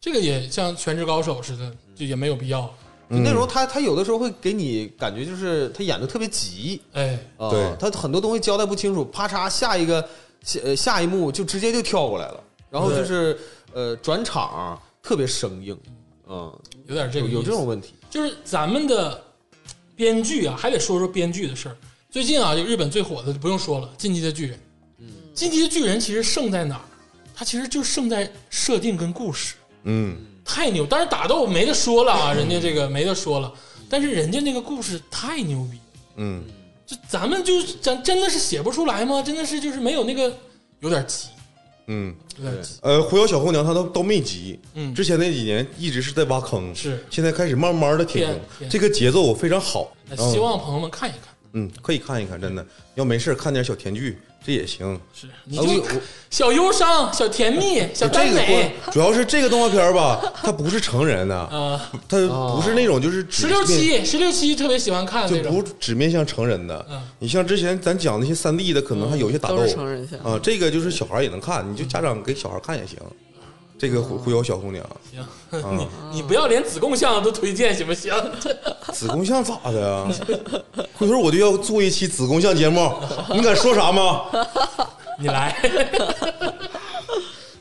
这个也像《全职高手》似的，就也没有必要。
嗯
就内容它它有的时候会给你感觉就是它演的特别急，
哎，
啊、
对
它很多东西交代不清楚，啪嚓下一个下呃下一幕就直接就跳过来了，然后就是呃转场特别生硬，嗯，
有点这
有
个
有
意思
这种问题。
就是咱们的编剧啊，还得说说编剧的事儿。最近啊，就日本最火的就不用说了，《进击的巨人》。嗯，《进击的巨人》其实胜在哪儿？它其实就胜在设定跟故事，
嗯，
太牛。当然打斗没得说了啊，人家这个没得说了，但是人家那个故事太牛逼了。
嗯，
就咱们就咱真的是写不出来吗？真的是就是没有那个，有点急，
嗯，
有点急。
呃，狐妖小红娘她都都没急，
嗯
之前那几年一直是在挖坑，
是
现在开始慢慢的填
填
坑，
填
这个节奏非常好，
那
嗯
希望朋友们看一看，
嗯，可以看一看，真的，要没事儿看点小甜剧，这也行。
是你
啊我
就
有我
小忧伤、小甜蜜、小
哎这
耽
个
美，
不主要是这个动画片儿吧，它不是成人 的，
啊，
它不是那种就是
十
只
六七、
面
十六七特别喜欢看
就
那
不
种，
只面向成人的
嗯。
你像之前咱讲那些三 D 的，可能还有一些打斗
嗯都是成人向
啊，这个就是小孩儿也能看，你就家长给小孩儿看也行。这个
嗯
狐狐妖小红娘，
行， 你你不要连子贡像都推荐行不 行？
子宫像咋的呀？回头我就要做一期子宫像节目，你敢说啥吗？
你来，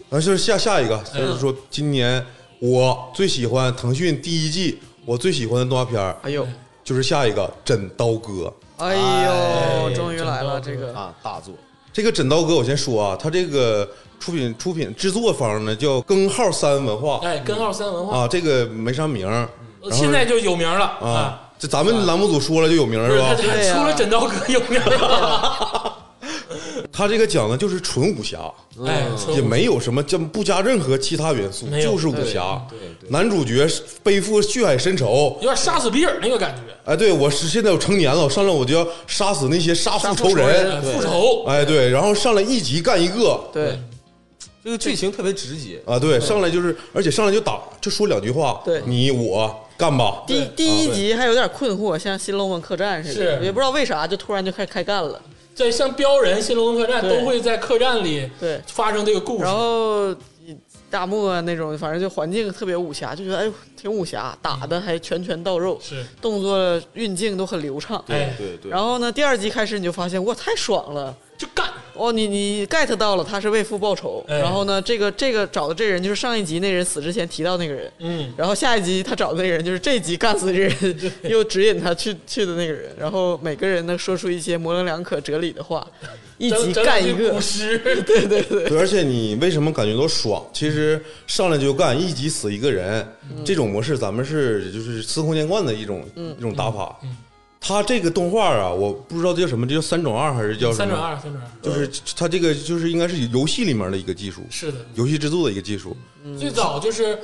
然后就是下下一个，就是说今年我最喜欢腾讯第一季我最喜欢的动画片儿
哎呦，
就是下一个《枕刀哥》。
哎呦，
哎
终于来了这
真的
个
啊，大作
这个《枕刀哥》，我先说啊，他这个出品出品制作方呢叫根号三文化
哎，根号三文化
啊，这个没啥名儿
呃现在就有名了
哦
啊。
啊，这咱们栏目组说了就有名儿
不
是
是他
吧？
他
对呀
出了枕刀哥有名了，
他这个讲的就是纯武侠，
嗯
哎，
嗯也
说
没有什么这不加任何其他元素，
没有
就是武侠
对对。对
男主角背负血海深仇，
有点杀死比尔那个感觉，
哎，对我是现在我成年了，我上来我就要杀死那些杀父仇
哎
人，
复仇，
哎，对，然后上来一集干一个，
对
这个剧情特别直接，
啊，对，上来就是，而且上来就打，就说两句话，
对
你我干吧，
第第一集还有点困惑，像《新龙门客栈》似的，
是
也不知道为啥就突然就开开干了。
在像镖人、新龙门客栈
对
都会在客栈里
对
发生这个故事
然，后大漠啊那种，反正就环境特别武侠，就觉得哎呦挺武侠，打的还拳拳到肉，
是
动作运镜都很流畅。
哎
对对。
然后呢，第二集开始你就发现哇太爽了。
就干，
哦，你你 get 到了，他是为父报仇。
哎
然后呢，这个这个找的这人就是上一集那人死之前提到那个人，
嗯，
然后下一集他找的那个人就是这一集干死 的这人，又指引他去去的那个人。然后每个人呢说出一些模棱两可、哲理的话，一集
整整
干
两
一
句
个
古。 诗，
对，而且你为什么感觉到爽？其实上来就干，一集死一个人，这种模式咱们是就是司空见惯的一种一种
嗯
打法。他这个动画啊，我不知道这叫什么，这叫三转二还是叫什么
三转，二，三转二，
就是他这个就是应该是游戏里面的一个技术，
是的，
游戏制作的一个技术。
最早就是《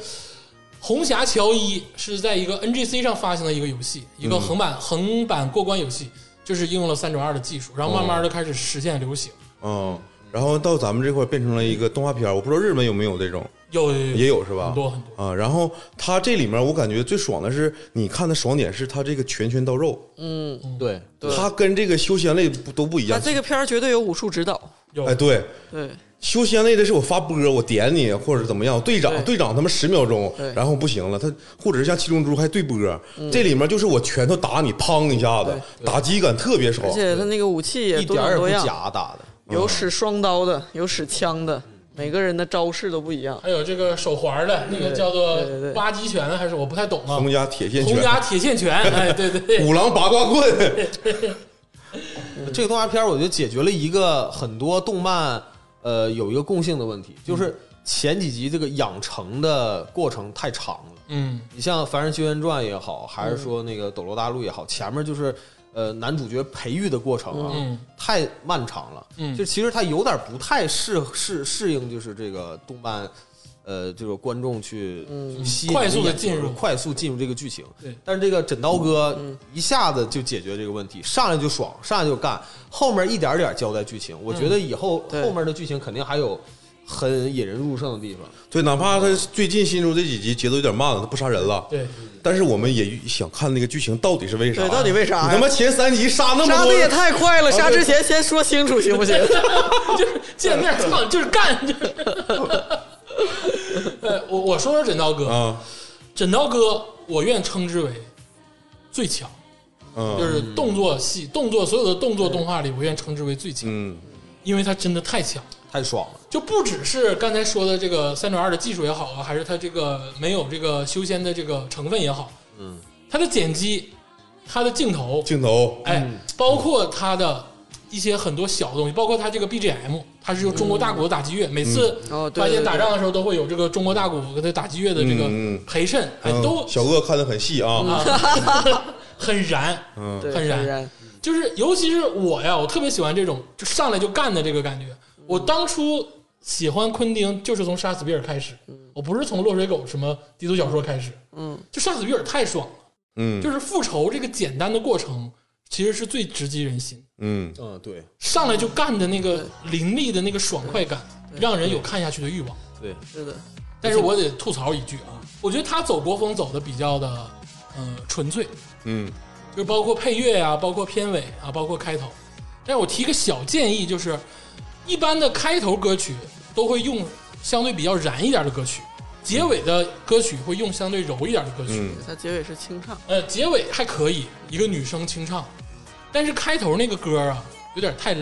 红霞乔伊》是在一个 NGC 上发行的一个游戏，一个横版、横版过关游戏，就是应用了三转二的技术，然后慢慢的开始实现流行。
嗯，然后到咱们这块变成了一个动画片儿，我不知道日本有没有这种，
有
也有是吧？
很多很多
啊。然后它这里面我感觉最爽的是，你看的爽点是它这个拳拳到肉，
嗯
对
它跟这个休闲类不都不一
那
样。
这个片儿绝对有武术指导，
有、
哎，对，
对
休闲类的是我发波，我点你或者怎么样，队长
对
队长他们十秒钟
对，嗯
然后不行了，他或者是像七龙珠还对波，这里面就是我拳头打你，砰一下子，打击感特别爽
而。且他那个武器也
一
多
点儿
种
也
多样，
不假打的。
有使双刀的，有使枪的，每个人的招式都不一样。
还有这个手环的那个叫做
对对对
八极拳还是我不太懂啊，
洪家铁线
洪
拳，
家铁线拳，哎，对对对，
五郎八卦棍，
这个动画片儿我就解决了一个很多动漫呃有一个共性的问题，就是前几集这个养成的过程太长了。
嗯，
你像《凡人修仙传》也好，还是说那个《斗罗大陆》也好，前面就是呃男主角培育的过程啊，
嗯
太漫长了。
嗯
就其实他有点不太适适适应，就是这个动漫。呃，这个观众去去吸
嗯
引
快速地
眼球
进入
快速进入这个剧情。
对嗯
但是这个枕刀哥一下子就解决这个问题，上来就爽，上来就干，后面一点点交代剧情。我觉
嗯
得以后
对
后面的剧情肯定还有很引人入胜的地方。
对，哪怕他最近新出这几集节奏有点慢了，他不杀人了，
对，
但是我们也想看那个剧情到底是为啥？
对到底为啥呀
你他妈前三集杀那么
杀
多
的
人，
也太快了，杀之前先说清楚行不行？
就是见面唱就是干，就是。 哎，我我说说枕刀哥，
啊，
枕刀哥，我愿称之为最强。
嗯，
就是动作戏、动作所有的动作动画里，我愿称之为最强，
嗯，
因为它真的太强了。
太爽了，
就不只是刚才说的这个三转二的技术也好啊，还是它这个没有这个修仙的这个成分也好，嗯，它的剪辑、它的镜头，
镜头，
哎，包括它的一些很多小东西，包括它这个 BGM，它是用中国大鼓的打击乐，每次
哦对
发
对
现
对
打仗的时候都会有这个中国大鼓跟它打击乐的这个
嗯嗯
陪衬，哎，
嗯
都
小恶看得很细啊，
很燃，
嗯
对，
很燃
很燃。
就是尤其是我呀，我特别喜欢这种就上来就干的这个感觉。我当初喜欢昆汀，就是从杀死比尔开始，我不是从落水狗什么低俗小说开始，
嗯，
就杀死比尔太爽了。
嗯，
就是复仇这个简单的过程，其实是最直击人心，
嗯，
嗯，对
上来就干的那个凌厉的那个爽快感，让人有看下去的欲望。
对，
是的，
但是我得吐槽一句啊，我觉得他走国风走的比较的，呃，纯粹，
嗯，
就是包括配乐呀、包括片尾啊，包括开头。但是我提个小建议，就是一般的开头歌曲都会用相对比较燃一点的歌曲，结尾的歌曲会用相对柔一点的歌曲。
嗯
它结尾是清唱，
呃，结尾还可以，一个女生清唱，但是开头那个歌啊，有点太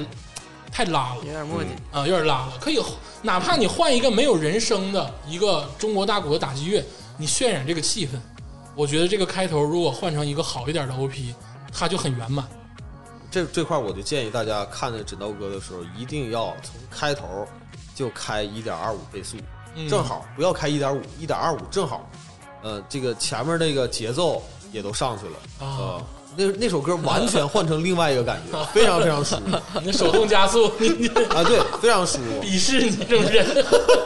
太拉了
有点墨迹。
啊、有点拉了。可以，哪怕你换一个没有人声的一个中国大鼓的打击乐，你渲染这个气氛，我觉得这个开头如果换成一个好一点的 OP，它就很圆满。
这这块儿我就建议大家看那枕刀哥的时候，一定要从开头就开一点二五倍速，
嗯
正好不要开一点五，一点二五正好，呃，这个前面那个节奏也都上去了
啊
呃那那首歌完全换成另外一个感觉，非常非常舒 服
你手动加速，你你
啊，对，非常舒服。
鄙视你这种人，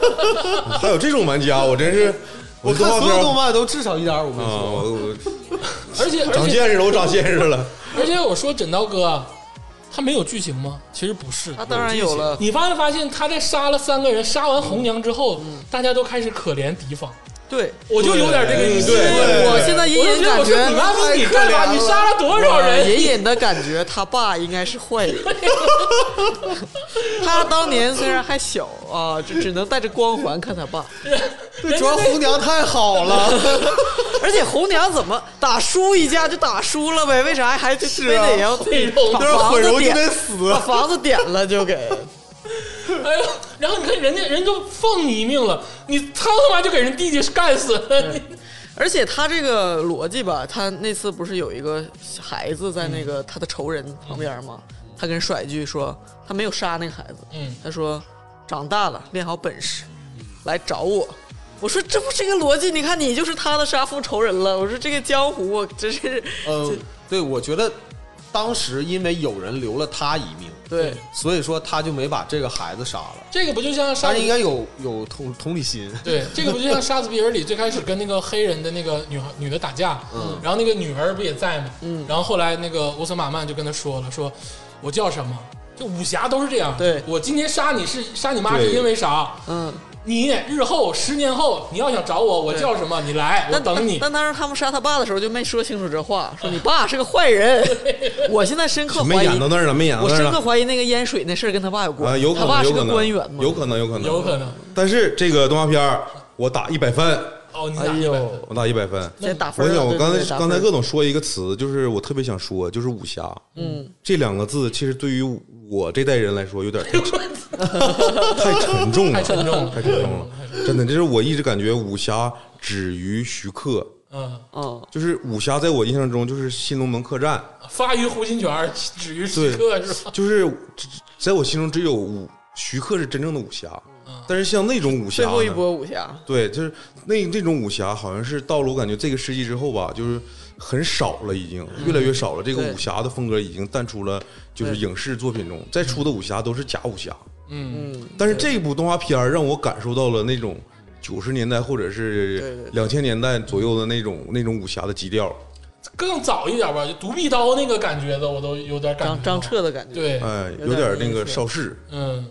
还有这种玩家，我真是
我看所有动嗯
啊，
漫都至少一点五分熟，
我我
而且而
长
且
见识了，我长见识了。
而且我说枕刀哥啊，他没有剧情吗？其实不是
他，当然有了，
你发没发现他在杀了三个人，杀完红娘之后，
嗯
大家都开始可怜敌方，
对。
我就有点这个意思。
对对
我现在隐
我就
隐
觉得
感
我
觉
说，你妈逼，你干吧，你杀了多少
我
人？
隐隐的感觉他爸应该是坏人。他当年虽然还小啊，只只能带着光环看他爸，
对，主要红娘太好了，
而且红娘怎么打输一架就打输了呗？为啥还就非
啊
得要
这种
把
要是
房
毁
子
容就
点
得死
把。房子点了就给？
哎呦，然后你看人家人都放你一命了，你操他妈就给人弟弟干死了， 你
而且他这个逻辑吧，他那次不是有一个孩子在那
嗯
个他的仇人旁边吗？他跟人甩一句说他没有杀那个孩子，
嗯
他说长大了练好本事，来找我。我说这不是一个逻辑，你看你就是他的杀父仇人了。我说这个江湖，我真是
呃，对，我觉得当时因为有人留了他一命，
对
所以说他就没把这个孩子杀了。
这个不就像杀
他应该有有同同理心，
对，这个不就像《杀死比尔》里最开始跟那个黑人的那个女孩女的打架，
嗯
然后那个女儿不也在吗？嗯，然后后来那个乌森马曼就跟他说了，说我叫什么？就武侠都是这样，
对
我今天杀你是杀你妈是
对
因为啥？
嗯，
你日后十年后你要想找我，我叫什么？你来，我
但
等你。
但当时他们杀他爸的时候就没说清楚这话，说你爸是个坏 人。我现在深刻
没
怀疑
演，到那儿了，没演到
我
那儿
深
了
刻怀疑那个淹水那事儿跟他爸有关。
啊，有可
他爸
能，
是
有
个
可
官员
能，
嘛？
有可能，有可能，
有可能。
但是这个动画片儿我打一百分，
哦，你打
哎
一百分
呦，
我打一百分。
先打分
我
儿了。
跟你讲，我
对
刚
对对
才
打
刚
分
才
儿
鄂总说一个词，就是我特别想说，就是武侠。嗯，这两个字其实对于我这代人来说有点太沉太沉重了，
太沉重了
太沉重了。真的，这是我一直感觉武侠止于徐克，
嗯，
嗯，
就是武侠在我印象中就是《新龙门客栈》，
发于胡金铨，止于徐克是吧？
就是在我心中只有武徐克是真正的武侠。但是像那种武
嗯
侠
最
呢，
后一波武侠，
对，就是那那种武侠，好像是到了我感觉这个世纪之后吧，就是很少了，已经越来越少了。这个
嗯对
武侠的风格已经淡出了，就是
对
影视作品中再出的武侠都是假武侠。
嗯，
嗯，
但是这一部动画片儿让我感受到了那种九十年代或者
对
是
对
两千年代左右的那种那种武侠的基调。
更早一点吧，就独臂刀那个感觉的，我都有点感
张
觉。
张，彻的感觉，
对，
哎，
有
有
点
点
那
那
意
个
思
邵氏，
嗯，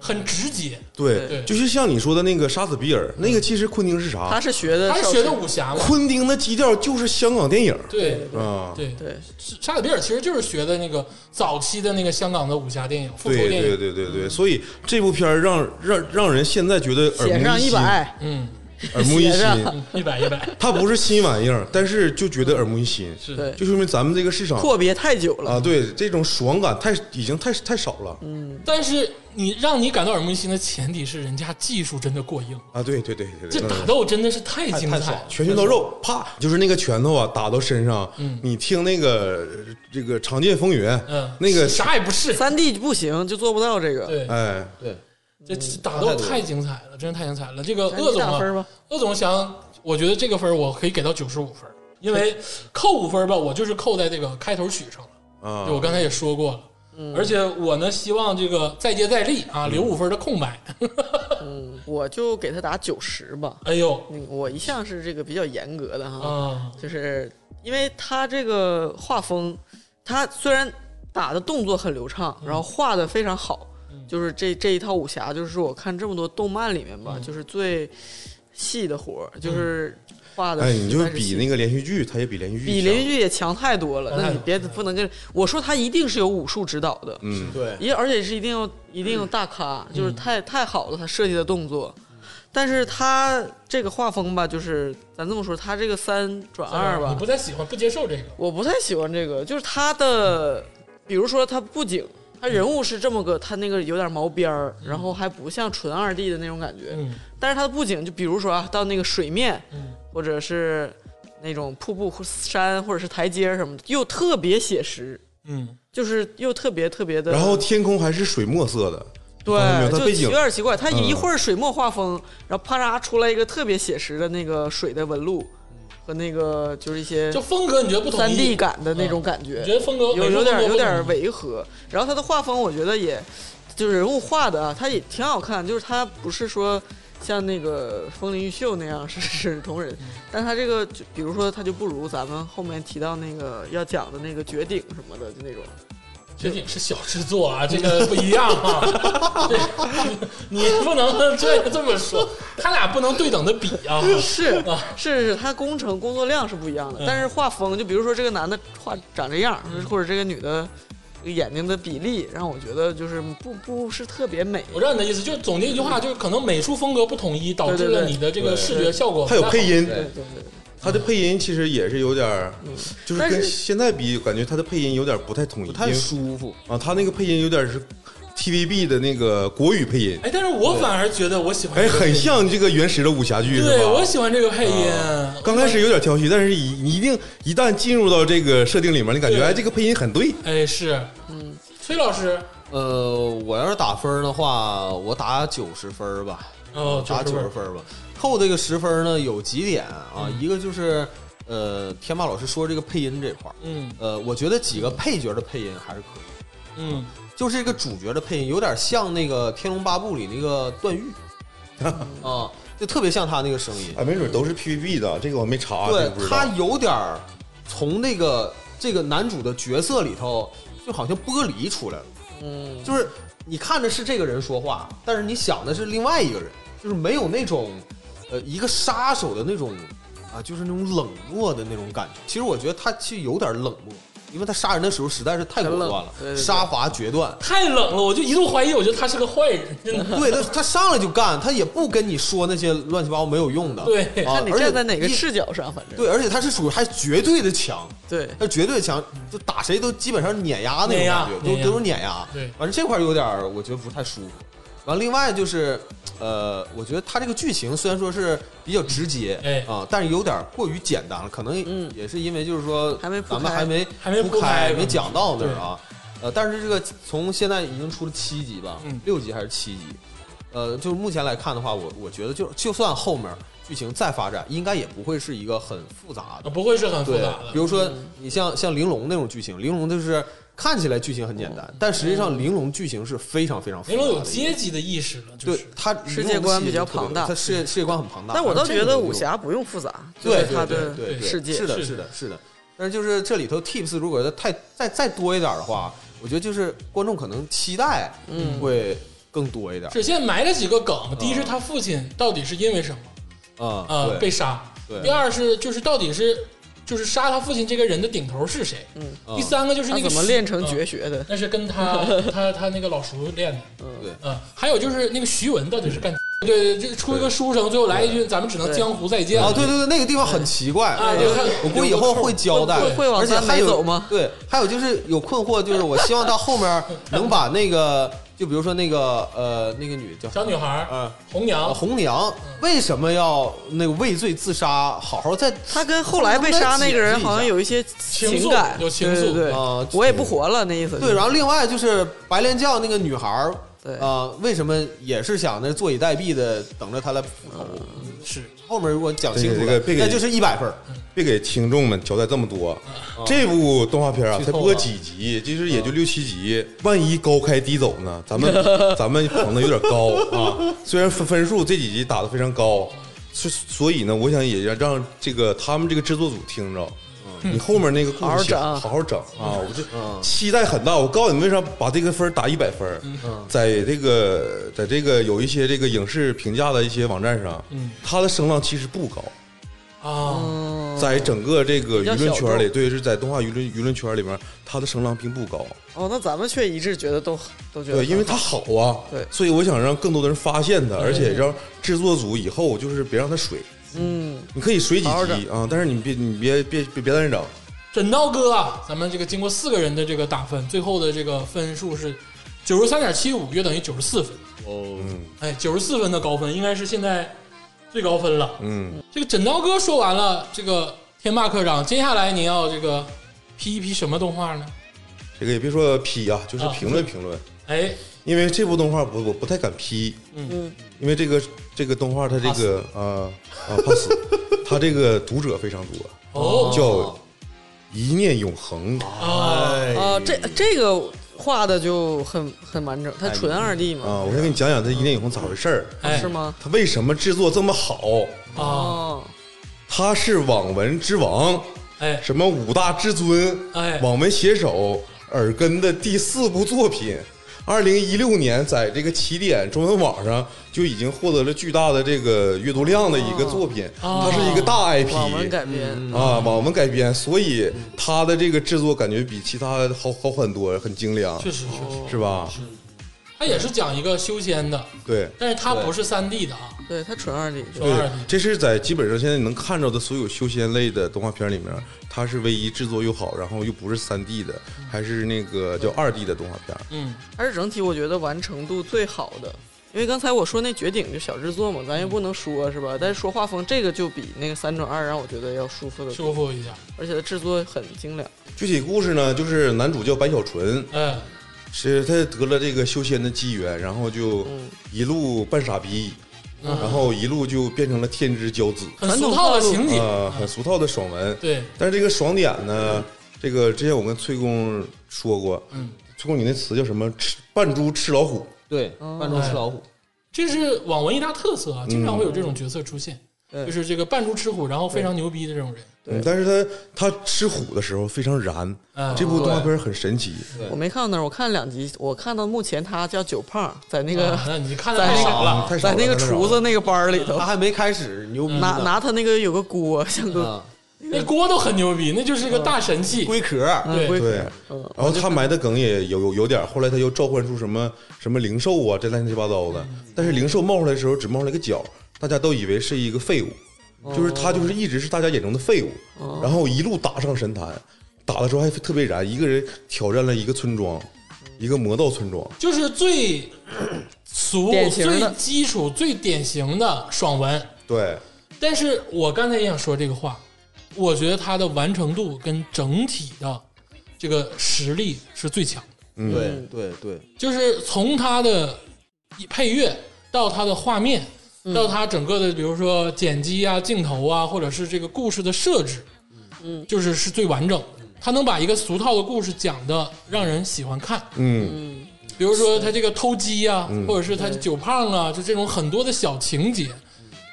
很直接，对
对，就是像你说的那个《杀死比尔》，那个其实昆汀是
嗯他
啥？
是学的
他
邵氏，
是学的武侠嘛，
昆汀的基调就是香港电影儿
对
啊，
对，
对，
沙里比尔其实就是学的那个早期的那个香港的武侠电影、复仇
对
电
对
影，
对对
嗯
对，所以这部片儿让让让人现在觉得耳
写
目
上
一
一
新，
百，
嗯，
耳目一
写
新。
上
一百一百，
它不是新玩意儿，但是就觉得耳目一新，
是
对
就说明咱们这个市场
阔别太久了，
啊，对这种爽感太已经太太少了
嗯
但是你让你感到耳目一新的前提是人家技术真的过硬，
啊，对对对对
这
对，
打
嗯
斗真的是太精彩
太
了
爽。
拳拳到肉，啪，就是那个拳头啊打到身上，
嗯
你听那个呃这个《长剑风云》，
嗯，
那个
啥也不是，
三 D 不行就做不到这个，
对，
哎，
对，
这这打斗太精彩了，真是太精彩了。这个
咱
鄂
你
总
打分
啊，
吧，
鄂总想，我觉得这个分儿我可以给到九十五分儿，因为扣五分儿吧，我就是扣在这个开头曲上了。
啊
就，我刚才也说过了。
嗯
而且我呢，希望这个再接再厉啊，留五分的空白。
嗯，我就给他打九十吧，
哎呦
那个我一向是这个比较严格的哈，
啊，
就是因为他这个画风，他虽然打的动作很流畅，然后画的非常好，就是这这一套武侠，就是我看这么多动漫里面吧，就是最细的活儿，就是画的
哎，
实在
你
是
就
细。
比那个连续剧，它也比连续剧
比连续
强
剧也强太多了，
强
那
太
你
多
别不能跟我说他一定是有武术指导的，
嗯，
对，
也而且是一定要一定要大咖，就是太太好了，他设计的动作。但是他这个画风吧，就是咱这么说，他这个三转二吧，
你不太喜欢，不接受这个。
我不太喜欢这个，就是他的，比如说他布景，他人物是这么个，他那个有点毛边儿，然后还不像纯二 D 的那种感觉。
嗯
但是他的布景，就比如说啊，到那个水面，
嗯
或者是那种瀑布、或山，或者是台阶什么的，又特别写实，
嗯，
就是又特别特别的。
然后天空还是水墨色的，你发现没有
对，
它
就
背景
有点奇怪，他
嗯
一会儿水墨画风，然后啪嚓出来一个特别写实的那个水的纹路，和那个就是一些
就风格你觉得不统
三
一
D 感的那种
嗯
感觉，
你觉得风格
有有点有点
伪，
违和。然后他的画风，我觉得也就是人物画的啊，他也挺好看，就是他不是说像那个风林玉秀那样是是同人，但他这个就比如说他就不如咱们后面提到那个要讲的那个绝顶什么的就那种，
这也是小制作啊，这个不一样啊， 这你不能这这么说，他俩不能对等的比啊，
是
啊
是是，他工程工作量是不一样的，但是画风就比如说这个男的画长这样，或者这个女的。眼睛的比例让我觉得就是不不是特别美，
我知道你的意思，就是总结一句话，就是可能美术风格不统一，导致了你的这个视觉效果。
还有配，音，
对对对，
他的配音其实也是有点儿，就是
但
跟
是
现在比，感觉他的配音有点不太统一，
不太
因为
舒服。
啊，他那个配音有点是 TVB 的那个国语配音，
哎，但是我反而觉得我喜欢，
哎，很，像这个原始的武侠剧，是吧啊
对我喜欢这个配音。
刚开始有点挑剔，但是一你一定一旦进入到这个设定里面，你感觉
对
哎，这个配音很对，
哎是，嗯，崔老师，
呃，我要是打分儿的话，我打九十分儿吧，
哦，
打
90
九十
分，
分儿吧。扣这个十分儿呢，有几点啊，一个就是呃，天霸老师说这个配音这块儿，
嗯
呃，我觉得几个配角的配音还是可以，
嗯，
就是这个主角的配音有点像那个《天龙八部》里那个段 誉啊，就特别像他那个声音。
啊，没准都是 PVB 的，这个我没
啊
查，啊这
对
个不知
他
道。
有点儿从那个这个男主的角色里头，就好像剥离出来了。
嗯，
就是你看着是这个人说话，但是你想的是另外一个人，就是没有那种呃一个杀手的那种啊，就是那种冷漠的那种感觉。其实我觉得他其实有点冷漠，因为他杀人的时候实在是太果
很
断了
冷，对对对
杀伐决断。
太冷了，我就一度怀疑，我觉得他是个坏人，真
嗯
的。
对他，他上来就干，他也不跟你说那些乱七八糟没有用的。
对
啊
看你
而且
站在哪个
一
视角上，反正
对，而且他是属于还绝对的强，
对
他绝对强，就打谁都基本上碾压那
碾
种
压
感觉，
碾压
都都是碾压。
对
反正这块儿有点儿我觉得不太舒服。完，另外就是，呃，我觉得他这个剧情虽然说是比较直接，
哎
啊、但是有点儿过于简单了，可能
嗯
也是因为就是说
还没铺
咱们
开
还没
还没铺
铺
开嗯
开，没讲到那儿啊。呃，但是这个从现在已经出了七集吧，
嗯
六集还是七集？呃，就是目前来看的话，我我觉得就就算后面剧情再发展，应该也不会是一个很复杂
啊，
的
不会是很复
对
杂，的
比。如说
嗯
你像像玲珑那种剧情，玲珑就是看起来剧情很简单，但实际上玲珑剧情是非常非常复
玲
杂的
珑有阶级的意识了，嗯就
对
是
它
世界观比较庞大
它世界世界观很庞大。
但我倒
然后这
觉得
个就
武侠不用复杂，就
对
是它的
对对对
世界
是的
是
是的是的，但是就是这里头 tips 如果太再再多一点的话，我觉得就是观众可能期待
嗯
会更多一点
是现在埋了几个梗，
嗯
第一是他父亲到底是因为什么啊、
啊，
被
对
杀，
对
第二是就是到底是就是杀他父亲这个人的顶头是谁，
嗯
嗯
第三个就是
他
那个
怎么练成
徐
绝
嗯
学的？
那是跟 他他他那个老叔练的，
对。
嗯，还有就是那个徐文到底是干。对对，就出一个书生，最后来一句“咱们只能
对
江湖再见”。
哦，对对对，那个地方很奇怪，
啊
对
有看
我估计以后会交代，
会
会往
而且
山
还
北
有
走吗
对，还有就是有困惑，就是我希望他后 面能把那个，就比如说那个呃，那个女叫
小女孩儿
嗯
红
呃
娘，
嗯
红娘为什么要那个畏罪自杀，好好再
他跟后来被杀那个人好像有一些情感，
情愫有情愫
对对对
啊
我也不活了那意思。
对，然后另外就是白莲教那个女孩儿。
对
啊、为什么也是想那坐以待毙的，等着他来复仇？
嗯
是
后面如果讲清楚
这个
了，
这个
那就是一百分儿。
别给听众们交代这么多，这部动画片啊，才播几集，其实也就六七集，万一高开低走呢？咱们咱们捧的有点高啊，虽然分分数这几集打的非常高，所所以呢，我想也让这个他们这个制作组听着。你后面那个故
好好
事写
整
好好整啊！我这期待很大。我告诉你，为啥把这个分儿打一百分儿？在这个在这个有一些这个影视评价的一些网站上
嗯，
它的声浪其实不高。
啊，
嗯，
在整个这个舆论
比较小
圈里，对，是在动画舆论舆论圈里面，它的声浪并不高，
哦，那咱们却一致觉得都都觉得
对，因为它好啊，
对
所以我想让更多的人发现它，而且让制作组以后就是别让它水，
嗯，
你可以水几
好好
集啊，但是你别你别别别别在那整，
枕刀哥啊，咱们这个经过四个人的这个打分，最后的这个分数是九十三点七五，约等于九十四分。
哦，
哎，九十四分的高分应该是现在最高分了。
嗯，
这个枕刀哥说完了，这个天霸科长，接下来您要这个批一批什么动画呢？
这个也别说批啊，就是
啊
评论评论，
哎，
因为这部动画不我不太敢批，
嗯
因为这个这个动画它这个啊啊怕死，他这个读者非常多，
哦
叫一念永恒。
啊，
哎
啊，这这个画的就很很完整，它纯二 D 嘛，
啊，我先给你讲讲这一念永恒咋回事儿，
哎，
哦是？吗？
他为什么制作这么好？
啊，
哦，
他是网文之王，
哎，
什么五大至尊，
哎
网文写手耳根的第四部作品。二零一六年，在这个起点中文网上就已经获得了巨大的这个阅读量的一个作品，
哦
它是一个大 IP，
啊网文改编，
啊，网文改编，所以它的这个制作感觉比其他好好很多，很精良，
确实确实，
是吧？
它也是讲一个修仙的，
对。
但是它不是三 D 的啊，
对，它纯二 D，
纯二
对
D，
这是在基本上现在你能看着的所有修仙类的动画片里面，它是唯一制作又好，然后又不是三 D 的，还是那个叫二 D 的动画片。
嗯，
还是整体我觉得完成度最好的。因为刚才我说那绝顶就小制作嘛，咱也不能说是吧？但是说画风这个就比那个三转二让我觉得要舒服的多，
修复一下，
而且它制作很精良。
具体故事呢，就是男主叫白小纯，
哎，
是他得了这个修仙的机缘，然后就
嗯
一路扮傻逼，然后一路就变成了天之骄子，
很俗套的情节，
啊，很俗套的爽文。
对，
但是这个爽点呢，这个之前我跟崔工说过，
嗯，
崔工你那词叫什么？吃扮猪吃老虎，
对，扮
嗯
猪吃老虎，
这是网文一大特色啊，经常会有这种角色出现，
嗯
就是这个扮猪吃虎，然后非常牛逼的这种人，
嗯但是他他吃虎的时候非常燃，
嗯
哎，
这部动画片很神奇。嗯
对
我没看到那儿，我看了两集，我看到目前他叫九胖，在那个、
啊那啊你看的
在
太
那
少
个、
了，
太 少
在
了
那个
太少了
厨子那个班儿里头
他，还没开始牛逼
拿
呢，
拿嗯他那个有个锅，像个、
啊，
那锅都很牛逼，那就是个大神器，
龟壳，
嗯
对
龟
对
壳，嗯，
然后他埋的梗也有有有点儿，后来他又召唤出什么什么灵兽啊，这乱七八糟的。
嗯
但是灵兽冒出来的时候只冒出来个角，大家都以为是一个废
哦
物，就是他就是一直是大家眼中的废物，然后一路打上神坛，打的时候还特别燃，一个人挑战了一个村庄，一个魔道村庄。
就是最俗、
典型
最
的
基础、最典型的爽文。
对，
但是我刚才也想说这个话，我觉得它的完成度跟整体的这个实力是最强的，
嗯，
对对对，
就是从它的配乐到它的画面，到它整个的，比如说剪辑啊、镜头啊，或者是这个故事的设置，嗯，就是是最完整的。它能把一个俗套的故事讲的让人喜欢看，
嗯，
比如说他这个偷鸡呀、或者是他酒胖啊，就这种很多的小情节，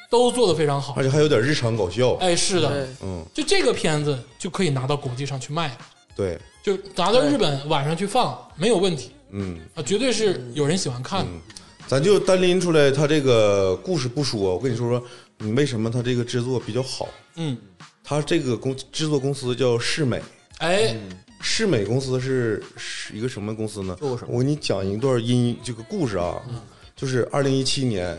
都做得非常好
而。且还有点日常搞笑。
哎，是的
对，，
嗯，
就这个片子就可以拿到国际上去卖了，
对，
就拿到日本晚上去放没有问题
嗯，
啊，绝对是有人喜欢看的。
咱就单拎出来他这个故事不说，我跟你说说，你为什么他这个制作比较好？
嗯，
他这个公制作公司叫世美，
哎，
世美公司是是一个什么公司呢？
做过什么嗯
我给你讲一段音这个故事啊，就是二零一 七年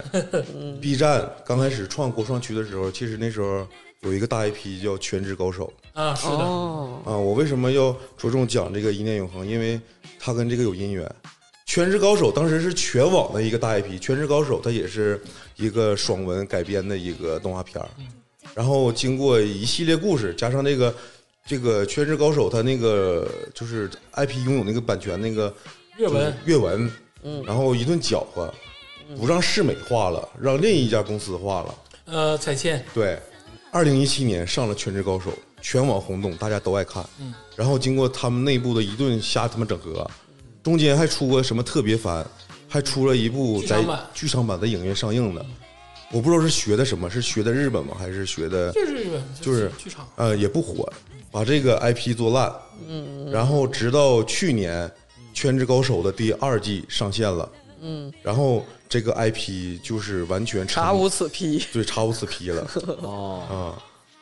，B 站刚开始创国创区的时候，其实那时候有一个大 IP 叫《全职高手
啊，是的，
哦，》
啊。我为什么要着重讲这个《一念永恒》？因为它跟这个有姻缘。《全职高手》当时是全网的一个大 IP，《全职高手》它也是一个爽文改编的一个动画片儿。
嗯
然后经过一系列故事，加上那个这个《全职高手》，它那个就是 IP 拥有那个版权那个
阅文嗯
就是阅文，嗯，然后一顿搅和，不让世美画了，让另一家公司画了。
呃，彩倩，
对，二零一七年上了《全职高手》，全网轰动，大家都爱看。嗯，然后经过他们内部的一顿瞎他妈整合，中间还出过什么特别番，还出了一部
剧
在
场版
剧场版在影院上映的，我不知道是学的什么，是学的日本吗？还是学的？
就是日本，
就是
剧场，
呃，也不火，把这个 IP 做烂，嗯，然后直到去年《全职高手》的第二季上线了，嗯，然后这个 IP 就是完全
查
成
无此批，
对查无此批了，
哦，
啊，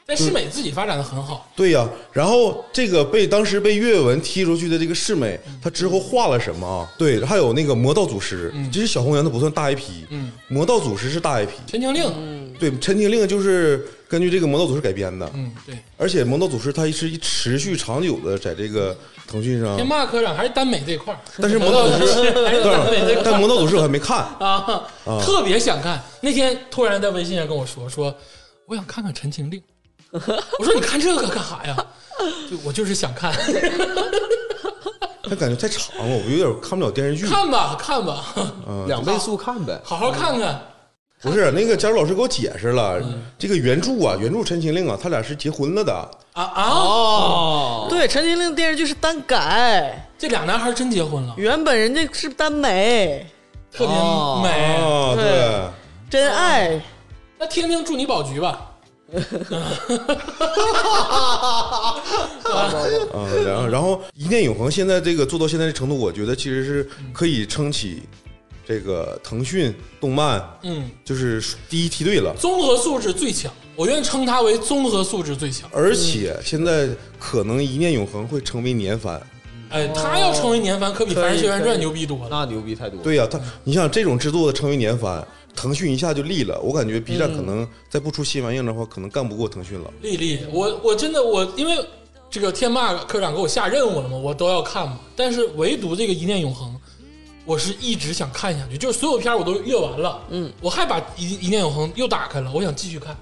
但世美自己发展的很好，
对呀、然后这个被当时被阅文踢出去的这个世美，他之后画了什么啊？对，还有那个魔道祖师，其实小红娘她不算大 IP，嗯，魔道祖师是大 IP，
陈情令，
对，陈情令就是根据这个魔道祖师改编的，
嗯，对，
而且《魔道祖师》它是一持续长久的在这个腾讯上，
天霸科长还是耽美这块儿，
但是《魔道祖师》
还是耽美这块
但
儿
但《魔道祖师》我还没看，
啊，特别想看。那天突然在微信上跟我说说，我想看看《陈情令》。我说你看这个干啥呀？就我就是想看，
它感觉太长了，我有点看不了电视剧。嗯
看吧看吧，
两倍速看呗，
好好看看。
不是那个，佳茹老师给我解释了，这个原著啊，原著《陈情令》啊，他俩是结婚了的，
啊啊！
哦，
对，《陈情令》电视剧是单改，
这俩男孩真结婚了，
原本人家是耽美、
特别美。
啊，
对
对，
真爱，
那天天祝你保局吧，
啊，然后然后一念永恒现在这个做到现在的程度，我觉得其实是可以撑起这个腾讯动漫
嗯，
就是第一梯队了。
综合素质最强，我愿称它为综合素质最强。
而且现在可能一念永恒会成为年番，
哎，
哦
他要成为年番，可比《凡人学员传》牛逼多了。
那牛逼太多了。
对呀、他你想这种制作的成为年番，腾讯一下就立了。我感觉 B 站可
嗯
能再不出新玩意儿的话，可能干不过腾讯了。
丽丽，我我真的我因为这个天霸科长给我下任务了嘛，我都要看嘛。但是唯独这个《一念永恒》，我是一直想看下去，就是所有片儿我都阅完了，嗯，我还把一《一念永恒》又打开了，我想继续看，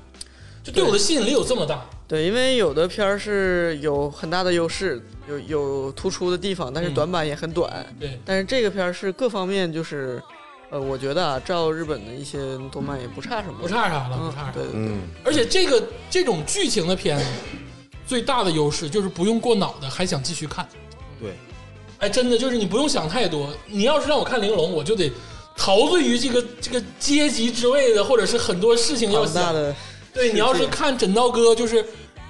就对我的吸引力有这么大。
对，因为有的片儿是有很大的优势，有有突出的地方，但是
嗯
短板也很短。
对，
但是这个片儿是各方面就是，呃，我觉得啊，照日本的一些动漫也不差什么，
不差啥了，
嗯，
不差啥。
对对对，
嗯，
而且这个这种剧情的片子，最大的优势就是不用过脑子，还想继续看。
对，
哎，真的就是你不用想太多。你要是让我看玲珑，我就得陶醉于这个这个阶级之位的，或者是很多事情要
庞大
想。
的
对你要是看枕刀哥，就是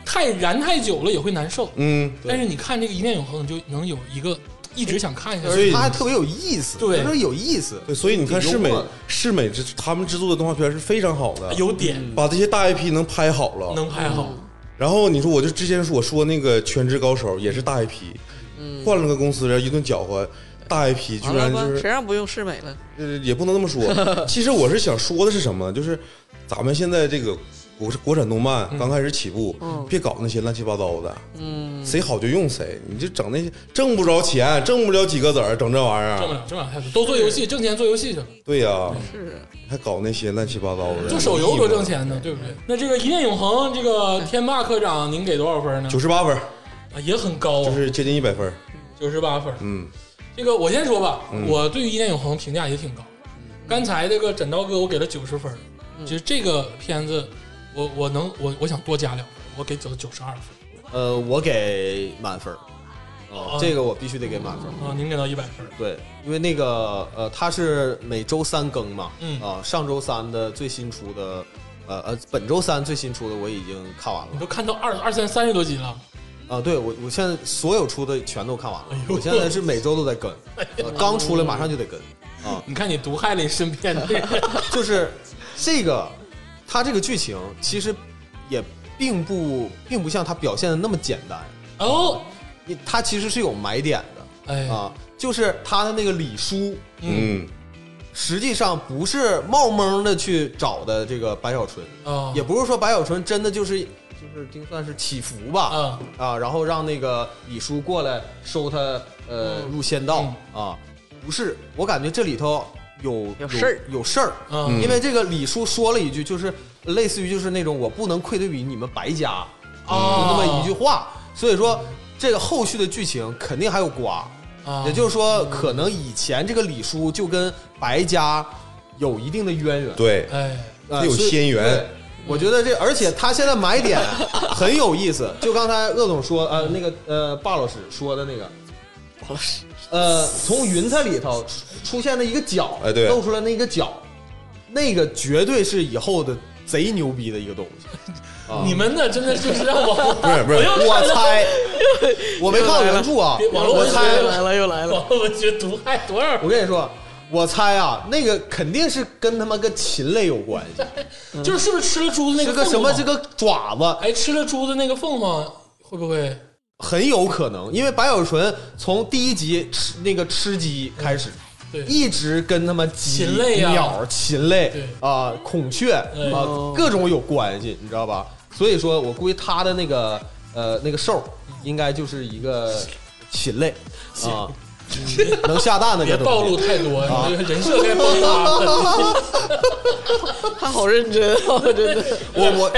太燃太久了也会难受。
嗯，
但是你看这个《一念永恒》，你就能有一个一直想看下
所
去。
以
他还特别有意思，
对
他说有意思，
对，所以你看
挺幽
世美
默的
世美制他们制作的动画片是非常好的，
有点
把这些大 IP 能拍好了。
能拍好，
然后你说，我就之前我说那个《全职高手》也是大 IP，换了个公司，然后一顿搅和，大 IP 居
完了
然
吧
就？是
谁让不用世美了？
呃也不能这么说。其实我是想说的是什么呢？就是咱们现在这个国国产动漫刚开始起步，别搞那些乱七八糟的，嗯，谁好就用谁，你就整那些挣不着钱、挣不了几个子儿，整这玩意
挣不
儿，
了，挣不了太多，都做游戏挣钱做游戏去了。
对呀、
是
还搞那些乱七八糟的，
做手游多挣
钱，
钱呢，对不对？那这个一念永恒，这个天霸科长，您给多少分呢？
九十八分，
啊，也很高、啊，
就是接近一百分，
九十八分。
嗯，
这个我先说吧，
嗯
我对于《一念永恒》评价也挺高。刚才这个枕刀哥我给了九十分，
嗯
其实这个片子我我能我我想多加两分，我给九九十二分
呃，我给满分儿，哦
哦
这个我必须得给满分儿。
啊，您给到一百分。
对，因为那个呃，它是每周三更嘛，
嗯
啊、上周三的最新出的，呃呃，本周三最新出的我已经看完
你
了，
都看到二二三三十多集了，
啊、对我我现在所有出的全都看完了，
哎呦
我现在是每周都在跟，
哎
呃刚出来马上就得跟，啊、
你看你毒害了你身边的人，
就是这个，它这个剧情其实也并不并不像它表现的那么简单，
哦，
你它其实是有埋点的
哎，
啊、就是它的那个李叔，
嗯
嗯
实际上不是冒蒙的去找的这个白小纯，
啊，
也不是说白小纯真的就是就是就算是祈福吧，
啊，
啊，然后让那个李叔过来收他呃
嗯
入仙道啊，不是，我感觉这里头有
有事儿
有事儿，
嗯
因为这个李叔说了一句，就是类似于就是那种我不能愧对于你们白家，有那
啊，
么一句话，所以说这个后续的剧情肯定还有瓜，
啊，
也就是说，可能以前这个李叔就跟白家有一定的渊源，
对，
哎，
呃，
他有
所以
仙缘
对我觉得这，而且他现在买点很有意思。就刚才鄂总说，呃，那个呃，霸老师说的那个，
王老师，
呃，从云彩里头出现的一个角，
哎对
露出来那个角，那个绝对是以后的贼牛逼的一个东 西。啊
你们呢，真的就是让我
不是不是，
我猜，我没看过原著啊
别，网络
我
文学
猜
又来了又来了，
网络文学毒害多少
我跟你说，我猜啊，那个肯定是跟他妈个禽类有关系，
就是是不是吃了猪的那
这嗯个什
凤凰
么这个爪子
哎，吃了猪的那个凤凰会不会
很有可能，因为白小纯从第一集吃那个吃鸡开始。
对
一直跟他妈鸡、
禽类啊
鸟、禽类
对
啊、孔雀啊、
哎
各种有关系，你知道吧？所以说我估计他的那个呃那个兽应该就是一个禽类啊，能下蛋的
别
这东西啊
暴露太多？你这个人设该崩塌了。
他好认真啊，真的。
我我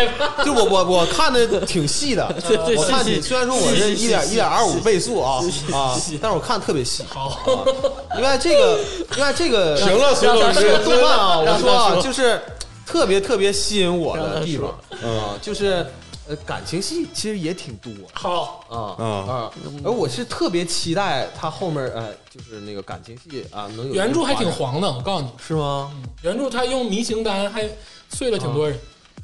就我我我看的挺细 的，
对
我看
细
挺虽然说我是一点一点二五倍速啊啊
细，
但是我看特别细。
好，
啊 另外这个，另外这个，
行了，孙老
这
师
个，动漫啊，
让他
我说啊，
说
就是特别特别吸引我的地方
嗯
啊，就是呃感情戏其实也挺多
好，
啊
啊
啊，而我是特别期待他后面哎，就是那个感情戏啊能有
原著还挺
黄
黄的，我告诉你，
是吗？哦
原著他用迷情丹还碎了挺多人，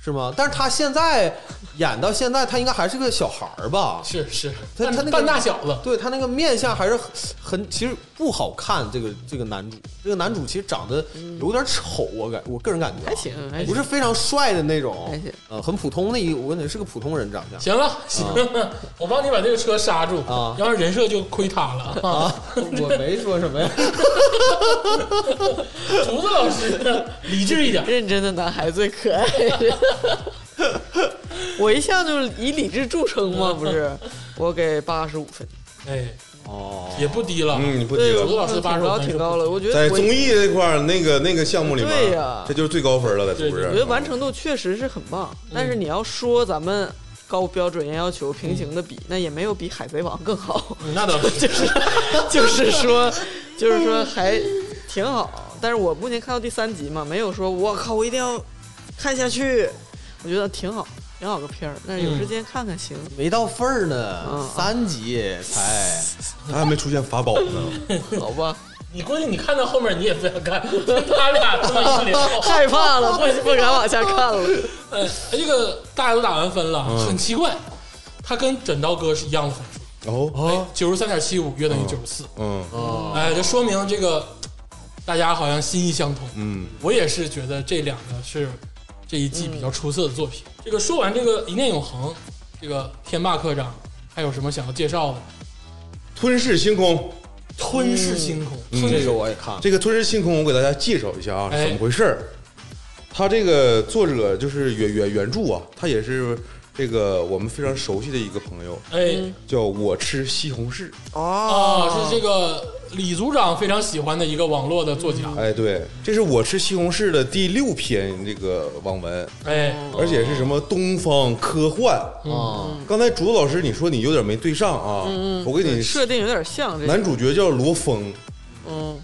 是吗？但是他现在演到现在，他应该还是个小孩儿吧？
是是，
他
半
他那个
半大小子，
对他那个面相还是很很，其实不好看。这个这个男主，这个男主其实长得有点丑，我感我个人感觉啊
嗯还行还行
不是非常帅的那种
还行，
呃，很普通的一个，我感觉是个普通人长相。
行了行
哦
了，我帮你把这个车刹住
啊
要不然人设就亏塌了
哦
啊！
我没说什么呀，
竹子老师， 理智一点，
认真的男孩最可爱。 我一向就是以理智著称嘛，不是？我给八十五分，
哎，
哦，
也不低了，
嗯，你不提
对，
个
我
了。
老师
挺
85
高，
分
挺高了。我觉得
在
我
综艺这块儿，那个那个项目里面，
对呀
这就是最高分了，在是不
我觉得
是？
完成度确实是很棒，
嗯
但是你要说咱们高标准严要求平行的比，那也没有比《海贼王》更好，
那倒是，
就是说，就是说还挺好。但是我目前看到第三集嘛，没有说我靠，我一定要看下去，我觉得挺好，挺好个片儿。但是有时间看看行。
没到份儿呢
嗯，
三集才。
他还没出现法宝呢，
嗯
好 吧，
你估计你看到后面你也不想看， 他俩这么一聊，
哦
害怕了，不不敢往下看了。
呃，这个大家都打完分了，
嗯
很奇怪，他跟枕刀哥是一样的分数，
嗯
哎，
哦，
九十三点七五约等
哦
于九十四，
嗯
哎，这说明这个大家好像心意相通。
嗯，
我也是觉得这两个是这一季比较出色的作品。这个说完这个一念永恒，这个天霸科长还有什么想要介绍的？
吞噬星空，
吞噬星空，
嗯
嗯这个我也看了，
这个吞噬星空，我给大家介绍一下啊，
哎
是怎么回事儿？他这个作者就是原原原著啊，他也是这个我们非常熟悉的一个朋友，
哎
叫我吃西红柿。
哦
啊，是这个李组长非常喜欢的一个网络的作家，
哎，对，这是我吃西红柿的第六篇这个网文，
哎，
而且是什么东方科幻。
嗯
啊，
刚才竹子老师你说你有点没对上啊，我给你
嗯设定有点像这个，
男主角叫罗峰，
嗯，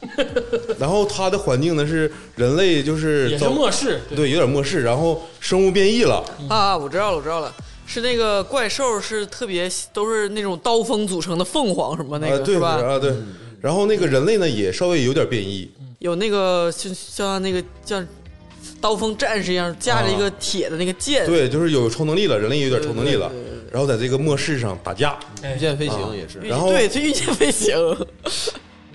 然后他的环境呢是人类就是
也是
遭
末世，
对有点末世，然后生物变异了，
啊，我知道了，我知道了，是那个怪兽是特别都是那种刀锋组成的凤凰什么那
啊
个、
对
是吧？嗯
啊对，然后那个人类呢也稍微有点变异，
有那个就像那个叫刀锋战士一样架着一个铁的那个剑，
啊对，就是有超能力了，人类有点超能力了
对对对，
然后在这个末世上打架，
哎
御，剑飞行也是
御，
然后
对他御剑飞 行，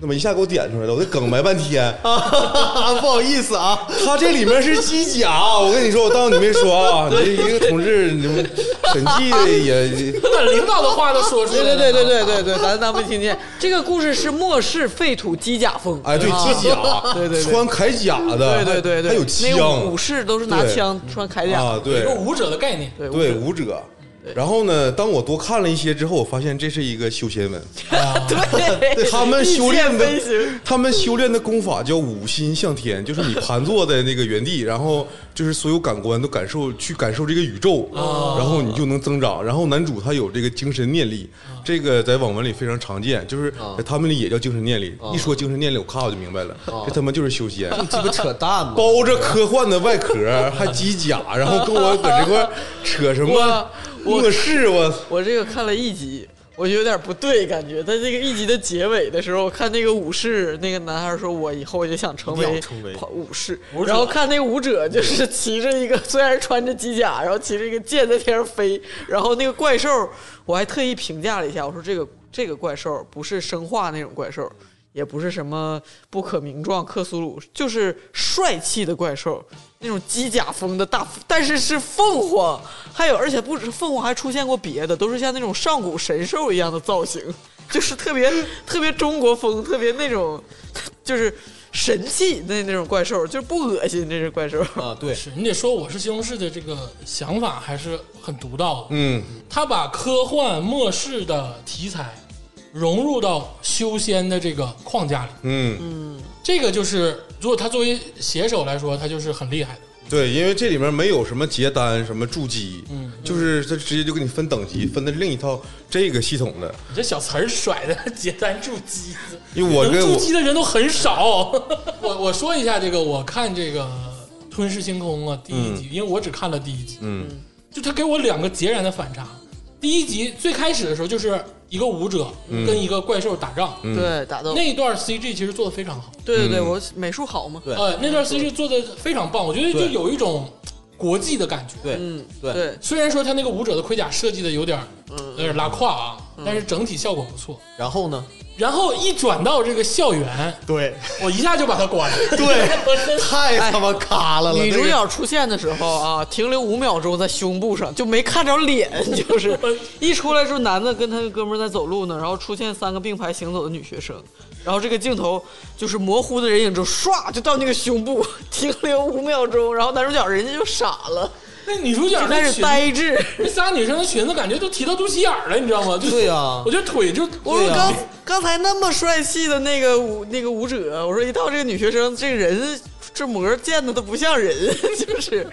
那么一下给我点出来了，我这梗埋半 天。
啊，不好意思啊，
他这里面是机甲，我跟你说，我当你没 说啊，你这一个同志，你们审计也也
把领导的话都说出来了，
对
啊
对对对对对对，咱咱没听见。这个故事是末世废土机甲风，
哎，对
啊
机 甲，
对对对
穿铠甲的，
对对对对，
还有
那个武
枪
士都是拿
对
枪穿铠甲，
啊，
有
对
个舞者的概念，
对武
对
士
舞者。然后呢，当我多看了一些之后，我发现这是一个修仙 文，
对，
他们修炼
御剑飞行
的他们修炼的功法叫五心向天，就是你盘坐在那个原地，然后就是所有感官都感受去感受这个宇宙，然后你就能增长。然后男主他有这个精神念力，这个在网文里非常常见，就是在他们里也叫精神念力。一说精神念力，我咔我就明白了，这他妈就是修 仙。
这不扯淡吗？
包着科幻的外壳，还机甲，然后跟我搁这块儿扯什么
我
末世，我
我这个看了一集，我就有点不对，感觉在这个一集的结尾的时候，我看那个武士，那个男孩说：“我以后也想成
一定
为
要成为
武士。
武者
然后看那个武者，就是骑着一个， 虽然穿着机甲，然后骑着一个剑在天上飞。然后那个怪兽，我还特意评价了一下，我说这个这个怪兽不是生化那种怪兽。也不是什么不可名状克苏鲁，就是帅气的怪兽，那种机甲风的大，但是是凤凰，还有而且不止凤凰，还出现过别的，都是像那种上古神兽一样的造型，就是特别特别中国风，特别那种就是神器那那种怪兽，就是不恶心这只怪兽。
啊，对，
是你得说我是西红柿的这个想法还是很独到的，
嗯，
他把科幻末世的题材融入到修仙的这个框架里，
嗯，
这个就是如果他作为写手来说，他就是很厉害的。
对，因为这里面没有什么结单、什么筑基，嗯，就是它直接就给你分等级，分的另一套这个系统的。
你这小词儿甩的，结单筑基，
因为我
能
跟
筑
我
基的人都很少。我我说一下这个，我看这个吞噬星空》啊，第一集，因为我只看了第一集，
嗯
就他给我两个截然的反差。第一集最开始的时候，就是一个舞者跟一个怪兽打仗，
嗯
对，打斗
那，一段 CG 其实做的非常好，
对对对，
嗯
我美术好嘛，
对
呃，那段 CG 做的非常棒，我觉得就
对
有一种国际的感觉。
对
嗯，
对
对，
虽然说他那个舞者的盔甲设计的有点儿有
嗯，
点儿拉胯啊，但是整体效果不错。
然后呢？
然后一转到这个校园，
对
我一下就把它关了。
对，
我真的
太他妈卡了了。
哎女主
这个
角出现的时候啊，停留五秒钟在胸部上，就没看着脸， 就是一出来之后，男的跟他哥们儿在走路呢，然后出现三个并排行走的女学生，然后这个镜头就是模糊的人影中，唰就到那个胸部，停留五秒钟，然后男主角人家就傻了，
那女主角
就开
那
始
裙，
呆滞。
那仨女生的裙子感觉都提到肚脐眼儿了，你知道吗？就
对啊呀
我觉得腿就
啊我说
对啊
刚、刚才那么帅气的那个舞那个舞者，我说一到这个女学生，这个人这模儿见的都不像人， 就是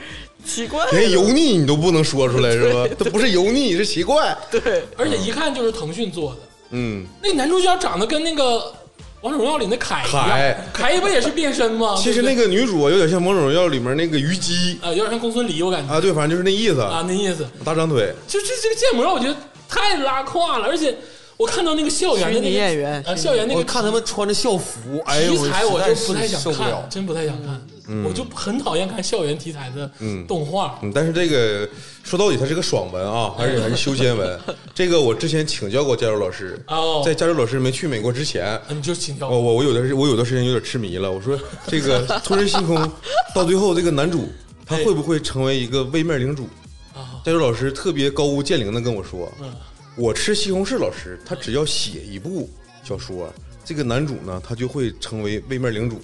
奇怪。
连油腻你都不能说出来是吧？它不是油腻，是奇怪。
对，
而且一看就是腾讯做的。
嗯，
那男主角长得跟那个《王者荣耀》里那凯一样
凯，
凯不也是变身吗？
其实那
对不
个女主啊有点像《王者荣耀》里面那个虞姬
对啊，有点像公孙离，我感觉
啊，对，反正就是那意思，
啊，那意思。
大长腿。
就这这个建模，我觉得太拉胯了，而且我看到那个校园的
虚拟
那
演
个
员
呃校园那
我
个
看他们穿着校服，哎呦，
题材，我就是
实在
不太想
受不
看，
了。嗯
真不太想看。我就很讨厌看校园题材的动画，
嗯，但是这个说到底，它是个爽文啊，而且还是修仙文。这个我之前请教过加州老师
哦，
在加州老师没去美国之前，
你就请教
我
哦
我。
哦我我有的是我有段时间有点痴迷了，我说 这个《吞噬星空》到最后这个男主他会不会成为一个位面领主？
啊
加州老师特别高屋建瓴的跟我说，
嗯
我吃西红柿老师，他只要写一部小说，这个男主呢，他就会成为位 面领主。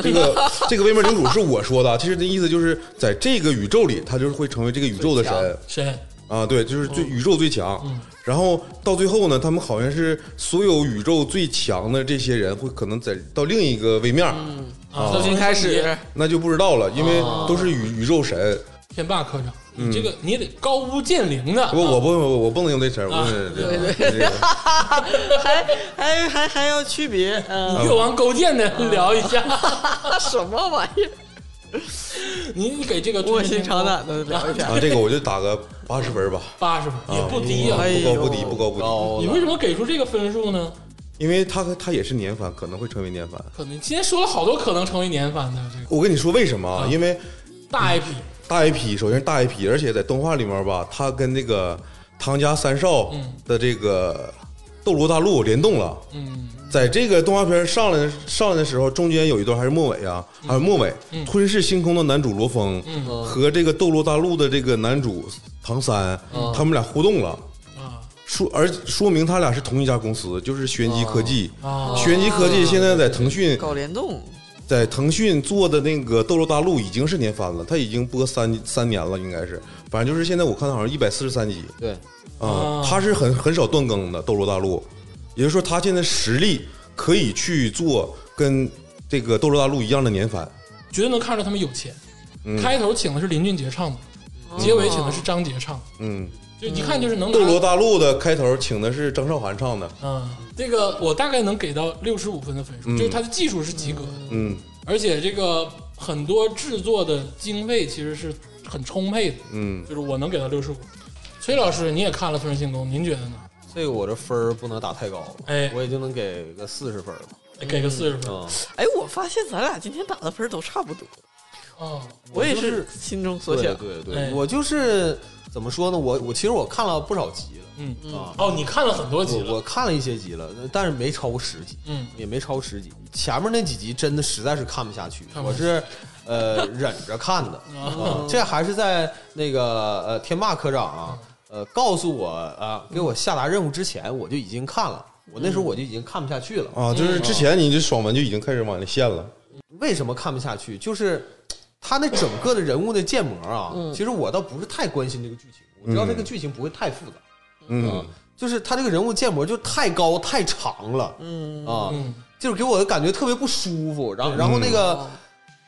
这个这个位面领主是我说的啊，其实那意思就是在这个宇宙里，他就是会成为这个宇宙的神
谁？
啊，对，就是
嗯
最宇宙最强。然后到最后呢，他们好像是所有宇宙最强的这些人，会可能在到另一个位面，
哦
啊，
重新开始，
那就不知道了，因为都是宇宇宙神。
天霸科长，
嗯
你这个你也得高屋建瓴的。
不，
哦
我不我我不能用这词儿，我
啊
不能用这词儿这个
还还还还要区别，嗯、
越王勾践的聊一
哦
下，
什么玩意儿？
你 你给这个哦
卧薪尝胆的聊一下。
啊，这个我就打个八十分吧，
八十
哦
分，也不低啊哦
啊。
哎
不
呦
高不低，不高不低。
高
你为什么给出这个分数呢？
因为他他也是年番，可能会成为年番。
可能今天说了好多可能成为年番的这个
我跟你说为什么啊？因为
大 IP，
大 IP，首先是大 IP，而且在动画里面吧，他跟那个唐家三少的这个《斗罗大陆》联动了。
嗯，
在这个动画片上来上来的时候，中间有一段还是末尾啊，还有末尾，吞噬星空的男主罗峰和这个《斗罗大陆》的这个男主唐三，他们俩互动了。
啊
说而说明他俩是同一家公司，就是玄机科技。
啊
玄机科技现在在腾讯
搞联动，
在腾讯做的那个《斗罗大陆》已经是年番了，它已经播三三年了，应该是，反正就是现在我看到好像一百四十三集
对，
啊
啊，
它是很很少断更的《斗罗大陆》，也就是说它现在实力可以去做跟这个《斗罗大陆》一样的年番。
绝对能看出他们有钱。
嗯
开头请的是林俊杰唱的，结尾请的是张杰唱的，
嗯，
就一看就是能
嗯
《
拿
斗罗大陆》的开头请的是张韶涵唱的，
嗯，这个我大概能给到六十五分的分
嗯
数，就是他的技术是及格的，
嗯
而且这个很多制作的经费其实是很充沛的，
嗯，
就是我能给到六十五。崔老师，你也看了《吞噬星空》，您觉得呢？
这个我这分儿不能打太高了，
哎嗯
我也就能给个四十分儿吧。
给个四十分。
啊，
哎，我发现咱俩今天打的分儿都差不多，
哦，
我也
就是
心中所
对
想。
对
哎
对，我就是怎么说呢？我我其实我看了不少集了，
嗯，
啊
哦，你看了很多集
我
了
我，看了一些集了，但是没超过十集，
嗯，
也没超过十集。前面那几集真的实在是看不下去，
看不
我
下哦
是呃忍着看的啊。这还是在那个呃天霸科长啊，呃告诉我啊给我下达任务之前，我就已经看了。我那时候我就已经看不下去了，
啊，就是之前你这爽文就已经开始往里陷了。
为什么看不下去？就是他那整个的人物的建模啊，其实我倒不是太关心这个剧情，我知道这个剧情不会太复杂，
嗯
啊，就是他这个人物建模就太高太长了，嗯啊，
嗯
就是给我的感觉特别不舒服。然后，然后那个、
哦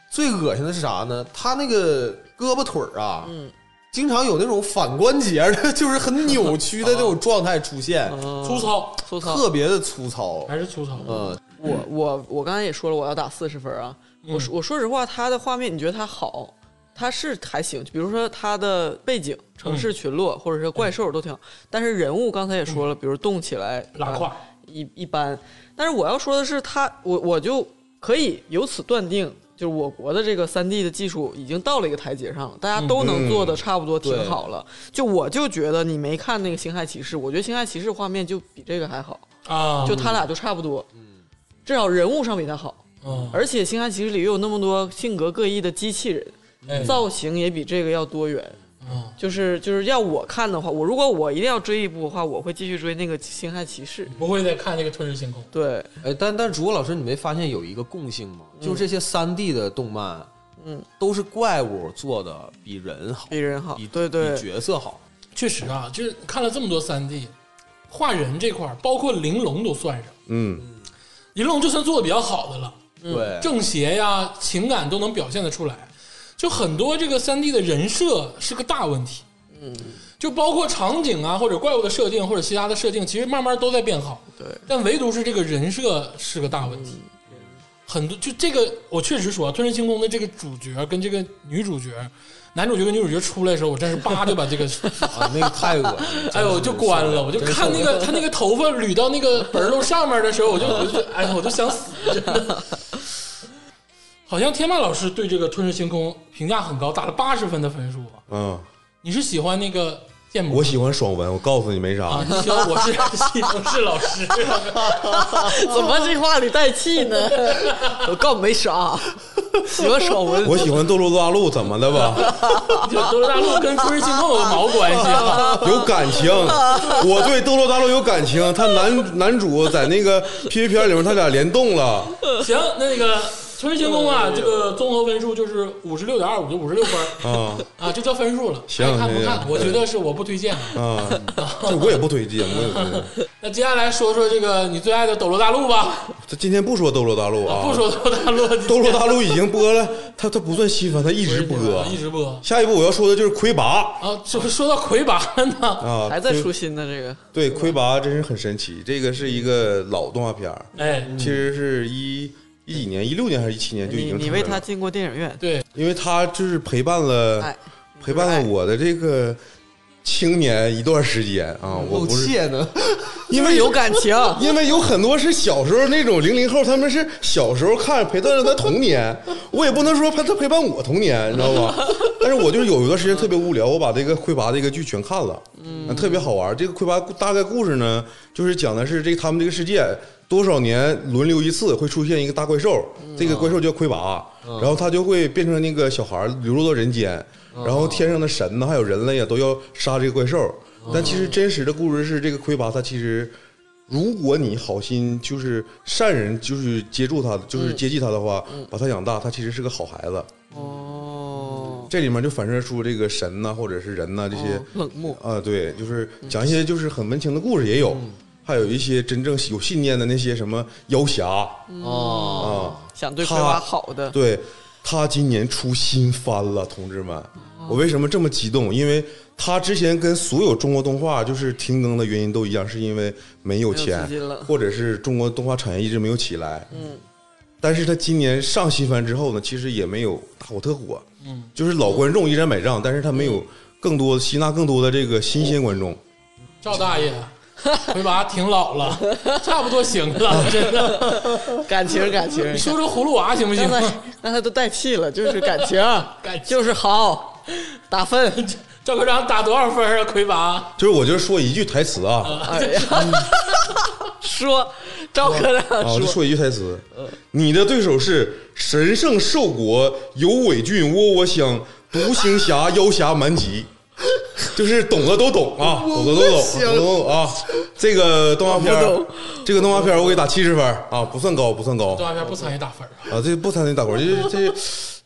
最恶心的是啥呢？他那个胳膊腿儿啊，
嗯
经常有那种反关节的， 就是很扭曲的那种状态出现，
粗糙
嗯粗糙。
特别的粗糙。
还是粗糙，
嗯，
嗯
我我我刚才也说了，我要打四十分啊。我说我说实话，它的画面你觉得它好，它是还行，比如说它的背景、城市群落、或者是怪兽都挺好，但是人物刚才也说了，比如动起来
嗯拉
啊
胯
一一般，但是我要说的是它，我我就可以由此断定。就是我国的这个三 D 的技术已经到了一个台阶上了，大家都
嗯
能做的差不多挺好了。就我就觉得你没看那个《星海骑士》，我觉得《星海骑士》画面就比这个还好，
啊，
哦就他俩就差不多，至少人物上比他好。
嗯
而且《星海骑士》里又有那么多性格各异的机器人，
哎
造型也比这个要多元。
嗯
就是就是要我看的话，我如果我一定要追一部的话，我会继续追那个《星汉骑士》。
不会再看这个《春日星空》
对，
哎，但但竹果老师，你没发现有一个共性吗？就是这些三 D 的动漫，
嗯，
都是怪物做的比人好，
比人好
比，
对对
比，角色好。
确实啊，就是看了这么多三 D，画人这块儿，包括玲珑都算上，
嗯，
玲珑就算做的比较好的了，
嗯
对，
正邪呀、情感都能表现得出来。就很多这个三 D 的人设是个大问题，嗯，就包括场景啊，或者怪物的设定，或者其他的设定，其实慢慢都在变好，
对，
但唯独是这个人设是个大问题。很多就这个，我确实说，《啊吞噬星空》的这个主角跟这个女主角，男主角跟女主角出来的时候，我真是叭就把这个
啊，那个太恶心了
哎
嗯
呦，我就关了，我就看那个他那个头发捋到那个门头上面的时候， 我就我就哎呀，我就想死，真的。 好像天霸老师对这个《吞噬星空》评价很高，打了八十分的分数啊。
嗯，
你是喜欢那个建模？
我喜欢爽文，我告诉你没啥
啊，，你喜欢我是 西蒙是老师，
哦
怎么这话里带气呢？我告没 啥，喜欢爽文，
我喜欢《斗罗大陆》，怎么的吧？
就《斗罗大陆》跟《春日星空》有毛关系 啊？
有感情，我对《斗罗大陆》有感情。他男男主在那个 PV 片里面，他俩联动了，
行，那个《春日星空》啊，这个综合分数就是五十六点二五，就五十六分儿
啊
啊，就这分数了。哎
行
爱看不
行
看？我觉得是我不推荐啊。
啊，这我也不推荐，我也不推荐。
那接下来说说这个你最爱的《斗罗大陆》吧，
这今天不说《斗罗大陆》啊，
不说《斗罗大陆》，
《斗罗大陆》已经播了，它它不算新番，它一直播。
啊一直播。
下一步我要说的就是魁拔
啊，说说到魁拔了呢，
啊，
还在
对
出新的这个，
对魁拔真是很神奇，这个是一个老动画片儿，
哎，
其实是一一几年，一六年还是一七年就已
你
经
你
出
为
来
他
了，
进过电影院，
对，
因为它就是陪伴了
哎，
陪伴了我的这个青年一段时间啊，我
露
不是
怯呢，
因
就是
为
有。感 情，
因为有很多是小时候那种零零后，他们是小时候看陪伴着他童年，我也不能说陪他陪伴我童年，你知道吧？但是我就是有一段时间特别无聊，我把这个《魁拔》这个剧全看了，嗯，特别好玩。这个《魁拔》大概故事呢，就是讲的是这个他们这个世界多少年轮流一次会出现一个大怪兽，这个怪兽叫魁拔，然后他就会变成那个小孩儿流落到人间，然后天上的神呢还有人类啊都要杀这个怪兽。但其实真实的故事是，这个魁拔他其实如果你好心就是善人，就是接住他，就是接济他的话，把他养大，他其实是个好孩子。
哦，
这里面就反射出这个神呐、或者是人呐、这些
哦冷漠，
啊，对，就是讲一些就是很温情的故事也有，还有一些真正有信念的那些什么妖侠
哦，
啊，
想对
他
魁拔好的，
对他今年出新番了，同志们，我为什么这么激动？因为他之前跟所有中国动画就是停更的原因都一样，是因为没有
没有
钱
资金了，
或者是中国动画产业一直没有起来。嗯，但是他今年上新番之后呢，其实也没有大火特火，
嗯，
就是老观众依然买账，但是他没有更多吸纳更多的这个新鲜观众。
赵大爷，魁拔挺老 了，差不多行了，真的。
感情感情
你，说说葫芦娃行不行
刚？才刚才都带气了，就是感情，
感情
就是好，打分，
赵科长打多少分啊？魁拔，
就是我就说一句台词啊，
哎呀，说赵科长
啊，我就
说，
说一句台词，你的对手是神圣兽国有伪郡窝窝乡独行侠妖侠蛮吉，就是懂的都懂啊，懂的都懂，懂的都懂啊。这个动画片
我不
儿
懂，
这个动画片儿我给打七十分儿啊，不算高，不算高
动画片不参与打分啊。
啊，这不参与打分，这这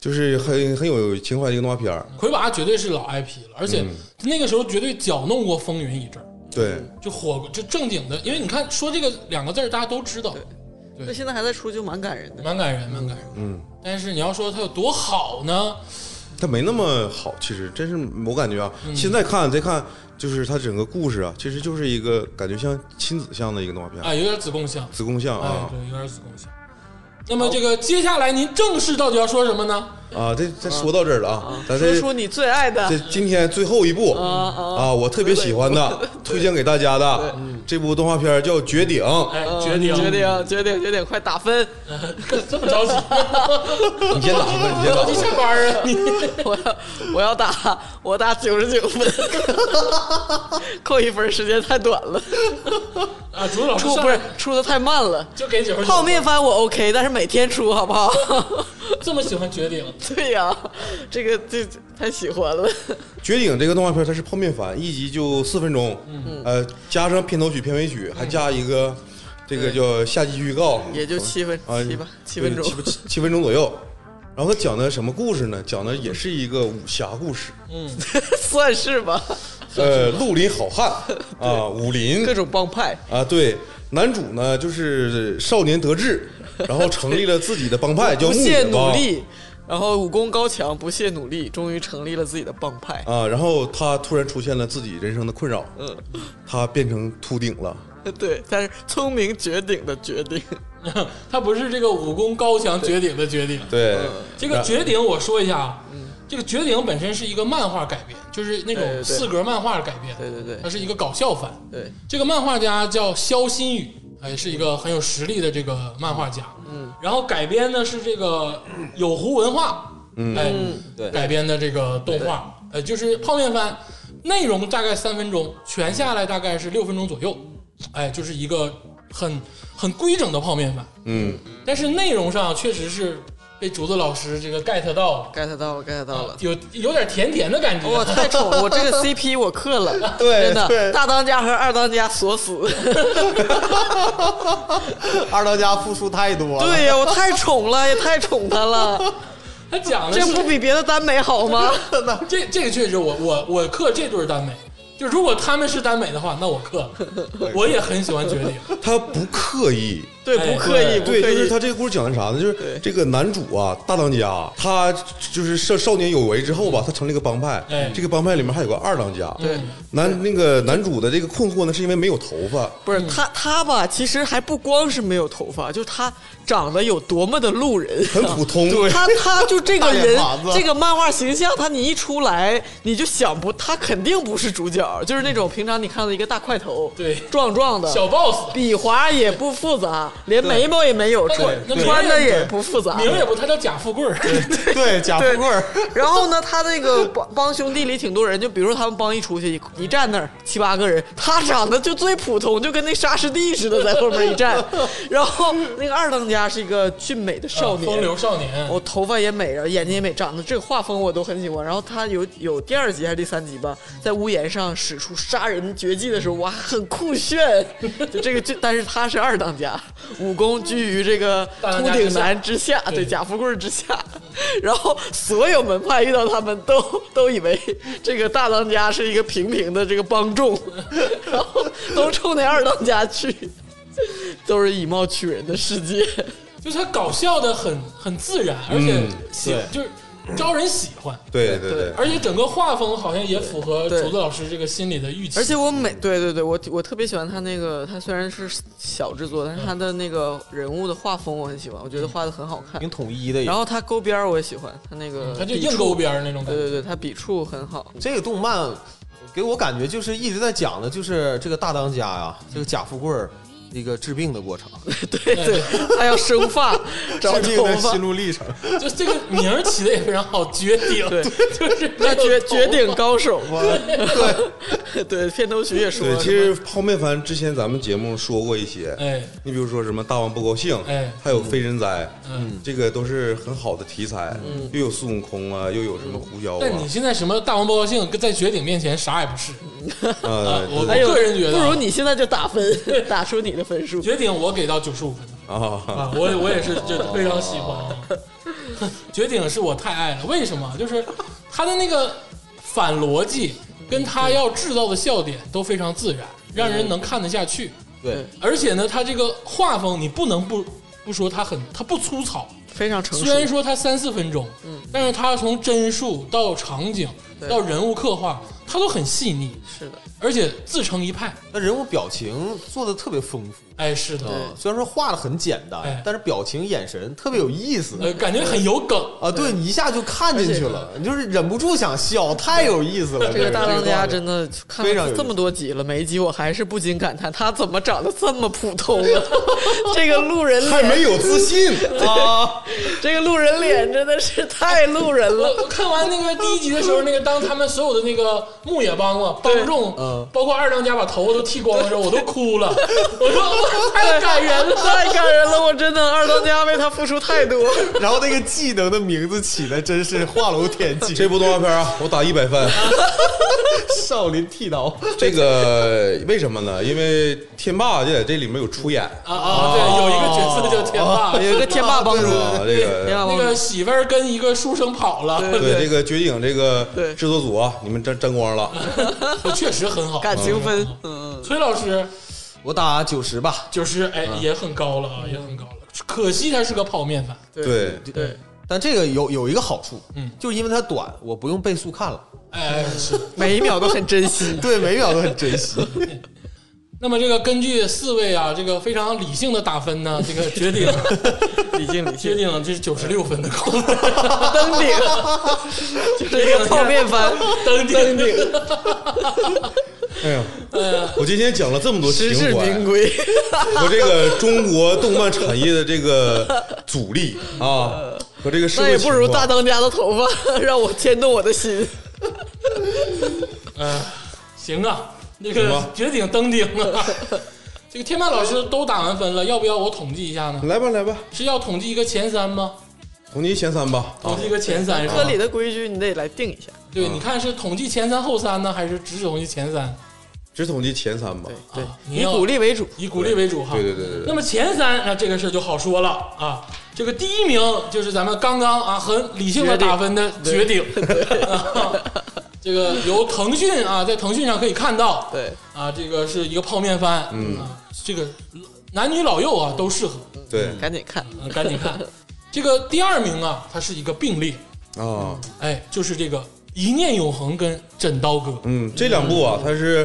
就是很很有情怀的一个动画片儿。
魁拔绝对是老 IP 了，而且
嗯
那个时候绝对搅弄过风云一阵儿，
对，
就火过，就正经的。因为你看说这个两个字儿，大家都知道，
这现在还在出，就蛮感人的。
蛮感人，蛮感人。
嗯，
但是你要说它有多好呢？
它没那么好，其实真是我感觉啊，
嗯
现在看再看，就是它整个故事啊，其实就是一个感觉像亲子向的一个动画片，
啊，有点子贡像，
子宫像
哎
哦
啊，。
对，有点子贡像。那么这个接下来您正式到底要说什么呢？
啊，这这说到这儿了啊，咱
说
这
出你最爱的
这今天最后一部啊，我特别喜欢的，推荐给大家的这部动画片叫《绝顶》。
哎，
嗯
决定
决，定决定决定，快打分！
这么着急，
你先打吧，你先
哦
打
着急
吧。
上班啊？你
我要我要打我打九十九分，扣一分，时间太短了，
啊，竹子老师
出
上
不
来
是出的太慢了。
就给九十九，
泡面番我 OK，但是每天出好不好？
这么喜欢决定，
对呀、这个这这太喜欢了。
《绝顶》这个动画片它是泡面番，一集就四分钟，
嗯
呃，加上片头曲、片尾曲，还加一个这个叫下集预告，
也就七分
啊
七吧七
对
分钟
七七七分钟左右。然后它讲的什么故事呢？讲的也是一个武侠故事，
嗯算是吧，
呃，绿林好汉啊，武 林
各种帮派，
啊，对，男主呢就是少年得志，然后成立了自己的帮派，叫
不
牧
懈
野
努
帮
力，然后武功高强，不懈努力，终于成立了自己的帮派。
啊。然后他突然出现了自己人生的困扰，
嗯，
他变成秃顶了。
对，但是聪明绝顶的绝顶，
他不是这个武功高强绝顶的绝顶，
对，
这个绝顶我说一下啊，这个绝顶本身是一个漫画改编，就是那
嗯对对对
种四格漫画改编，
对对对
它是一个搞笑番。
对，
这个漫画家叫肖新宇，哎，是一个很有实力的这个漫画家。嗯，然后改编呢是这个呃有狐文化，嗯，哎，
对
改编的这个动画，呃，就是泡面番，内容大概三分钟，全下来大概是六分钟左右，哎，就是一个很很规整的泡面番，
嗯，
但是内容上确实是被竹子老师这个 get 到了。
get 到了，get 到了。
有有点甜甜的感觉，啊
我太丑，我这个 CP 我克了，
对
真的，
对
大当家和二当家锁死，
二当家付出太多了。
对呀，我太宠了，也太宠他了，
他讲的
这
是
不比别的耽美好吗？
这这个确实我，我我克这对儿耽美，就如果他们是耽美的话，那我克，我也很喜欢绝顶。
他不刻意。
对，
哎
不刻意，不
对，
刻
就是
意
他，这个故事讲的是啥呢？就是这个男主啊，大当家，他就是少少年有为之后吧，他成立一个帮派
哎，
这个帮派里面还有个二当家。
对
嗯
男那个男主的这个困惑呢，是因为没有头发。
不是他他吧，其实还不光是没有头发，就是他长得有多么的路人。啊
很普通，
他他就这个
大脸
人
盘子，
这个漫画形象，他你一出来，你就想不，他肯定不是主角，就是那种平常你看到一个大块头，
对
壮壮的，
小 boss
笔划也不复杂，连眉毛也没有，穿
那名
穿的
也
也不复杂，
名儿也不，他叫贾富贵儿，
对，贾
对
富贵儿，
然后呢，他那个帮帮兄弟里挺多人，就比如说他们帮一出去一一站那儿七八个人，他长得就最普通，就跟那沙师弟似的在后面一 站。然后那个二当家是一个俊美的少年，
啊
哦
风流少年。
我头发也美，然后眼睛也美，长得这个画风我都很喜欢。然后他有有第二集还是第三集吧，在屋檐上使出杀人绝技的时候，哇，很酷 炫。就这个，这但是他是二当家，武功居于这个
大当
秃
家
顶
之下
男之下，对
对
贾富贵儿之下。然后所有门派遇到他们都 都以为这个大当家是一个平平的这个帮众， 然后都冲那二当家去，都是以貌取人的世界。
就是他搞笑的很很自然，而且喜、
对
就是招人喜欢，
对对
嗯对
对，
而且整个画风好像也符合
对
竹子老师这个心里的预期。
而且我
嗯
每对对对，我我特别喜欢他那个，他虽然是小制作，但是他
嗯
的那个人物的画风我很喜欢，我觉得画的很好看
挺。统一的。
然后他勾边儿我也喜欢，他那个
嗯他就
笔触
硬勾，边儿那种感
对
觉，
对对，他笔触很好。
这个动漫给我感觉就是一直在讲的，就是这个大当家呀、这个贾富贵儿一个治病的过程，
对
嗯
对， 他要生 发，找
治病
头
的
发
心。路历程。
就这个名儿起的也非常好，绝顶，
对
就是没
那
有
绝
头
绝顶高手，
对，
对片头曲也说
对，
了。
其实泡面番之前咱们节目说过一些，
哎，
你比如说什么大王不高兴，
哎
还有非人哉，
嗯，
这个都是很好的题材，嗯，又有孙悟空啊，又有什么狐妖
但你
啊，
现在什么大王不高兴，跟在绝顶面前啥也不是。
呃，
我
哎
对
呦，
个人觉得
不
啊
如你现在就打分， 打出你的分数。
绝顶我给到九十五分。
啊，
啊，我我也是就非常喜欢啊。 绝顶是我太爱了，为什么？就是他的那个反逻辑跟
嗯
他要制造的笑点都非常自然，让人能看得下去。
对，
而且呢，他这个画风你不能不不说他很他不粗糙，
非常成熟
虽。然说它三四分钟，嗯，但是它从帧数到场景
对
到人物刻画，它都很细腻，
是的，
而且自成一派。
那人物表情做的特别丰富。
哎，是的，
啊，虽然说画的很简
哎
单，但是表情、眼神特别有意思
呃，感觉很有梗。
啊！对你一下就看进去了，你就是忍不住想笑，太有意思了。
这个大当家真
的
的看
非常
了
有
这么多集了，每一集我还是不禁感叹，他怎么长得这么普通啊？ 这个路人
还
脸，
没有 自信，
哦
啊，
这个路人脸真的是太路人了。
我我看完那个第一集的时候，那个当他们所有的那个牧野帮嘛帮众，
嗯
包括二当家把头都剃光的时候，我都哭了。我说哇太感人 了，
太感人了！我真的二当家为他付出太多。
然后那个技能的名字起的真是画龙点睛，
这部动画片啊，我打一百分。
少林剃刀
这个为什么呢？因为天霸就在这里面有出演
啊啊！对，有一个角色叫天霸，
啊
哦
有一个天霸帮主，
啊，这
天
个
霸
那
帮主
个媳妇儿跟一个书生跑了，
对
对这个绝影这个
对
制作组啊，你们沾沾光了。
确实很好。
感情分，嗯，
崔老师
我打九十吧，
就是哎，也很高了啊，也很高了。可惜他是个泡面番，
对，
对，
但这个有有一个好处，
嗯
就是因为它短，我不用倍速看了，
哎是。
每一秒都很珍惜。
对，每秒都很珍 惜。
那么这个根据四位啊，这个非常理性的打分呢，这个决定
李静，李
决
静，
定这是九十六分的高分。
登顶，就是一个泡面番，
登顶
哎呀，我今天讲了这么多情
实至名
怀，
归。
和这个中国动漫产业的这个阻力啊，和这个社
那
会
也不如
情况
大当家的头发，让我牵动我的心。
嗯，行啊，那
行
个
吧
绝顶登顶啊！ 这个天霸老师都打完分了，要不要我统计一下呢？
来吧来吧，
是要统计一个前三吗？
统计前三吧啊
统，计一个前三是吧
合？理的规矩你得来定一下。
对，你看是统计前三后三呢，还是只统计前三？
只统计前三吧
对。对
啊，你
以
要
鼓励为主。
以鼓励为主哈。
对对对对对
那么前三，那这个事儿就好说了啊。这个第一名就是咱们刚刚啊很理性的打分的绝顶， 啊这个由腾讯啊在腾讯上可以看到，
对，
啊，这个是一个泡面番，嗯，啊、这个男女老幼啊都适合，
对
赶紧看，
啊赶紧看。这个第二名啊，它是一个并列，
啊，
哎，就是这个《一念永恒》跟《枕刀哥》
嗯，这两部啊，它是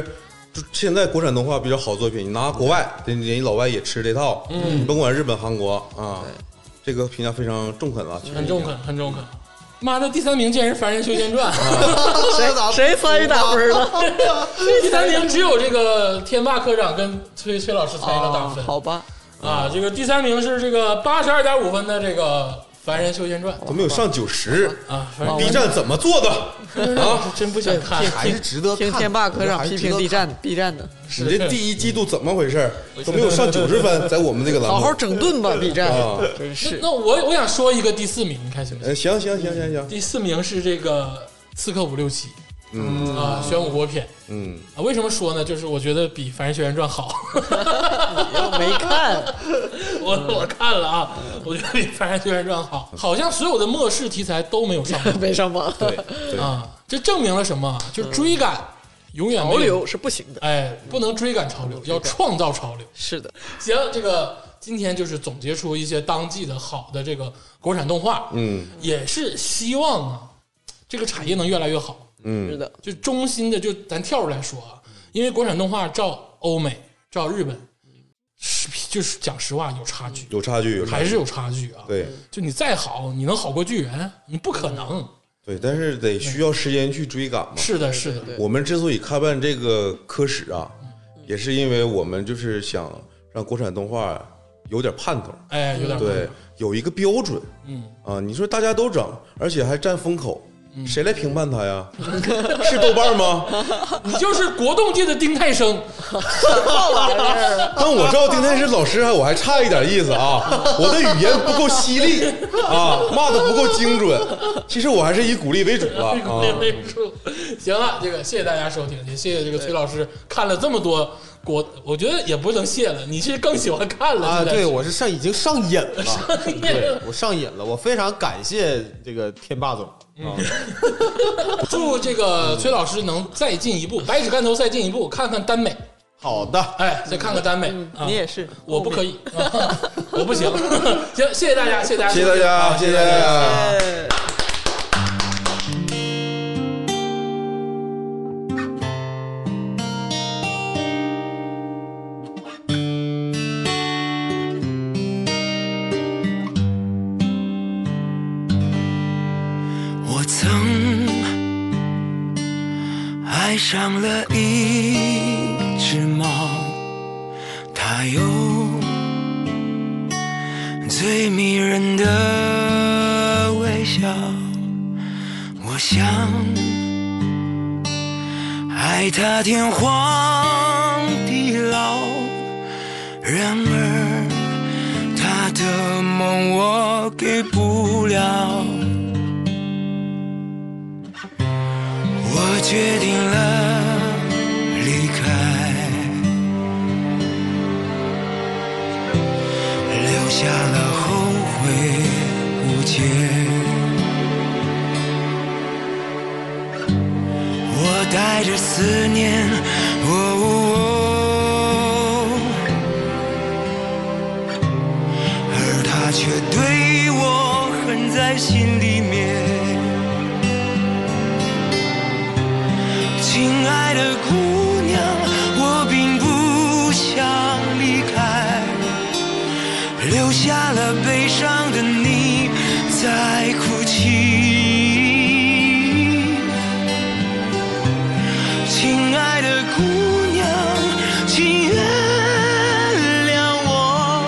就现在国产动画比较好的作品，你拿国外人人家老外也吃这套，嗯，甭管日本、韩国啊，这个评价非常中肯啊，其实
很中肯，很中肯。妈的，第三名竟然是《凡人修仙传》
谁
谁参与打分了？
第三名只有这个天霸科长跟崔崔老师参与了打分
好吧，
啊。这个第三名是这个八十二点五分的这个《凡人修仙传
怎么有上九十》
啊，反正
？B 站怎么做的？
啊，真不想看。
还是值得看
听
的？
天霸科长
还
批
是值得
评 B
看
站，B 站的，
是
你这第一季度怎么回事？都没有上九十分，在我们这个栏目。
好好整顿吧，B 站。
啊，
真
那
是
那我我想说一个第四名，你看行不行？
呃，行行行行行，
第四名是这个《刺客伍六七》，嗯啊，玄武国篇
嗯，
啊。为什么说呢？就是我觉得比《凡人修仙传》好，
没看，
我我看了啊，我觉得比《凡人修仙传》好，好像所有的末世题材都没有上榜
没上榜。
对对，
啊。这证明了什么？就是追赶永远没
嗯潮
有
流是不行的。
哎，不能追赶潮流，要创造潮流。
是的，
行，这个今天就是总结出一些当季的好的这个国产动画，
嗯
也是希望啊，这个产业能越来越好。
是
嗯，
的，
就衷心的，就咱跳出来说啊，因为国产动画照欧美、照日本，是就是讲实话有差距，
有差距，有差
还
距，
是有差距啊。，
对
就你再好，你能好过巨人？你不可
嗯
能。
对，但是得需要时间去追赶嘛。
是的，是的，
我们之所以开办这个科室啊，
嗯
也是因为我们就是想让国产动画有点盼头，
哎，有点
对，有一个标准
嗯，
啊。你说大家都整，而且还占风口，谁来评判 它呀？是豆瓣吗？
你就是国动界的丁太升，
啊
但我照丁太师老师，我还差一点意思啊，我的语言不够犀利啊，骂的不够精准。其实我还是以鼓励为主吧啊。
那位数。行了，这个谢谢大家收听，也谢谢这个崔老师看了这么多国，我觉得也不能谢了，你是更喜欢看了
啊！
现在是
对，我是上已经上瘾了，对我上瘾了，我非常感谢这个天霸总
嗯
啊！
祝这个崔老师能再进一步，百尺竿头再进一步，看看耽美。
好的，
哎，再看看耽美
嗯，
啊
你也是，
我不可
以。
以，啊我不 行。行，谢谢大家，谢谢大家，
谢谢大家，谢谢大家。
哎
我曾爱上了一只猫，它有最迷人的微笑。我想爱它天荒地老，然而它的梦我给不了。我决定了离开，留下了后悔无解。我带着思念，哦而他却对我恨在心里面。亲爱的姑娘，我并不想离开，留下了悲伤的你在哭泣。亲爱的姑娘，请原谅我，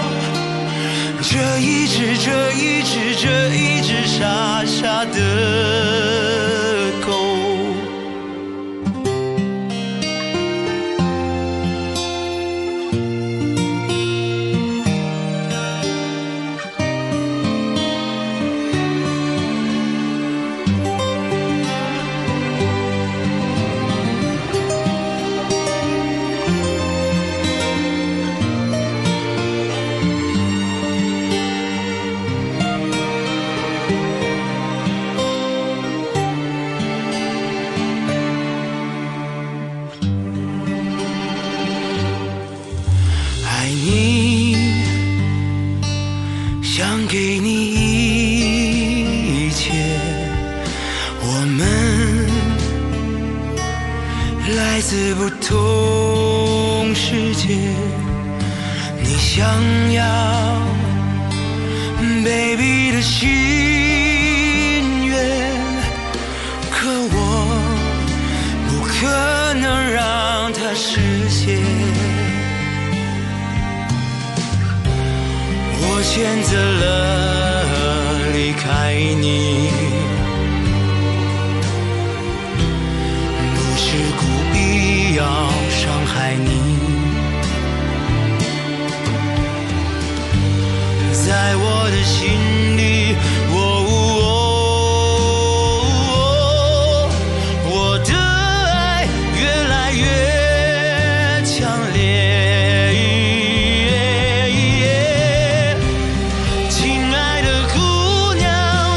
这一直，这一直，这一直傻傻的狗。爱你，想给你一切，我们来自不同世界。你想要，baby 的心愿，可我不可能让它实现。我选择了离开你，不是故意要伤害你，在我的心里，我、哦哦我的爱越来越强烈。亲爱的姑娘，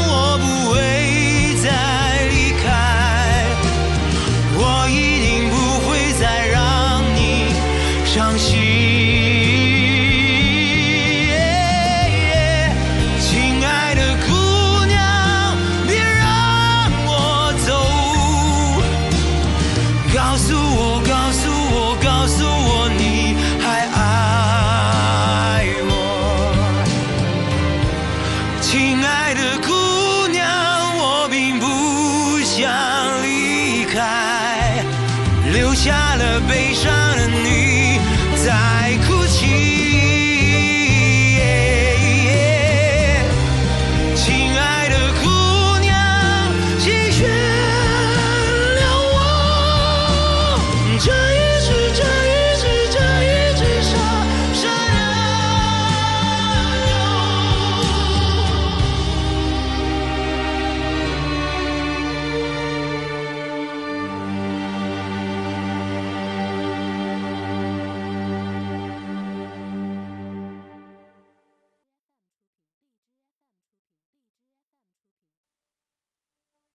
我不会再离开，我一定不会再让你伤心。亲爱的姑娘，别让我走。告诉我，告诉我，告诉我，你还爱我。亲爱的姑娘，我并不想离开，留下了悲伤的你在